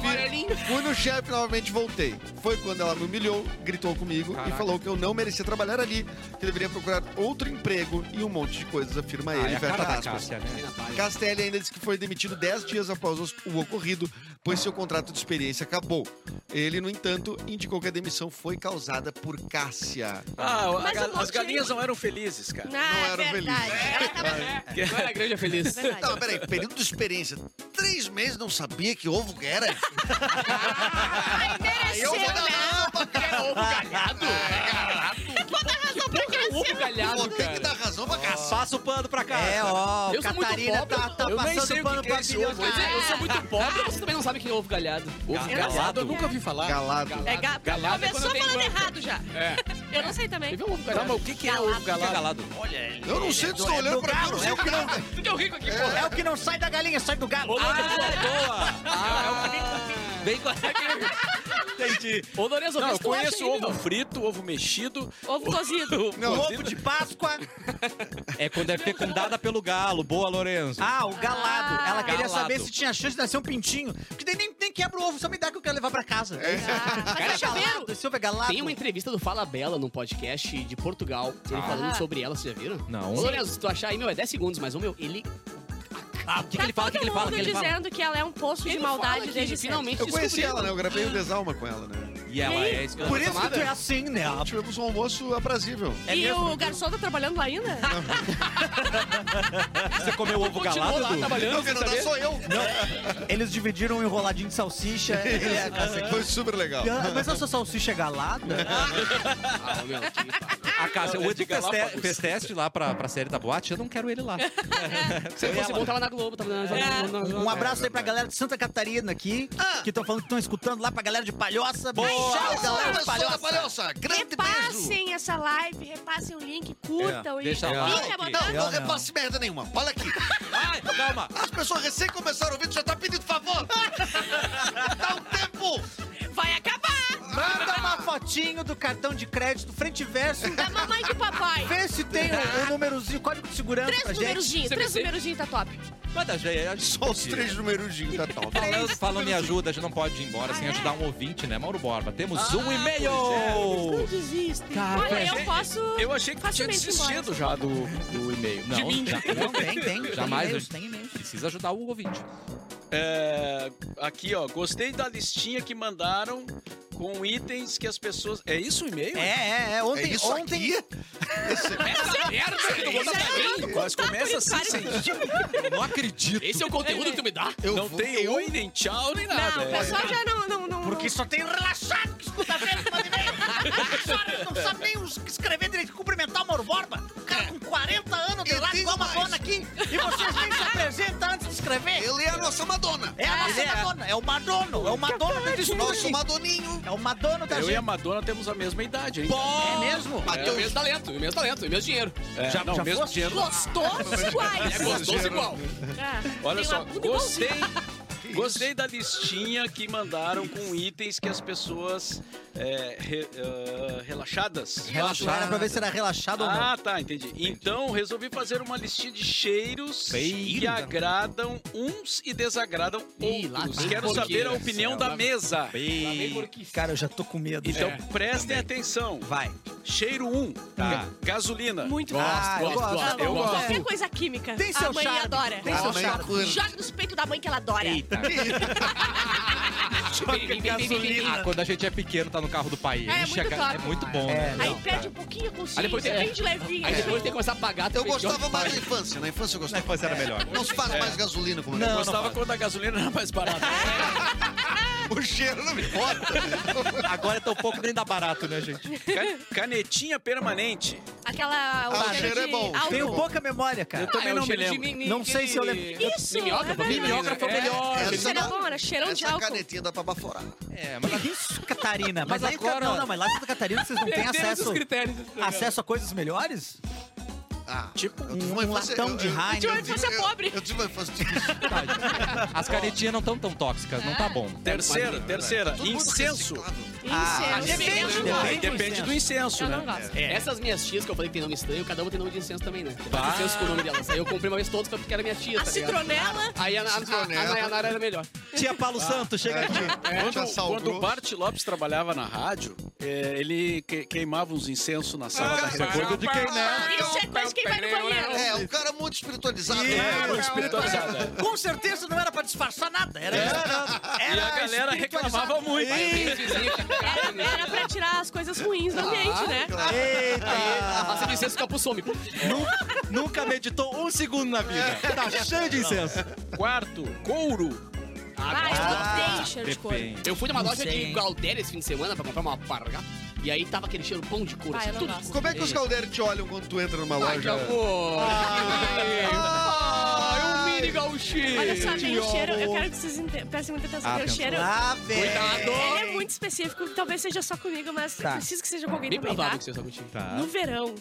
Speaker 3: fui no chefe novamente voltei. Foi quando ela me humilhou, gritou comigo
Speaker 7: Caraca.
Speaker 3: e falou que eu não merecia trabalhar ali, que deveria procurar outro emprego e um monte de coisas, afirma
Speaker 7: Ah,
Speaker 3: ele,
Speaker 7: é a
Speaker 3: fecha
Speaker 7: cara da
Speaker 3: aspas.
Speaker 7: Cássia, né?
Speaker 3: Castelli ainda disse que foi demitido 10 dias após os- o ocorrido, pois seu contrato de experiência acabou. Ele, no entanto, indicou que a demissão foi causada por Cássia.
Speaker 6: Ah, a
Speaker 4: Mas
Speaker 6: ga-
Speaker 4: o monte
Speaker 6: as galinhas não eram felizes, cara.
Speaker 4: Não, é
Speaker 3: era
Speaker 4: verdade.
Speaker 3: feliz.
Speaker 4: Ela tava...
Speaker 5: Não era grande, é feliz.
Speaker 4: Verdade.
Speaker 3: Não, peraí, período de experiência. Três meses não sabia que ovo era?
Speaker 4: Ai, mereceu, né?
Speaker 5: Era ovo galhado? Eu vou dar razão pra Ovo galhado, cara.
Speaker 3: razão pra
Speaker 7: Passa o pano pra cá.
Speaker 2: É, ó,
Speaker 5: Eu sou muito
Speaker 2: Catarina
Speaker 5: pobre,
Speaker 2: tá, tá
Speaker 6: eu nem
Speaker 2: passando
Speaker 6: sei o
Speaker 2: pano
Speaker 6: que que é
Speaker 2: pra
Speaker 6: esse
Speaker 2: bilhão.
Speaker 6: ovo
Speaker 5: Pois é, eu sou muito pobre, você também não sabe quem é ovo galhado. Ovo
Speaker 7: Galhado.
Speaker 6: Eu nunca ouvi falar.
Speaker 3: Galado.
Speaker 4: É ga...
Speaker 6: Galado é
Speaker 4: Começou
Speaker 6: quando tem
Speaker 4: falando
Speaker 6: banca.
Speaker 4: errado já. Eu não sei também.
Speaker 5: Teve um ovo
Speaker 6: Tá,
Speaker 5: galhado.
Speaker 6: mas o que, que é ovo galado?
Speaker 3: Eu não sei, tu tá olhando pra mim, eu não sei o que não.
Speaker 5: Tu que é o rico aqui, pô.
Speaker 2: É o que não sai da galinha, sai do galo.
Speaker 6: Ah, é
Speaker 7: Vem com Entendi.
Speaker 5: Ô, Lorenzo,
Speaker 6: Não,
Speaker 5: vê
Speaker 6: eu
Speaker 5: se tu acha
Speaker 6: conheço
Speaker 5: aí,
Speaker 6: ovo
Speaker 5: meu.
Speaker 6: frito, ovo mexido.
Speaker 4: Ovo cozido.
Speaker 3: Não,
Speaker 2: Ovo de Páscoa.
Speaker 7: É quando é fecundada pelo galo. Boa, Lorenzo.
Speaker 2: Ah, o galado.
Speaker 4: Ah.
Speaker 2: Ela queria
Speaker 7: Galado.
Speaker 2: saber se tinha chance de nascer um pintinho. Porque daí nem, nem quebra o ovo, só me dá que eu quero levar pra casa.
Speaker 4: Ah, mas é chaveiro.
Speaker 2: Galado, esse ovo é galado.
Speaker 5: Tem uma entrevista do Fala Bela num podcast de Portugal, ele falando sobre ela, vocês já viram?
Speaker 7: Não.
Speaker 5: Ô, Lorenzo, se tu achar aí, meu, é 10 segundos, mas, ô, meu, ele...
Speaker 7: Ah, o que, que ele fala? O que, que ele fala? O que ele
Speaker 4: Tá dizendo
Speaker 7: fala?
Speaker 4: que ela é um poço de
Speaker 5: ele
Speaker 4: maldade
Speaker 5: fala que
Speaker 4: desde
Speaker 5: finalmente
Speaker 3: eu conheci
Speaker 5: descobriu.
Speaker 3: ela, né? Eu gravei o Desalma com ela, né?
Speaker 7: E ela é escrota.
Speaker 2: Por isso que tu
Speaker 5: tomada?
Speaker 2: é assim, né? É
Speaker 3: Tivemos um almoço aprazível.
Speaker 4: cedo. E o garçom tá trabalhando lá ainda?
Speaker 7: Você comeu ovo
Speaker 5: Continuou
Speaker 7: galado,
Speaker 5: lá
Speaker 7: Edu?
Speaker 5: trabalhando,
Speaker 3: Não,
Speaker 5: sem
Speaker 3: quem não dá
Speaker 5: saber.
Speaker 3: sou eu.
Speaker 2: Eles dividiram um enroladinho de salsicha. ele é-
Speaker 3: Foi super legal.
Speaker 2: Mas essa salsicha é galada?
Speaker 5: Ah, ô, meu, que-
Speaker 7: A Cássia,
Speaker 6: Não,
Speaker 7: o
Speaker 6: é
Speaker 7: Edu
Speaker 6: de
Speaker 7: fez te-
Speaker 6: Galápagos.
Speaker 7: fez teste lá pra, pra série da boate, eu não quero ele lá.
Speaker 5: Se fosse bom, tava na Globo, tava na... na- na- na-
Speaker 2: Um abraço aí pra galera de Santa Catarina aqui,
Speaker 3: Ah.
Speaker 2: que estão falando que estão escutando lá pra galera de Palhoça. Tchau, galera de
Speaker 3: Palhoça,
Speaker 2: Palhoça.
Speaker 3: palhoça. Grande beijo.
Speaker 4: É. Repassem essa live, repassem o link, curtam
Speaker 7: É,
Speaker 4: e
Speaker 7: deixa lá.
Speaker 4: Fica
Speaker 7: Não,
Speaker 4: botando.
Speaker 3: Não, não
Speaker 2: Eu não.
Speaker 3: repasse merda nenhuma. Fala aqui.
Speaker 7: Ai, calma.
Speaker 3: As pessoas recém começaram a ouvir, tu já tá pedindo favor. Dá um tempo.
Speaker 4: Vai acabar!
Speaker 2: Manda uma fotinho do cartão de crédito, frente e verso.
Speaker 4: Da mamãe de papai.
Speaker 2: Vê se tem o, o númerozinho, código de segurança
Speaker 4: Três
Speaker 2: pra gente.
Speaker 4: numerozinhos, três numerozinhos tá top.
Speaker 7: Mas a gente- a gente-
Speaker 3: Só os três numerozinhos da top.
Speaker 7: Falando, falando em ajuda, a gente não pode ir embora sem ajudar um ouvinte, né, Mauro Borba? Temos um e-mail!
Speaker 5: É.
Speaker 7: Ah,
Speaker 4: Olha, eu posso.
Speaker 6: Eu achei que tu tinha
Speaker 4: Facilmente
Speaker 6: desistido já do, do e-mail.
Speaker 7: Não, já-
Speaker 2: Não, tem, tem.
Speaker 7: Jamais
Speaker 2: Tem e-mails,
Speaker 7: eu-
Speaker 2: tem e-mails.
Speaker 7: Precisa ajudar o ouvinte.
Speaker 6: É, aqui, ó. Gostei da listinha que mandaram com itens que as pessoas. É isso o e-mail?
Speaker 2: É, é, é.
Speaker 3: É
Speaker 2: Ontem,
Speaker 3: isso
Speaker 2: ontem.
Speaker 3: aqui?
Speaker 5: Essa merda que tu botou pra mim!
Speaker 6: Mas começa assim, sem
Speaker 7: Eu não acredito.
Speaker 5: Esse é o conteúdo que tu me dá?
Speaker 3: Eu
Speaker 6: Não
Speaker 3: vou-
Speaker 6: tem oi, nem tchau, nem nada.
Speaker 4: Não, o
Speaker 6: É.
Speaker 4: pessoal já não. não, não
Speaker 2: Porque só tem relaxado que escuta a velha que manda e-mail. Chora, Não sabe nem os- escrever direito, cumprimentar o Mauro Borba. O cara com 40 anos de
Speaker 3: E
Speaker 2: lado,
Speaker 3: digo
Speaker 2: igual uma
Speaker 3: mais.
Speaker 2: dona aqui. E vocês nem se apresentam antes de escrever.
Speaker 3: Ele é a nossa Madonna.
Speaker 2: É a nossa Madonna, é o Madono, é o Madono do
Speaker 3: Nosso
Speaker 2: discurso.
Speaker 3: Madoninho.
Speaker 2: É o Madono da
Speaker 6: Eu e a
Speaker 2: gente.
Speaker 6: Madonna temos a mesma idade, hein?
Speaker 2: É mesmo?
Speaker 5: É o mesmo talento, o mesmo talento, o mesmo dinheiro.
Speaker 6: É,
Speaker 2: já-
Speaker 6: não,
Speaker 2: já
Speaker 6: mesmo
Speaker 2: fosse?
Speaker 6: dinheiro.
Speaker 5: Gostosos iguais. É gostoso igual.
Speaker 4: Ah,
Speaker 6: Olha
Speaker 4: tem
Speaker 6: só,
Speaker 4: uma bunda
Speaker 6: gostei.
Speaker 4: igualzinha.
Speaker 6: Gostei da listinha que mandaram com itens que as pessoas é, re- ah, relaxadas.
Speaker 2: Relaxado. Era pra ver se era relaxado ou não.
Speaker 6: Ah, tá, entendi. Então resolvi fazer uma listinha de cheiros
Speaker 7: Cheiro,
Speaker 6: que
Speaker 7: cara.
Speaker 6: agradam uns e desagradam
Speaker 5: Ih, lá
Speaker 6: outros.
Speaker 5: vem
Speaker 6: Quero saber a
Speaker 5: porqueira,
Speaker 6: opinião
Speaker 5: céu,
Speaker 6: da
Speaker 5: lá vem.
Speaker 6: mesa.
Speaker 1: É,
Speaker 2: Cara, eu já tô com medo.
Speaker 6: Então
Speaker 2: É.
Speaker 6: prestem atenção.
Speaker 2: vai.
Speaker 6: Cheiro 1,
Speaker 7: Tá.
Speaker 6: gasolina.
Speaker 4: Muito
Speaker 2: Ah, eu gosto,
Speaker 4: Ah,
Speaker 2: eu gosto.
Speaker 4: Qualquer coisa química.
Speaker 2: Tem seu
Speaker 4: a mãe
Speaker 2: charme.
Speaker 4: adora.
Speaker 2: Tem seu
Speaker 3: Ah, mas
Speaker 2: charme.
Speaker 3: cor-
Speaker 4: Joga nos peitos da mãe que ela adora.
Speaker 7: Eita.
Speaker 5: Bem, bem, bem, bem, bem,
Speaker 7: Ah,
Speaker 5: bem.
Speaker 7: quando a gente é pequeno, tá no carro do pai.
Speaker 4: Ah, é
Speaker 7: Enche a
Speaker 4: muito
Speaker 7: ga-
Speaker 4: top.
Speaker 7: é muito bom, né?
Speaker 2: É.
Speaker 4: Aí
Speaker 2: Não,
Speaker 4: perde um pouquinho a consciência,
Speaker 5: Aí depois tem-
Speaker 4: bem de assim. levinha.
Speaker 5: Aí depois tem que começar a pagar.
Speaker 3: Eu
Speaker 5: tem que-
Speaker 3: gostava mais da infância. Na infância eu
Speaker 7: Na
Speaker 3: gostava.
Speaker 7: infância era melhor.
Speaker 3: Não se faz mais gasolina como é
Speaker 6: Eu
Speaker 3: era.
Speaker 6: gostava quando a gasolina era mais barata.
Speaker 3: O cheiro não me importa.
Speaker 7: Agora tá um pouco ainda barato, né, gente?
Speaker 6: Ca- Canetinha permanente.
Speaker 4: Aquela...
Speaker 3: Ah,
Speaker 4: o
Speaker 3: o cheiro é bom, o
Speaker 4: álcool.
Speaker 3: cheiro é
Speaker 2: Tenho
Speaker 3: bom.
Speaker 2: pouca memória, cara.
Speaker 6: também
Speaker 5: é
Speaker 6: não
Speaker 5: o
Speaker 6: me
Speaker 5: cheiro de
Speaker 6: lembro.
Speaker 5: mim-
Speaker 2: Não sei se eu
Speaker 5: aquele-
Speaker 4: Isso,
Speaker 5: Mimeógrafo,
Speaker 4: é verdade.
Speaker 5: mimeógrafo é o melhor.
Speaker 4: Esse
Speaker 3: Essa
Speaker 4: cheiro é
Speaker 3: não-
Speaker 4: bom, era cheirão de
Speaker 3: Essa
Speaker 4: álcool.
Speaker 3: canetinha dá pra baforar.
Speaker 7: É, mas
Speaker 2: Que isso, Catarina? Mas,
Speaker 7: Mas
Speaker 2: aí,
Speaker 7: agora-
Speaker 2: não, não, mas lá em Santa Catarina vocês não têm
Speaker 5: Perdemos
Speaker 2: acesso,
Speaker 5: os critérios.
Speaker 2: acesso a coisas melhores?
Speaker 3: Ah,
Speaker 6: Tipo
Speaker 3: eu tive
Speaker 2: um
Speaker 3: uma infância-
Speaker 2: latão
Speaker 3: eu-
Speaker 2: de
Speaker 3: eu-
Speaker 2: Heineken.
Speaker 3: eu- eu-
Speaker 4: Uma infância
Speaker 3: eu-
Speaker 4: pobre.
Speaker 3: Eu tive uma infância difícil.
Speaker 7: as canetinhas não tão tão tóxicas, não tá
Speaker 1: é
Speaker 7: bom.
Speaker 6: É. Terceira, terceira,
Speaker 3: Todo mundo
Speaker 6: incenso.
Speaker 3: reciclado.
Speaker 2: Ah,
Speaker 4: Incenso.
Speaker 2: depende,
Speaker 4: Eu não
Speaker 2: depende.
Speaker 5: né?
Speaker 4: gosto.
Speaker 6: Aí depende do incenso,
Speaker 4: Eu não
Speaker 6: né?
Speaker 4: gosto.
Speaker 2: É.
Speaker 5: Essas minhas tias que eu falei que tem nome estranho, cada uma tem nome de incenso também, né? Vários incensos com o nome delas. Aí eu comprei uma vez todos porque era minha tia.
Speaker 4: A
Speaker 5: tá ligado?
Speaker 4: citronela...
Speaker 5: Aí a, a, a, a
Speaker 3: Citronela.
Speaker 5: Nayanara era melhor.
Speaker 7: Tia Paulo Santos, chega aqui.
Speaker 3: É. Já
Speaker 6: É, Quando,
Speaker 3: salgou.
Speaker 6: quando o Bart Lopes trabalhava na rádio, é, ele que- queimava uns incensos na sala da
Speaker 7: É coisa
Speaker 6: record.
Speaker 7: de quem, né?
Speaker 4: Isso é coisa que vai no banheiro.
Speaker 3: Ah, É, um cara muito espiritualizado.
Speaker 6: É,
Speaker 3: né?
Speaker 6: muito espiritualizada.
Speaker 2: Com certeza não era pra disfarçar nada. Era, era,
Speaker 6: E a galera reclamava muito.
Speaker 4: Era, era pra tirar as coisas ruins do ambiente, né?
Speaker 5: Ah,
Speaker 7: Eita!
Speaker 5: sem licença, o capuz some.
Speaker 7: Nu- Nunca meditou um segundo na vida. Tá cheio de incenso.
Speaker 6: Quarto, couro.
Speaker 4: Ah, eu não tem cheiro de couro.
Speaker 7: Depende.
Speaker 5: Eu fui numa
Speaker 2: Não
Speaker 5: loja
Speaker 2: sei,
Speaker 5: de
Speaker 2: hein?
Speaker 5: Galdéria esse fim de semana pra comprar uma parga. E aí tava aquele cheiro bom de couro.
Speaker 4: Ah,
Speaker 5: assim,
Speaker 4: eu não
Speaker 5: tudo
Speaker 4: gosto.
Speaker 3: Como é que os caldeiros te olham quando tu entra numa
Speaker 5: Ai, que
Speaker 3: loja?
Speaker 5: amor! Ah, é um mini gauchinho!
Speaker 4: Olha só, tem o cheiro. Eu quero que vocês ente- prestem muita
Speaker 5: Ah,
Speaker 4: atenção. porque o
Speaker 7: Atenção.
Speaker 4: cheiro.
Speaker 2: Lá, Ah, velho.
Speaker 4: Ele é muito específico, talvez seja só comigo, mas
Speaker 2: Tá.
Speaker 4: preciso que seja com alguém
Speaker 5: Bem
Speaker 4: também, tá?
Speaker 5: provável que seja só contigo.
Speaker 7: Tá.
Speaker 4: No verão,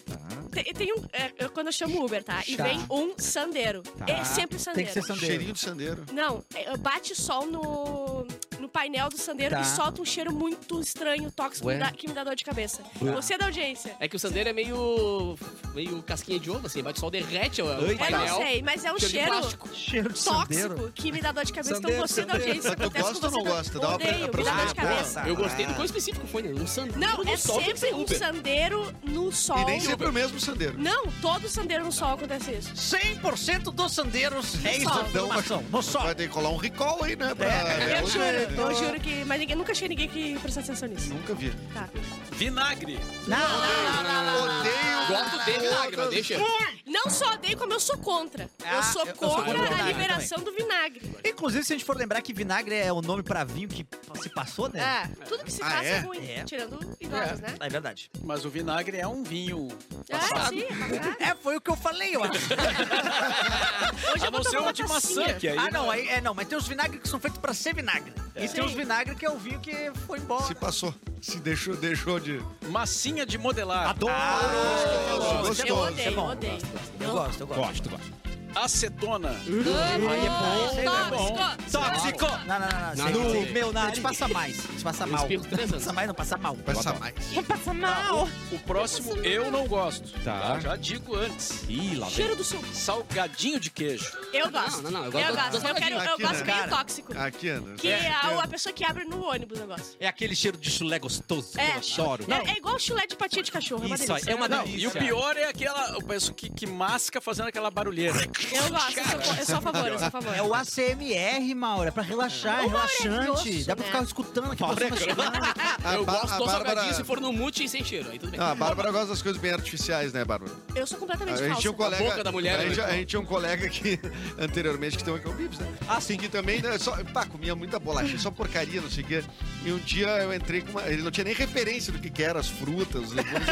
Speaker 4: tem, tem um. é, eu- quando eu chamo Uber, tá? E
Speaker 2: Tá.
Speaker 4: vem um sandeiro. É sempre
Speaker 2: Tem
Speaker 4: sandeiro.
Speaker 2: que ser sandeiro.
Speaker 3: Cheirinho de sandeiro.
Speaker 4: Não, é, bate sol no, no painel do sandeiro
Speaker 2: Tá.
Speaker 4: e solta um cheiro muito estranho, tóxico,
Speaker 2: Ué?
Speaker 4: me dá- que me dá dor de cabeça. Você é da audiência.
Speaker 5: É que o sandeiro é meio. meio casquinha de ovo, assim, bate sol, derrete o
Speaker 7: Ai,
Speaker 5: o
Speaker 4: Eu
Speaker 5: painel.
Speaker 4: não sei, mas é um
Speaker 5: Cheiro de
Speaker 4: cheiro,
Speaker 5: plástico.
Speaker 2: Cheiro de sandeiro.
Speaker 4: tóxico que me dá dor de cabeça.
Speaker 2: Sandeiro,
Speaker 4: então você é da
Speaker 2: sandeiro.
Speaker 4: audiência.
Speaker 3: Mas tu
Speaker 4: acontece
Speaker 3: gosta
Speaker 4: com
Speaker 3: ou não
Speaker 4: você também.
Speaker 3: gosta? Dá uma pra-
Speaker 4: Odeio,
Speaker 3: pra
Speaker 4: me dá dor de
Speaker 3: procurar.
Speaker 4: cabeça.
Speaker 5: Eu gostei do quão específico foi, né? Um sandeiro.
Speaker 4: Não,
Speaker 5: no
Speaker 4: é
Speaker 5: sol tem que
Speaker 4: sempre
Speaker 5: ser
Speaker 4: um
Speaker 5: Uber.
Speaker 4: sandeiro no sol.
Speaker 3: E nem sempre é o mesmo sandeiro.
Speaker 4: Não, todo sandeiro no sol acontece isso.
Speaker 2: 100% dos sandeiros é isso.
Speaker 4: sol.
Speaker 2: Informação. No sol.
Speaker 3: Vai ter que colar um recall aí, né? Pra...
Speaker 2: É,
Speaker 4: Eu
Speaker 3: Hoje-
Speaker 4: juro, eu juro que. Mas ninguém, nunca achei ninguém que prestasse atenção nisso.
Speaker 3: Nunca vi.
Speaker 4: Tá.
Speaker 6: Vinagre.
Speaker 2: Não, não, não.
Speaker 3: Odeio.
Speaker 5: Gosto de
Speaker 3: Ah,
Speaker 5: vinagre, mas deixa.
Speaker 4: Não só odeio, como eu sou contra.
Speaker 2: Ah,
Speaker 4: eu sou
Speaker 2: eu- eu sou
Speaker 4: contra
Speaker 2: contra
Speaker 4: a
Speaker 2: o vinagre
Speaker 4: liberação do vinagre.
Speaker 2: Inclusive, se a gente for lembrar que vinagre é o nome pra vinho que se passou, né?
Speaker 4: É, tudo que se
Speaker 3: Ah,
Speaker 4: passa é?
Speaker 3: é?
Speaker 4: ruim,
Speaker 2: É.
Speaker 4: tirando idosos, né?
Speaker 2: É verdade.
Speaker 6: Mas o vinagre é um vinho.
Speaker 4: É, sim, é passado.
Speaker 2: É, foi o que eu falei, eu acho.
Speaker 4: Hoje
Speaker 6: A
Speaker 4: eu vou
Speaker 6: não ser
Speaker 4: tomar
Speaker 6: o
Speaker 4: uma
Speaker 6: de maçã,
Speaker 4: tacinha.
Speaker 6: que aí.
Speaker 2: ah, não, aí, é, não, mas tem os vinagres que são feitos pra ser vinagre. E tem
Speaker 4: Sim.
Speaker 2: os vinagres que é o vinho que foi embora.
Speaker 3: Se passou. Se deixou, deixou de.
Speaker 6: Massinha de modelar. Ah,
Speaker 2: Adoro!
Speaker 7: Ah.
Speaker 3: gostoso,
Speaker 4: Eu
Speaker 3: gostoso.
Speaker 2: É
Speaker 4: odeio,
Speaker 2: bom,
Speaker 4: odeio.
Speaker 2: Eu gosto, eu gosto.
Speaker 7: Gosto, gosto.
Speaker 6: Acetona. Tá
Speaker 2: Aí é bom.
Speaker 4: Tóxico!
Speaker 7: Tóxico!
Speaker 2: Não, não, não, não.
Speaker 5: Não, não,
Speaker 2: sei,
Speaker 5: não.
Speaker 2: sei. meu nariz. Passa mais. Se passa
Speaker 5: Eu
Speaker 2: mal.
Speaker 5: espirro três anos.
Speaker 2: Passa mais, não passa mal.
Speaker 3: Passa mais.
Speaker 2: Passa mal.
Speaker 6: O próximo eu não gosto.
Speaker 7: Tá.
Speaker 6: Já digo antes.
Speaker 7: Ih, lá vem.
Speaker 4: Cheiro do suco.
Speaker 6: Salgadinho de queijo.
Speaker 4: Eu gosto.
Speaker 5: não, não, eu
Speaker 4: eu
Speaker 5: gosto do-
Speaker 4: gosto.
Speaker 5: do
Speaker 4: Eu, quero, eu
Speaker 3: aqui,
Speaker 4: gosto
Speaker 3: né?
Speaker 4: meio
Speaker 2: Cara,
Speaker 4: tóxico.
Speaker 3: Aqui, Ana.
Speaker 4: Que é a, a pessoa que abre no ônibus o negócio.
Speaker 7: É aquele cheiro de chulé gostoso
Speaker 4: É.
Speaker 7: que eu choro.
Speaker 4: É, é igual chulé de patinha de cachorro. é uma
Speaker 7: Isso aí,
Speaker 4: delícia.
Speaker 7: é uma
Speaker 4: Eu
Speaker 7: delícia.
Speaker 6: E o pior é aquela, eu penso que, que masca fazendo aquela barulheira.
Speaker 4: Eu gosto, eu sou, co- eu sou a favor, eu sou a favor.
Speaker 2: É o ACMR, Mauro. É pra relaxar, é
Speaker 4: O Mauro é
Speaker 2: relaxante.
Speaker 4: grosso,
Speaker 2: Dá pra
Speaker 4: né?
Speaker 2: ficar escutando aqui.
Speaker 7: Mauro é
Speaker 2: passando na
Speaker 3: A
Speaker 5: eu
Speaker 3: Ba-
Speaker 5: gosto
Speaker 3: Ah, a
Speaker 5: do salgadinho
Speaker 3: Bárbara- Ah.
Speaker 5: se for no mute e sem cheiro. Aí tudo bem.
Speaker 3: Não, a Bárbara gosta das coisas bem artificiais, né, Bárbara?
Speaker 4: Eu sou completamente
Speaker 3: A gente
Speaker 4: falsa.
Speaker 3: tinha um colega.
Speaker 5: boca da mulher,
Speaker 3: a, gente,
Speaker 5: né?
Speaker 3: a gente tinha um colega que anteriormente que tem o Bibs, né?
Speaker 7: Ah, sim.
Speaker 3: Que também, né? Só, pá, comia comia muita bolacha, só porcaria, não sei o quê. E um dia eu entrei com uma. Ele não tinha nem referência do que, que era, as frutas, os legumes.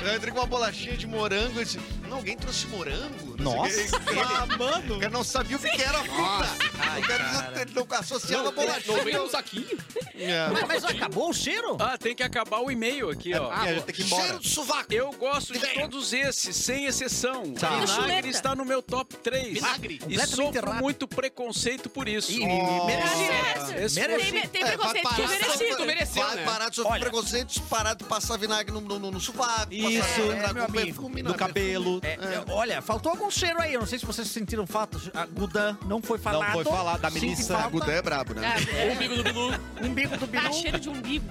Speaker 3: Aí eu entrei com uma bolachinha de morango e disse: Não, alguém trouxe morango? Não sei o
Speaker 1: Nossa.
Speaker 3: quê.
Speaker 2: Ah, mano.
Speaker 3: O cara não sabia o que, que era a fruta.
Speaker 2: Ai,
Speaker 3: o cara
Speaker 2: cara.
Speaker 3: ele não associava a bolachinha.
Speaker 5: Não vem no saquinho.
Speaker 3: É.
Speaker 2: Mas, mas acabou o cheiro?
Speaker 6: Ah, tem que acabar o e-mail aqui, ó.
Speaker 1: a gente tem que ir embora.
Speaker 3: Cheiro de sovaco.
Speaker 6: Eu gosto de todos esses, sem exceção.
Speaker 2: Tá.
Speaker 6: Vinagre
Speaker 4: Chuleta.
Speaker 6: está no meu top 3.
Speaker 5: Vinagre.
Speaker 6: E
Speaker 2: Completamente
Speaker 6: sofro
Speaker 2: errado.
Speaker 6: muito preconceito por isso.
Speaker 2: Ih,
Speaker 3: Nossa.
Speaker 2: merece.
Speaker 4: É, Certo.
Speaker 6: Esse
Speaker 2: merece.
Speaker 4: Tem, tem
Speaker 3: É, vai
Speaker 4: preconceito que
Speaker 3: parar
Speaker 4: é
Speaker 3: de
Speaker 4: merecido.
Speaker 5: Tu
Speaker 3: sofrer-
Speaker 5: mereceu,
Speaker 3: vai
Speaker 5: né?
Speaker 3: parar de sofrer
Speaker 2: Olha.
Speaker 3: preconceitos, parar de passar vinagre no, no, no, no sovaco.
Speaker 1: Isso,
Speaker 3: passar vinagre
Speaker 2: meu
Speaker 3: com
Speaker 2: amigo.
Speaker 3: perfume,
Speaker 1: No
Speaker 3: não,
Speaker 1: cabelo.
Speaker 2: É, é, ololha, faltou algum cheiro aí. Eu não sei se vocês sentiram falta. A Gudan não foi falado.
Speaker 1: foi falado, da
Speaker 2: Sinto
Speaker 1: Melissa.
Speaker 2: falta.
Speaker 3: Agudé é brabo, né?
Speaker 4: Ah,
Speaker 5: O umbigo do Bilu.
Speaker 2: Umbigo do
Speaker 4: Tá
Speaker 2: bilu.
Speaker 4: cheiro de umbigo.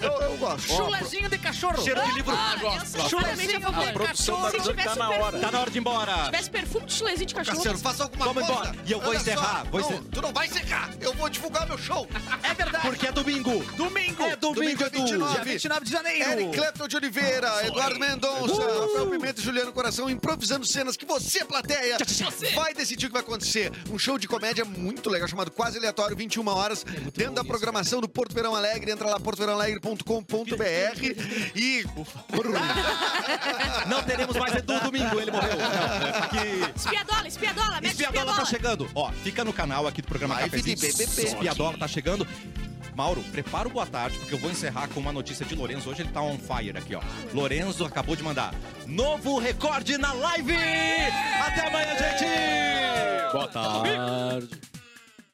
Speaker 3: Eu, eu gosto.
Speaker 2: Chulezinho de cachorro.
Speaker 1: Cheiro de livro.
Speaker 5: Ah, gosto.
Speaker 4: Eu sou totalmente a favor.
Speaker 6: A produção
Speaker 4: Se
Speaker 6: da Dudan
Speaker 4: tivesse
Speaker 6: tá
Speaker 4: um
Speaker 6: na hora.
Speaker 1: Tá na hora de ir embora.
Speaker 4: tivesse perfume de chulezinho de cachorro,
Speaker 3: Cassiano, faça alguma
Speaker 1: Vamos
Speaker 3: coisa.
Speaker 1: embora. E eu vou
Speaker 3: Olha
Speaker 1: encerrar,
Speaker 3: só.
Speaker 1: vou
Speaker 3: não,
Speaker 1: encerrar.
Speaker 3: Tu não vai encerrar. Eu vou divulgar meu show.
Speaker 2: É verdade.
Speaker 1: Porque é domingo.
Speaker 2: Domingo.
Speaker 1: É domingo,
Speaker 3: Domingo é
Speaker 1: Edu.
Speaker 3: 29.
Speaker 2: Dia 29 de janeiro.
Speaker 3: Eric Clapton de Oliveira, Eduardo Mendonça, Rafael Pimenta e Juliano Coração improvisando cenas que você, plateia, vai decidir o que vai acontecer. Um show de comédia muito legal chamado Quase Aleatório, 21 horas, dentro da programação do Porto Verão Alegre. Entra lá, portoverãoalegre.com.br e...
Speaker 1: Não teremos mais Edu domingo, ele morreu. Não, é aqui.
Speaker 4: espiadola, espiadola, mete
Speaker 1: Espiadola tá chegando. Ó, fica no canal aqui do programa
Speaker 3: Live
Speaker 1: Cafezinho.
Speaker 3: de BBB.
Speaker 1: Espiadola tá chegando. Mauro, prepara o boa tarde, porque eu vou encerrar com uma notícia de Lorenzo. Hoje ele tá on fire aqui, ó. Lorenzo acabou de mandar novo recorde na live! Até amanhã, gente!
Speaker 6: Boa tarde.